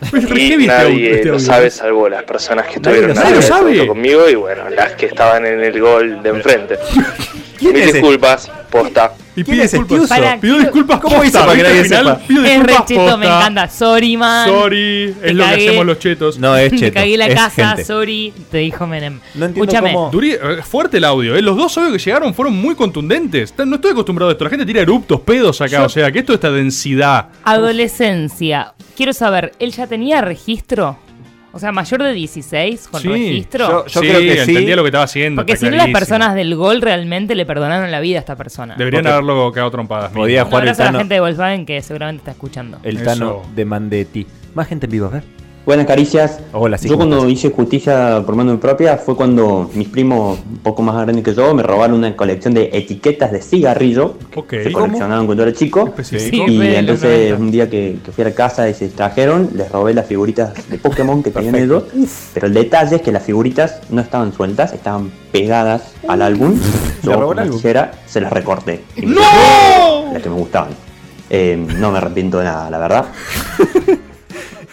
Es re
Y
heavy este audio,
nadie
este
lo
audio.
sabe salvo las personas que estuvieron
sabe,
arriba
lo
del
sabe. (laughs)
auto conmigo y bueno, las que estaban en el gol de enfrente.
¿Quién
Mil
es ese?
disculpas, posta.
Y
¿Quién
pido
es este
disculpas.
uso? Pará,
pido
¿quién-
disculpas
cómo
posta,
hizo para que
¿viste?
nadie
Al final,
sepa?
Pido
Es
disculpas
re cheto, me
posta.
encanta. Sorry, man.
Sorry,
Ah, Te
es lo que
cagué.
hacemos los chetos.
No, es
(laughs) Te
cheto,
cagué la
es
casa,
gente.
sorry, te dijo Menem.
No entiendo
Escúchame.
cómo-
Duri- eh, fuerte el audio, ¿eh? los dos audios que llegaron fueron muy contundentes. No estoy acostumbrado a esto, la gente tira eruptos, pedos acá,
Yo-
o sea, que esto está densidad.
Adolescencia. Quiero saber, ¿él ya tenía registro? O sea, mayor de 16 con registro.
Yo, yo
Sí,
creo que sí.
entendía
lo que estaba haciendo.
Porque si no, las personas del gol realmente le perdonaron la vida a esta persona.
Deberían
Porque-
haberlo cagado trompadas. mínimo.
Podía
Un
jugar el
abrazo a la
Tano.
gente de Volkswagen que seguramente está escuchando.
El Tano
Eso.
de Mandetti. Más gente en vivo, a ver.
Buenas caricias.
Hola, sí,
yo
¿cómo
cuando hice justicia por mano propia fue cuando mis primos, un poco más grandes que yo, me robaron una colección de etiquetas de cigarrillo
Ok.
que coleccionaban cuando era chico.
Específico.
Y
Sí, re de los
entonces
90.
un día que, que fui a la casa y se distrajeron, les robé las figuritas de Pokémon que tenían ellos. Pero el detalle es que las figuritas no estaban sueltas, estaban pegadas al álbum. Yo
robó
con
el
la
álbum.
tijera se las recorté. Y me
¡No!
Las que me gustaban. Eh, no me arrepiento de nada, la verdad.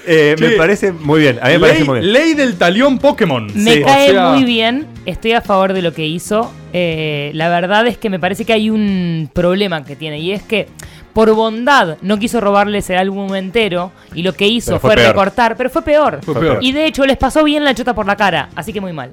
Eh, me
Sí.
parece muy bien, a mí me parece
Ley,
muy bien.
ley del talión Pokémon.
Me
Sí.
cae
O sea,
muy bien, estoy a favor de lo que hizo. Eh, la verdad es que me parece que hay un problema que tiene y es que por bondad no quiso robarles el álbum entero y lo que hizo
Pero
fue,
fue peor.
recortar, pero fue peor.
Fue peor.
Y de hecho les pasó bien la chota por la cara, así que muy mal.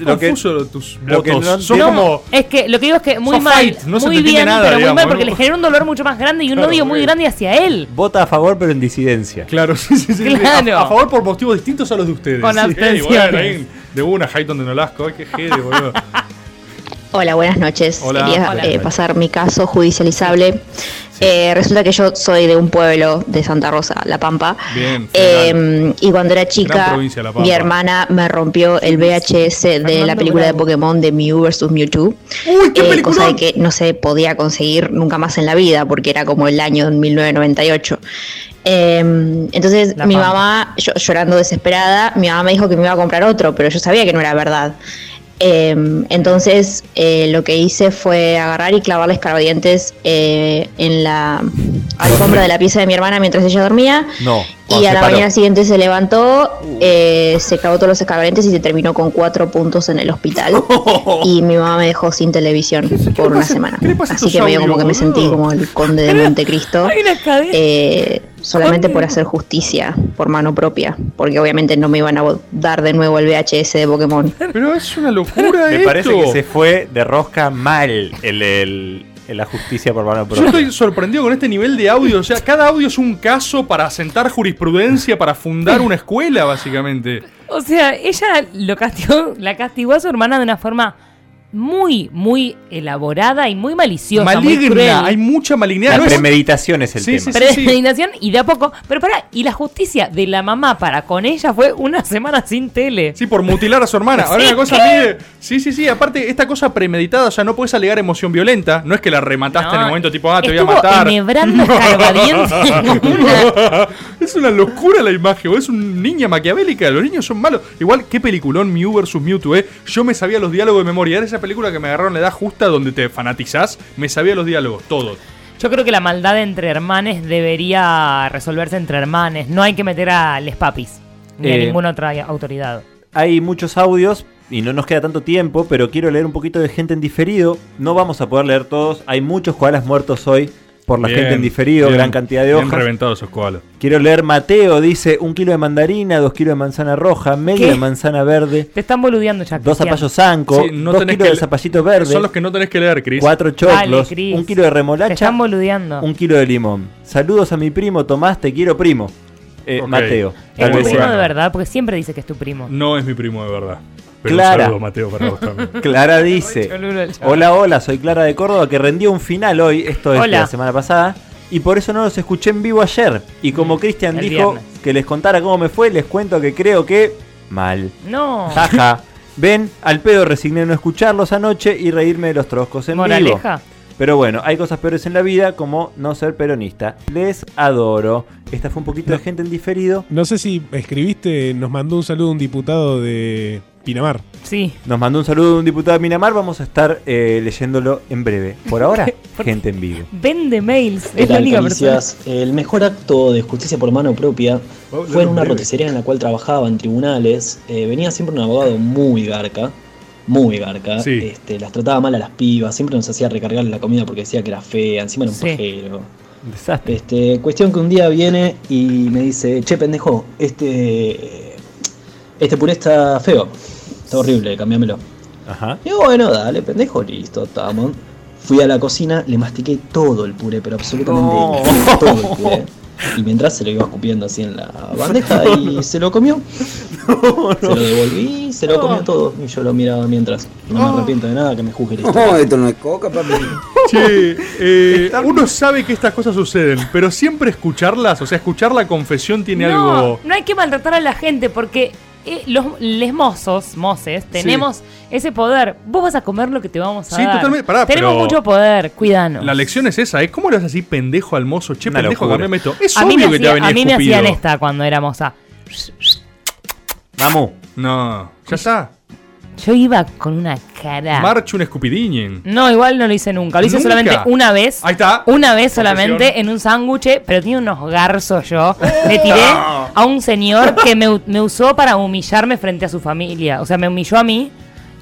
Lo que-
Confuso tus
lo que
votos.
no
Son
entiendo-
como.
Es que lo que digo es que muy
Son
mal,
fight, no se te
muy
entiende
bien,
nada,
pero muy
digamos,
mal porque
¿no?
les generó un dolor mucho más grande y un
Claro,
odio muy
porque-
grande hacia él.
Vota a favor, pero en disidencia.
Claro, sí, sí, sí.
(laughs) Claro.
A, a favor por motivos distintos a los de ustedes.
Con
Sí,
abstenciones.
bueno, ahí, de una, Hayton de Nolasco. Ay, qué jede,
(laughs)
boludo.
Hola, buenas noches.
Hola.
Quería
Hola.
eh, pasar mi caso judicializable. Eh, resulta que yo soy de un pueblo de Santa Rosa, La Pampa.
Bien.
Eh, y cuando era
Gran
chica,
provincia, La Pampa.
mi hermana me rompió el VHS de la película de Pokémon de Mew vs Mewtwo. eh, cosa de que no se podía conseguir nunca más en la vida, porque era como el año 1998. Eh, entonces
La
mi
Pampa.
mamá, yo- llorando desesperada, mi mamá me dijo que me iba a comprar otro, pero yo sabía que no era verdad. Eh, entonces eh, lo que hice fue agarrar y clavar escarbadientes eh, en la alfombra de la pieza de mi hermana mientras ella dormía.
No.
Y
cuando
a
se
la
paró. Uh.
mañana siguiente se levantó, eh, se clavó todos los escarbadientes y se terminó con cuatro puntos en el hospital.
(laughs)
y mi mamá me dejó sin televisión por una semana. Así que medio como que me sentí como el conde de Montecristo. eh, solamente por hacer justicia, por mano propia. Porque obviamente no me iban a vo- dar de nuevo el VHS de Pokémon.
Pero es una locura
Me
esto.
parece que se fue de rosca mal el, el- el- la justicia por mano
Yo
propia.
estoy sorprendido con este nivel de audio. O sea, cada audio es un caso para asentar jurisprudencia, para
(laughs)
fundar una escuela, básicamente.
O sea, ella lo castigó, la castigó a su hermana de una forma muy, muy elaborada y muy maliciosa. muy cruel.
Maligna, hay mucha malignidad.
La
No es-
premeditación es el
Sí,
tema.
sí, sí.
Predestinación y de a poco. Pero pará, y la justicia de la mamá para con ella fue una semana sin tele.
Sí, por mutilar a su hermana. Ahora
Sí,
la cosa
¿qué?
mide. Sí, sí, sí. Aparte, esta cosa premeditada, o sea, no puedes alegar emoción violenta. No es que la remataste
No,
en el momento tipo, ah, te voy a
estuvo
matar. (laughs)
enhebrando escarbadientes como
es una locura la imagen, boludo. es una niña maquiavélica. Los niños son malos. Igual, qué peliculón Mew vs Mewtwo, eh. Yo me sabía los diálogos de memoria. Era esa película que me agarraron la edad justa donde te fanatizás. Me sabía los diálogos, todos.
Yo creo que la maldad entre hermanes debería resolverse entre hermanes. No hay que meter a les papis ni a
Eh.
ninguna otra autoridad.
Hay muchos audios y no nos queda tanto tiempo, pero quiero leer un poquito de gente en diferido. No vamos a poder leer todos. Hay muchos koalas muertos hoy por la
Bien,
gente en diferido,
bien,
gran cantidad de
bien
hojas.
reventado esos koalas.
Quiero leer Mateo, dice un kilo de mandarina, dos kilos de manzana roja, medio
¿Qué?
de manzana verde,
Te están boludeando ya.
dos
Cristian.
zapallos zanco,
Sí, no
dos
tenés
kilos de
que-
zapallito verde,
Son los que no tenés que leer, Chris.
cuatro
Dale,
choclos,
Cris.
un kilo de remolacha,
Te están boludeando.
un kilo de limón. Saludos a mi primo Tomás, te quiero primo. Eh,
Ok.
Mateo.
Es
tal
tu
vez
primo
sea.
de verdad, porque siempre dice que es tu primo.
No es mi primo de verdad. Pero un
Clara.
saludo, Mateo, para vos también.
(laughs) Clara dice, hola, hola, soy Clara de Córdoba que rendió un final hoy, esto es de
Hola.
la semana pasada, y por eso no los escuché en vivo ayer. Y como Cristian
Mm, El
dijo
viernes.
que les contara cómo me fue, les cuento que creo que mal.
No. (laughs)
Jaja. Ven, al pedo resigné no escucharlos anoche y reírme de los troscos en vivo.
Moraleja.
Pero bueno, hay cosas peores en la vida como no ser peronista. Les adoro. Esta fue un poquito de gente en diferido.
No sé si escribiste, nos mandó un saludo un diputado de Pinamar.
Sí.
Nos mandó un saludo de un diputado de Minamar. Vamos a estar eh, leyéndolo en breve. Por
(laughs)
ahora, gente en vivo.
Vende mails.
¿Qué
Es la
tal,
única persona.
caricias? El mejor acto de justicia por mano propia
Pablo,
fue en una
breve.
roticería en la cual trabajaba en tribunales. Eh, venía siempre un abogado muy garca muy garca.
Sí.
Este, las trataba mal a las pibas, siempre nos hacía recargarle la comida porque decía que era fea, encima era un
Sí.
pajero. Este, cuestión que un día viene y me dice, che pendejo, este, este puré está feo, está horrible, cambiámelo.
Ajá.
Y yo, bueno, dale, pendejo, listo, estamos. Fui a la cocina, le mastiqué todo el puré, pero absolutamente
No.
todo
Oh.
el puré. Y mientras se lo iba escupiendo
(laughs)
así en la bandeja y se lo comió. Se lo devolví, se lo comió todo. Y yo lo miraba mientras. No me arrepiento de nada que me juzgue la historia.
No, esto no es coca, papi.
Che, eh, uno sabe que estas cosas suceden, pero siempre escucharlas, o sea, escuchar la confesión tiene
no,
algo.
no hay que maltratar a la gente porque eh, los les mozos, moces, tenemos ese poder. Vos vas a comer lo que te vamos a
Sí,
dar.
totalmente. Pará,
Tenemos
pero-
mucho poder, cuidanos.
La lección es esa, es cómo le das así pendejo al mozo, che,
Una
pendejo,
locura.
cambiame esto. Es
a mí,
obvio
me,
que te va a
hacía-
venir
a mí me
escupido.
hacían esta cuando era moza.
Vamos.
No, ya está.
Yo iba con una cara.
Marcha un escupidiñen.
no, igual no lo hice nunca. Lo hice
Nunca.
solamente una vez.
Ahí está.
Una vez
Confesión. Oh.
solamente en un sándwich, pero tenía unos garzos yo. Le tiré a un señor que me, u- me usó para humillarme frente a su familia. O sea, me humilló a mí.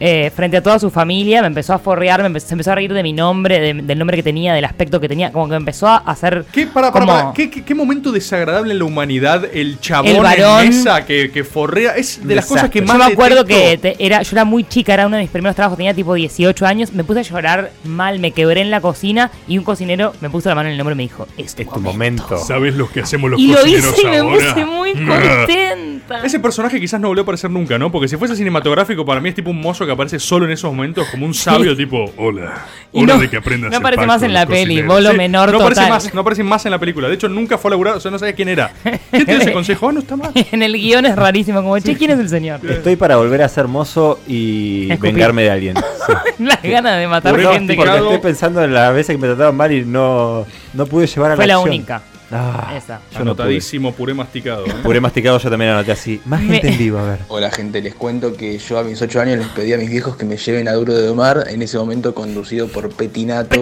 eh, frente a toda su familia, me empezó a forrear, me empe- se empezó a reír de mi nombre, de- del nombre que tenía, del aspecto que tenía, como que me empezó a hacer.
¿Qué, para,
como,
¿Qué, qué- qué momento desagradable en la humanidad el chabón
El varón.
en mesa que, que forrea? Es de las cosas que más
Yo me acuerdo que
detesto.
te- era, yo era muy chica, era uno de mis primeros trabajos, tenía tipo 18 años, me puse a llorar mal, me quebré en la cocina y un cocinero me puso la mano en el hombro y me dijo, es
Este
tu, momento.
¿Sabes lo que hacemos los
Y lo
cocineros
hice y me
ahora? (laughs)
puse muy
Mm.
contenta.
Ese personaje quizás no volvió a aparecer nunca, ¿no? Porque si fuese cinematográfico, para mí es tipo un mozo que aparece solo en esos momentos, como un sabio tipo, hola,
Y
hora
no-
de que aprendas
no
el
aparece
pacto
más
de
en
los
la peli,
cocineros".
volo menor
no aparece
total.
Más, no aparece más en la película, de hecho nunca fue a laburar, o sea, no sabía quién
(laughs)
era. ¿Quién te dio ese consejo? Ah, no está mal.
en el guión es rarísimo, como, che, ¿quién es el señor?
Estoy para volver a ser mozo y
Escupir.
vengarme de alguien. Sí.
(laughs) Las ganas de (laughs) matar
Porque-
gente que
porque estoy
este,
pensando en las veces que me trataron mal y no, no pude llevar a
Fue
la
la
acción.
única.
Ah, yo
Esa.
no pude.
Anotadísimo, puré masticado. ¿eh? (laughs)
Puré masticado yo también anoté así. Más gente
(laughs)
Me-
en vivo, a ver.
Hola gente, les cuento que yo a mis 8 años les pedí a mis viejos que me lleven a Duro de Omar, en ese momento conducido por Petinato.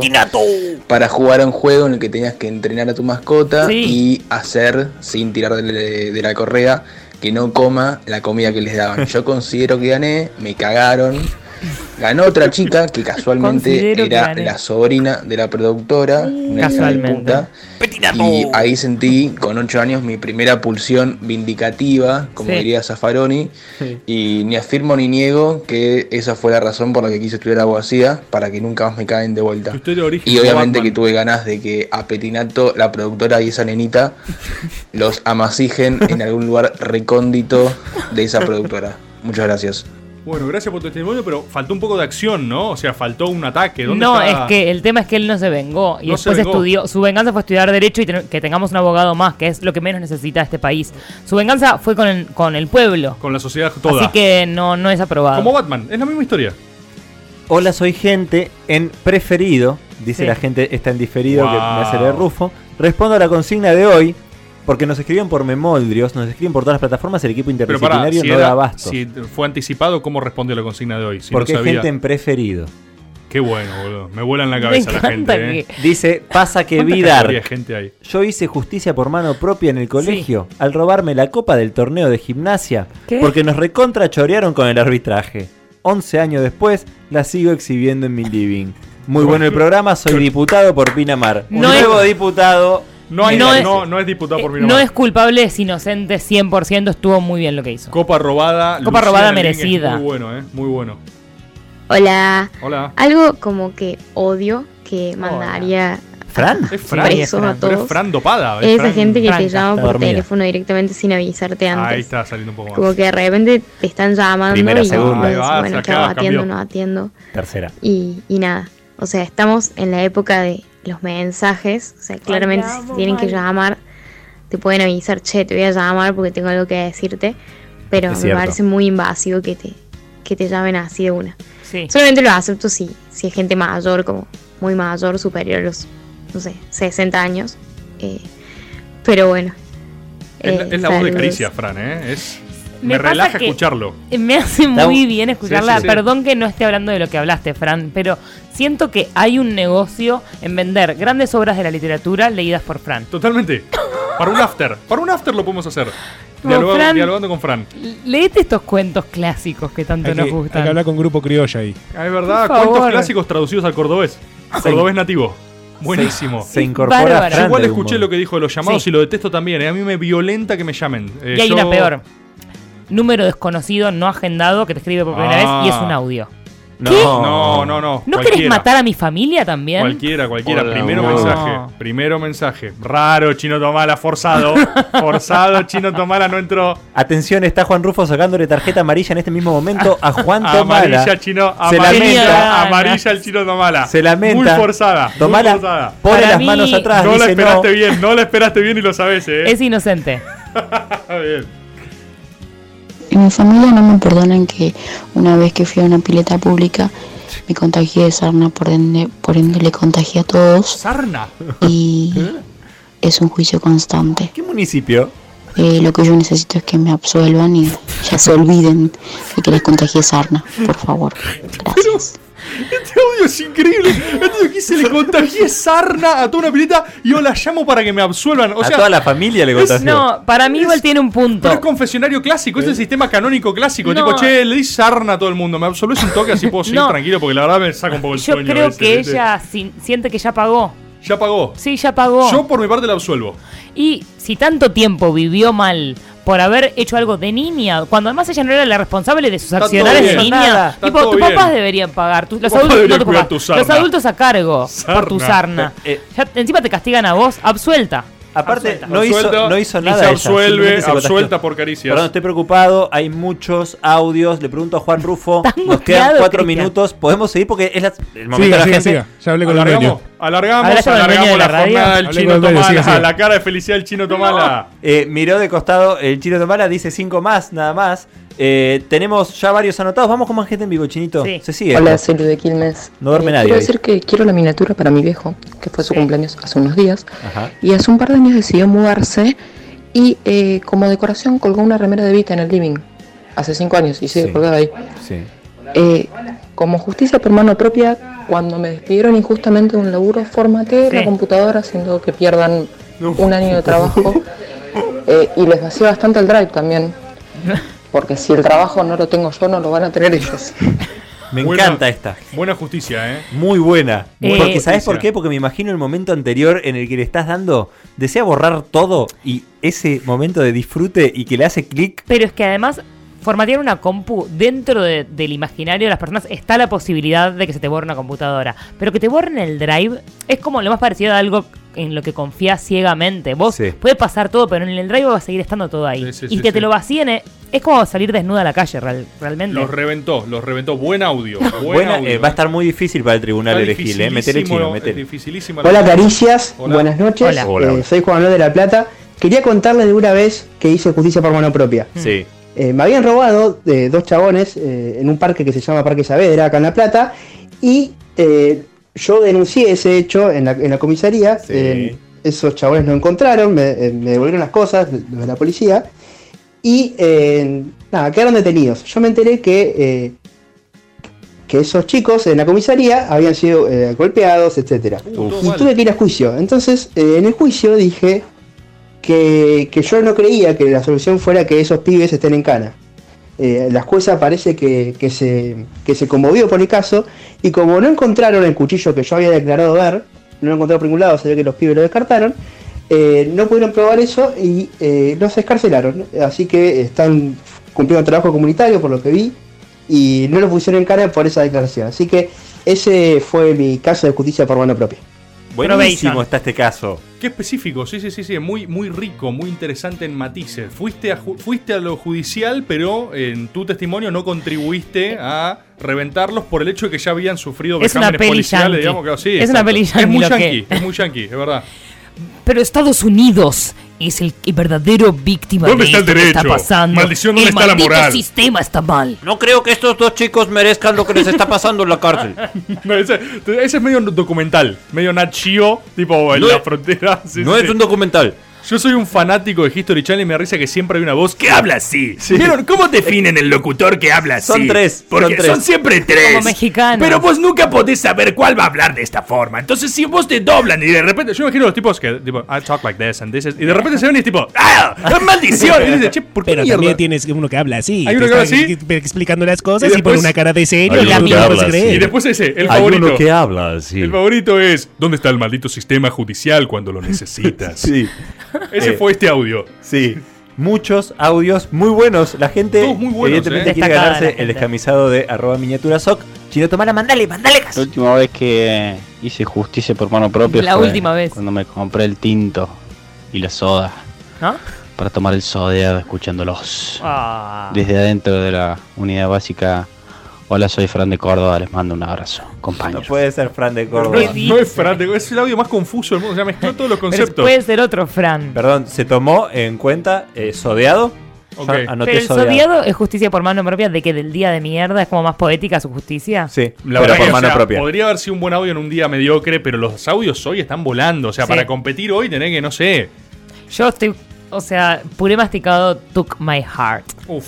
Para jugar a un juego en el que tenías que entrenar a tu mascota y hacer, sin tirar de, de la correa, que no coma la comida que les daban. Yo considero que gané, me cagaron. Ganó otra chica que casualmente
Considero que
era
gané.
la sobrina de la productora. una hija de
Casualmente.
puta. Y ahí sentí, con 8 años, mi primera pulsión vindicativa, como
Sí.
diría Zaffaroni. Y ni afirmo ni niego que esa fue la razón por la que quise estudiar abogacía, para que nunca más me caen de vuelta.
Historia de origen
Y
de
obviamente que
Batman.
tuve ganas de que a Petinato, la productora y esa
(laughs)
nenita, los amasijen en algún lugar recóndito de esa productora. Muchas gracias.
Bueno, gracias por tu testimonio, pero faltó un poco de acción, ¿no? O sea, faltó un ataque. ¿Dónde
No,
está?
es que el tema es que él no se vengó y
No se
después
vengó.
estudió. Su venganza fue estudiar Derecho y ten- que tengamos un abogado más, que es lo que menos necesita este país. Su venganza fue con el, con el pueblo.
Con la sociedad toda.
Así que no, no es aprobado.
Como Batman, es la misma historia.
Hola, soy gente en preferido. Dice
Sí.
la gente, está en diferido, que me hace
Wow.
leer Rufo. Respondo a la consigna de hoy, porque nos escriben por Memoldrios, nos escriben por todas las plataformas, el equipo
Pero para,
interdisciplinario
si,
no
era-
da abasto.
si fue anticipado, ¿cómo respondió la consigna de hoy? Si
porque
no
hay
sabía.
gente en preferido.
Qué bueno, boludo. Me vuelan la cabeza la gente. ¿eh?
Dice, pasa que
¿Cuánta
Vidar.
categoría de gente hay?
Yo hice justicia por mano propia en el colegio al robarme la copa del torneo de gimnasia
¿Qué?
porque nos recontra chorearon con el arbitraje. 11 años después la sigo exhibiendo en mi living. Muy bueno el programa, soy diputado por Pinamar. Un
No es- eh,
nuevo diputado.
No, hay-
en
no,
la-
es, no, no es diputado por mi
No es culpable, es inocente 100%, estuvo muy bien lo que hizo.
Copa robada.
Copa
Luciana
robada
Link es
merecida.
Muy bueno, ¿eh? Muy bueno.
Hola.
Hola.
Algo como que odio que mandaría
Fran.
Es Fran.
Sí, es Fran.
Pero es Fran dopada.
esa
Fran-
gente que
Franca.
te llama
Está
por
dormida.
teléfono directamente sin avisarte antes.
Ahí está saliendo un poco más.
Como que de repente te están llamando
Primera,
y
segunda.
decís,
Ahí va,
bueno,
se
chao,
acaba,
atiendo,
cambió.
no atiendo.
Tercera.
Y, y nada. O sea, estamos en la época de los mensajes. O sea, claramente si te
amo,
tienen que
Mari.
llamar, te pueden avisar, che, te voy a llamar porque tengo algo que decirte. Pero
Es
me
cierto.
parece muy invasivo que te, que te llamen así de una.
Sí.
Solamente lo acepto si, si es gente mayor, como muy mayor, superior a los, no sé, 60 años. Eh, pero bueno.
Es la,
Eh,
es la voz de
saludos.
Caricia, Fran, ¿eh? Es,
Me
me
pasa
relaja
que-
escucharlo.
Eh, Me hace
Está
muy
bu-
bien escucharla.
Sí, sí, sí.
Perdón que no esté hablando de lo que hablaste, Fran, pero siento que hay un negocio en vender grandes obras de la literatura leídas por Fran.
Totalmente. Para un after. Para un after lo podemos hacer. Dialogando,
Fran-
dialogando con Fran.
Leete estos cuentos clásicos que tanto
Hay que,
nos
hay que
gustan.
hablar con grupo criolla ahí.
Ah, Es verdad,
Por favor.
cuentos clásicos traducidos al cordobés. Cordobés nativo. Buenísimo.
Se incorpora Bárbaro.
Yo igual
Fran de
escuché
humor.
lo que dijo de los llamados
Sí.
y lo detesto también. eh. A mí me violenta que me llamen. Eh,
y hay
yo-
una peor. Número desconocido no agendado que te escribe por primera
Ah.
vez y es un audio.
No,
¿Qué?
no, no. ¿No
¿No querés matar a mi familia también?
Cualquiera, cualquiera.
Hola,
primero
no.
mensaje. Primero mensaje. Raro, Chino Tomala, (laughs) forzado. forzado, Chino Tomala no entró.
Atención, está Juan Rufo sacándole tarjeta amarilla en este mismo momento a
(laughs)
Juan Tomala.
Amarilla, Chino.
Se
Amarilla,
lamenta.
amarilla el Chino Tomala.
Se lamenta.
Muy forzada. muy
Tomala
forzada.
pone Para las mí- manos atrás,
No la
dice
esperaste
no.
bien, no la esperaste bien y lo sabes, eh. (laughs)
Es inocente.
Bien.
En mi familia no me perdonan que una vez que fui a una pileta pública me contagié de sarna, por ende, por ende le contagié a todos.
¿Sarna?
Y es un juicio constante.
¿Qué municipio?
Eh, lo que yo necesito es que me absuelvan y ya se olviden de que les contagié sarna, por favor.
Este audio es increíble. Este audio que se le contagié sarna a toda una pileta y yo la llamo para que me absuelvan. O
A
sea,
toda la familia le
es-
contagió.
No, para mí igual tiene un punto.
Pero es confesionario clásico,
Eh.
este es el sistema canónico clásico.
No.
Tipo, che, le di sarna a todo el mundo. Me absolvés un toque así puedo seguir
(laughs) No.
tranquilo porque la verdad me saca un poco el
Yo
sueño. a
creo
veces,
que
¿viste?
ella sin- siente que ya pagó.
Ya pagó.
Sí, ya pagó.
Yo por mi parte la absuelvo.
Y si tanto tiempo vivió mal por haber hecho algo de niña, cuando además ella no era la responsable de sus
todo
accionares de
bien.
niña,
Nada.
tipo,
Está todo
tus
bien.
papás deberían pagar, tus- los,
Papá
adultos,
debería
no tus
cuidar
papás,
tu sarna.
los adultos a cargo por tu sarna.
Sarna. Eh,
Ya, encima te castigan a vos, absuelta.
Aparte,
Absuelta.
no hizo,
Absuelta
no hizo
y
nada.
se
ella,
absuelve,
simplemente se
absuelta
contagió.
por caricias.
Perdón, estoy preocupado. Hay muchos audios. Le pregunto a Juan Rufo. Nos quedan
angustiado,
cuatro
Cristian.
minutos. Podemos seguir porque es la- el momento
Siga,
de la
siga,
gente.
siga. Ya hablé con el
Alargamos.
dueño.
Alargamos,
Hablá con el dueño
alargamos
de
la,
la radio.
jornada del
Hablé
chino
con el dueño,
Tomala.
siga, siga.
La cara de felicidad del chino Tomala.
Eh, miró de costado el Chino Tomala, dice cinco más, nada más. Eh, tenemos ya varios anotados. Vamos con más gente en vivo, Chinito. Se sigue.
Hola, soy Lu de Quilmes.
No duerme
Eh,
nadie
Quiero
hoy.
decir que quiero la miniatura para mi viejo, que fue su cumpleaños hace unos días.
Ajá.
Y hace un par de años decidió mudarse y eh, como decoración colgó una remera de Vita en el living. Hace cinco años y sigue
Sí.
colgada ahí.
Sí.
Eh, como justicia por mano propia, cuando me despidieron injustamente de un laburo, formateé la computadora haciendo que pierdan un año de trabajo.
(laughs)
Eh, y les vacía bastante el drive también. Porque si el trabajo no lo tengo yo, no lo van a tener ellos.
Me
Buena-
encanta esta.
Buena justicia, eh.
Muy buena. Porque
Buena justicia.
¿sabes por qué? Porque me imagino el momento anterior en el que le estás dando, desea borrar todo y ese momento de disfrute y que le hace clic.
Pero es que además, formatear una compu dentro de- del imaginario de las personas está la posibilidad de que se te borre una computadora. Pero que te borren el drive es como lo más parecido a algo en lo que confías ciegamente. Vos
Sí.
puede pasar todo, pero en el drive va a seguir estando todo ahí.
sí, sí,
y que te
sí.
lo vacíen eh, es como salir desnuda a la calle real- realmente.
Los reventó, los reventó. Buen audio.
(laughs)
Buen
Buena,
audio.
eh, va a estar muy difícil para el tribunal
Está
elegir, eh. Metele
dificilísimo,
chino,
es
metele.
dificilísima la-
Hola Caricias,
Hola.
buenas noches.
Hola. Hola.
Eh, soy Juan Manuel de la Plata. Quería contarles de una vez que hice justicia por mano propia.
Mm.
Sí.
Eh, me habían robado eh, dos chabones eh, en un parque que se llama Parque Saavedra, acá en La Plata, y eh, yo denuncié ese hecho en la, en la comisaría. Eh, esos chabones lo encontraron, me, eh, me devolvieron las cosas, los de la policía, y eh, nada, quedaron detenidos. Yo me enteré que, eh, que esos chicos en la comisaría habían sido eh, golpeados, etcétera
Uf.
y tuve que ir a juicio. Entonces, eh, en el juicio dije que, que yo no creía que la solución fuera que esos pibes estén en cana. Eh, la jueza parece que, que se, que se conmovió por el caso y como no encontraron el cuchillo que yo había declarado ver, no lo encontraron por ningún lado, se ve que los pibes lo descartaron, eh, no pudieron probar eso y eh, los escarcelaron. Así que están cumpliendo trabajo comunitario por lo que vi y no los pusieron en cara por esa declaración. Así que ese fue mi caso de justicia por mano propia.
Buenísimo está este caso.
Qué específico, sí, sí, sí, sí, muy, muy rico, muy interesante en matices. Fuiste a, ju- fuiste a lo judicial, pero en tu testimonio no contribuiste a reventarlos por el hecho de que ya habían sufrido
Eh. Es una
vejámenes
peli
policiales,
yankee.
digamos que sí,
Es una peli
Es
yankee
muy
lo que-
yankee, es muy yankee, es verdad.
Pero Estados Unidos es el verdadero víctima
¿Dónde
de
está el
esto que
derecho?
está pasando.
Maldición, ¿dónde
el
está la
maldito
moral?
sistema está mal.
No creo que estos dos chicos merezcan lo que les está pasando en la cárcel.
(laughs) No, ese, ese es medio documental, medio Nachio, tipo en
No
la
es-
frontera. (laughs) sí,
No
sí,
es
sí.
un documental.
Yo soy un fanático de History Channel y me da risa que siempre hay una voz que habla así. ¿Vieron
(laughs)
cómo definen el locutor que habla así?
Son tres,
Porque
son
son,
tres.
siempre tres.
Como mexicanos.
Pero vos nunca podés saber cuál va a hablar de esta forma. Entonces, si vos te doblan y de repente. Yo imagino los tipos que. Tipo, I talk like this and this is.
(laughs)
Y de repente se ven y es tipo. ¡Ah! ¡Maldición! Y dice, che, ¿por qué
Pero
mierda?
también tienes uno que habla así.
Hay
te
uno que habla
está
así.
ex- Explicando las cosas y,
después-
pone una cara de serio.
Hay
y
uno
tú
que
no
habla
pues,
puedes
así.
creer.
Y después ese, el
Hay
favorito.
uno que habla así.
El favorito es, ¿dónde está el maldito sistema judicial cuando lo necesitas?
(laughs) Sí.
Ese
Eh,
fue este audio.
Sí. Muchos audios muy buenos. La gente
muy buenos,
evidentemente
eh.
quiere
Destacada la
ganarse
gente.
el descamisado de arroba miniatura soc. Chino Tomala, mandale, mandale.
La última vez que hice justicia por mano propia
La
fue
última vez.
cuando me compré el tinto y la soda
¿Ah?
para tomar el sodeado escuchándolos.
Ah.
Desde adentro de la unidad básica. Hola, soy Fran de Córdoba, les mando un abrazo, compañeros.
Puede ser Fran de
No,
Córdoba.
es- no es Fran, te digo, es el audio más confuso del mundo. Ya mezcló todos los conceptos.
Puede ser otro Fran.
Perdón, se tomó en cuenta eh, sodeado. Yo
Ok.
anoté
Pero el
sodeado.
sodiado es justicia por mano propia de que del día de mierda es como más poética su justicia.
Sí,
La
pero
verdad
por
que, o
mano
sea,
propia.
Podría haber sido un buen audio en un día mediocre, pero los audios hoy están volando. O sea,
Sí.
para competir hoy tenés que, no sé.
Yo estoy, o sea, puré masticado took my heart.
Uf.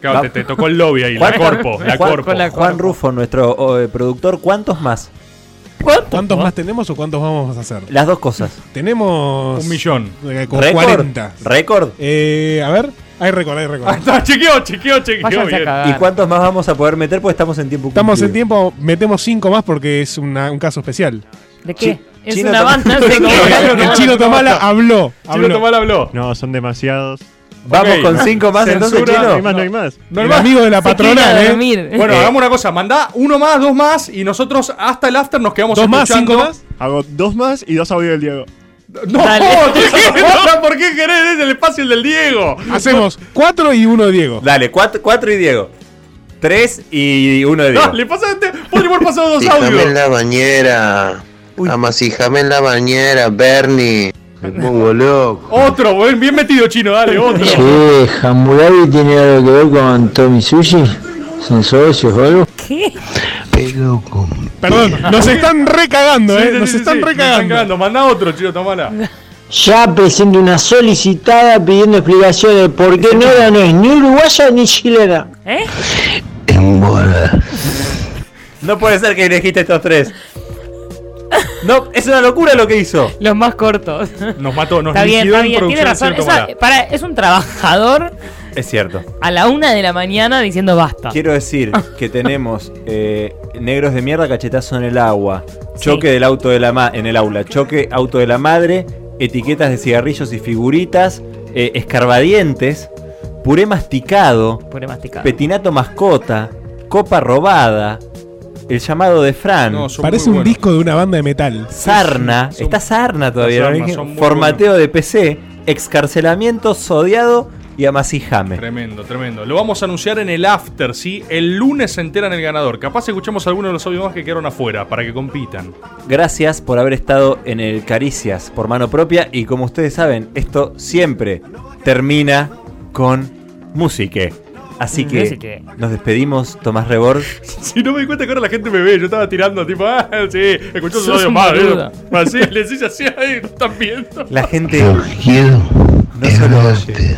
Claro,
Ah.
te, te tocó el lobby ahí, la
(laughs)
corpo, la
Juan,
corpo.
Juan Rufo, nuestro oh, eh, productor, ¿cuántos más?
¿Cuántos más tenemos o cuántos vamos a hacer?
Las dos cosas.
Tenemos.
Un millón.
eh, como
¿Récord?
40.
¿Récord?
Eh, a ver. Hay récord,
(laughs)
hay récord.
chequeo, chequeo, chequeo. bien.
¿Y cuántos más vamos a poder meter? Pues estamos en tiempo
Estamos en
cumplido.
tiempo, metemos cinco más porque es una- un caso especial.
¿De
qué?
Es
Chino
una
Tomala.
banda,
(laughs)
(laughs)
no sé qué.
El chino Tomala habló. habló.
habló.
No, son demasiados.
Vamos
Ok.
con cinco más, entonces, Chino.
No hay más, no hay más.
No hay El más. amigo de
Se
la patronal,
quiere
¿eh?
dormir.
Bueno,
Eh.
hagamos una cosa. Mandá uno más, dos más y nosotros hasta el after nos quedamos
¿Dos más,
escuchando.
cinco más? Hago dos más y dos audios del Diego.
No,
Dale.
¿qué querés? (laughs) No, ¿por qué querés? Es el espacio el del Diego.
Hacemos cuatro y uno de Diego.
Dale, cuatro, cuatro y Diego. Tres y uno de Diego.
Dale, pasate. Podría haber pasado dos
Fijame en
audios.
la bañera. Amasíjame en la bañera, Bernie. Me pongo loco.
Otro, buen- bien metido, chino. Dale, otro.
Che, Hammurabi tiene algo que ver con Tommy Sushi. ¿Son socios o algo?
¿Qué?
Pero con
Perdón, nos están recagando,
Sí,
¿eh?
sí,
nos
sí,
están
sí, nos
recagando.
cagando. Mandá otro, chino, tomala.
Ya presente una solicitada pidiendo explicaciones porque no la no es ni uruguaya ni chilena.
¿Eh?
En bola.
No puede ser que elegiste estos tres. No, es una locura lo que hizo.
Los más cortos.
Nos mató, nos
Está bien,
liquidó
está
en
bien, tiene
producción
razón.
el chino
Esa-
Tomala.
para, es un trabajador
Es cierto.
a la una de la mañana diciendo basta.
Quiero decir
Ah.
que tenemos eh, negros de mierda, cachetazo en el agua, choque del auto de la ma en el aula, choque auto de la madre, etiquetas de cigarrillos y figuritas, eh, escarbadientes, puré masticado,
Puré masticado.
petinato mascota, copa robada, el llamado de Fran,
Parece un disco de una banda de metal.
sarna,
Son-
está sarna todavía,
Las
¿no?
armas son muy
formateo de PC, excarcelamiento, sodiado y amasijame.
Tremendo, tremendo. Lo vamos a anunciar en el after, ¿sí? El lunes se enteran el ganador. Capaz escuchamos algunos de los audios más que quedaron afuera para que compitan.
Gracias por haber estado en el Caricias por mano propia y como ustedes saben, esto siempre termina con música. Así que
Musique.
nos despedimos, Tomás Rebord.
(laughs) Si no me di cuenta que ahora la gente me ve, yo estaba tirando, tipo, ah, sí, escuchó sus
Sos
audios
un
más.
boludo.
¿eh? Así, (laughs) les hice así, ahí, no están viendo.
La gente no solo oye,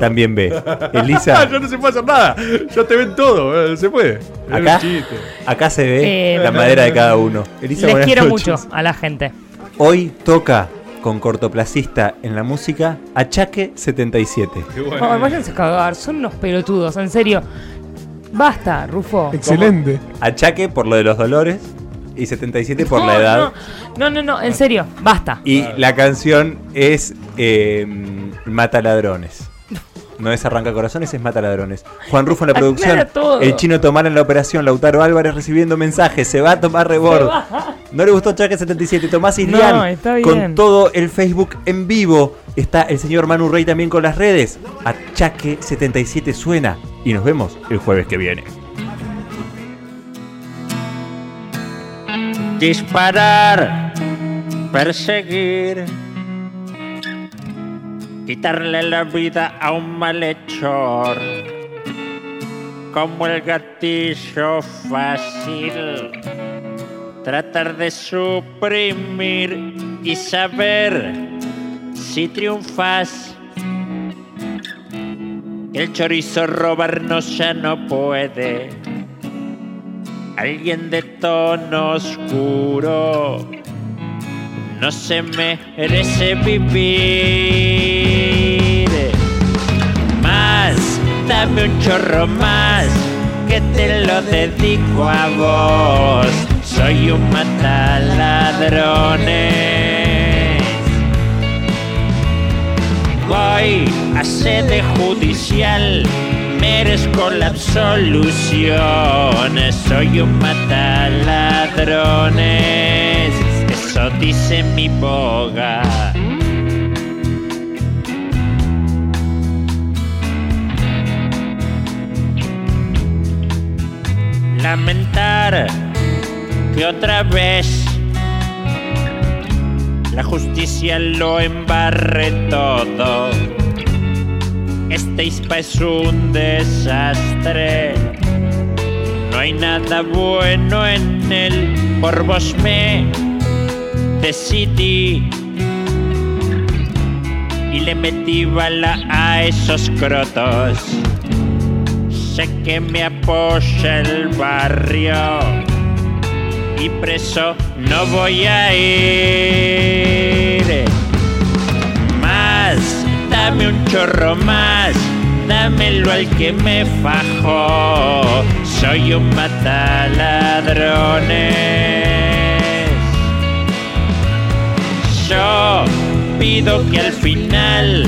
también ve.
(laughs)
(laughs)
Ah,
Elisa,
ya Ah, no se puede hacer nada. Ya te ven todo, eh, se puede. Era un
Acá.
chiste.
acá se ve
Eh,
la madera de cada uno. Elisa,
Les
buenas
quiero
noches.
mucho a la gente.
Hoy toca con cortoplacista en la música Achaque 77.
Ay, váyanse a cagar, son unos pelotudos, en serio. Basta, Rufo.
Achaque por lo de los dolores y 77 por
No,
la edad.
No, no, no, en serio, basta.
Y la canción es eh, Mata Ladrones. No es Arranca Corazones, es Mata Ladrones. Juan Rufo en la
Aclara
producción.
todo.
El chino Tomar en la operación. Lautaro Álvarez recibiendo mensajes. Se va a tomar rebord. No le gustó Chaque 77. Tomás Islián
No, está bien.
con todo el Facebook en vivo. Está el señor Manu Rey también con las redes. Achaque 77 suena. Y nos vemos el jueves que viene.
Disparar, perseguir, quitarle la vida a un malhechor, como el gatillo fácil, tratar de suprimir y saber si triunfas. El chorizo robarnos ya no puede. Alguien de tono oscuro no se merece vivir. Más, dame un chorro más, que te lo dedico a vos. Soy un mataladrones. Voy a sede judicial, merezco la absolución. Soy un mataladrones, eso dice mi boga. Lamentar que otra vez la justicia lo embarre todo. Este ispa es un desastre. No hay nada bueno en él. Por vos me decidí y le metí bala a esos crotos. Sé que me apoya el barrio y preso no voy a ir. Más, dame un chorro más, dámelo al que me fajó. Soy un mataladrones. Yo pido que al final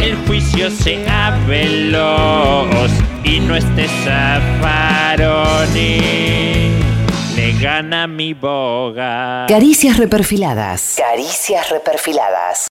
el juicio sea veloz y no estés a Faroni. Le gana mi boga.
Caricias reperfiladas.
Caricias reperfiladas.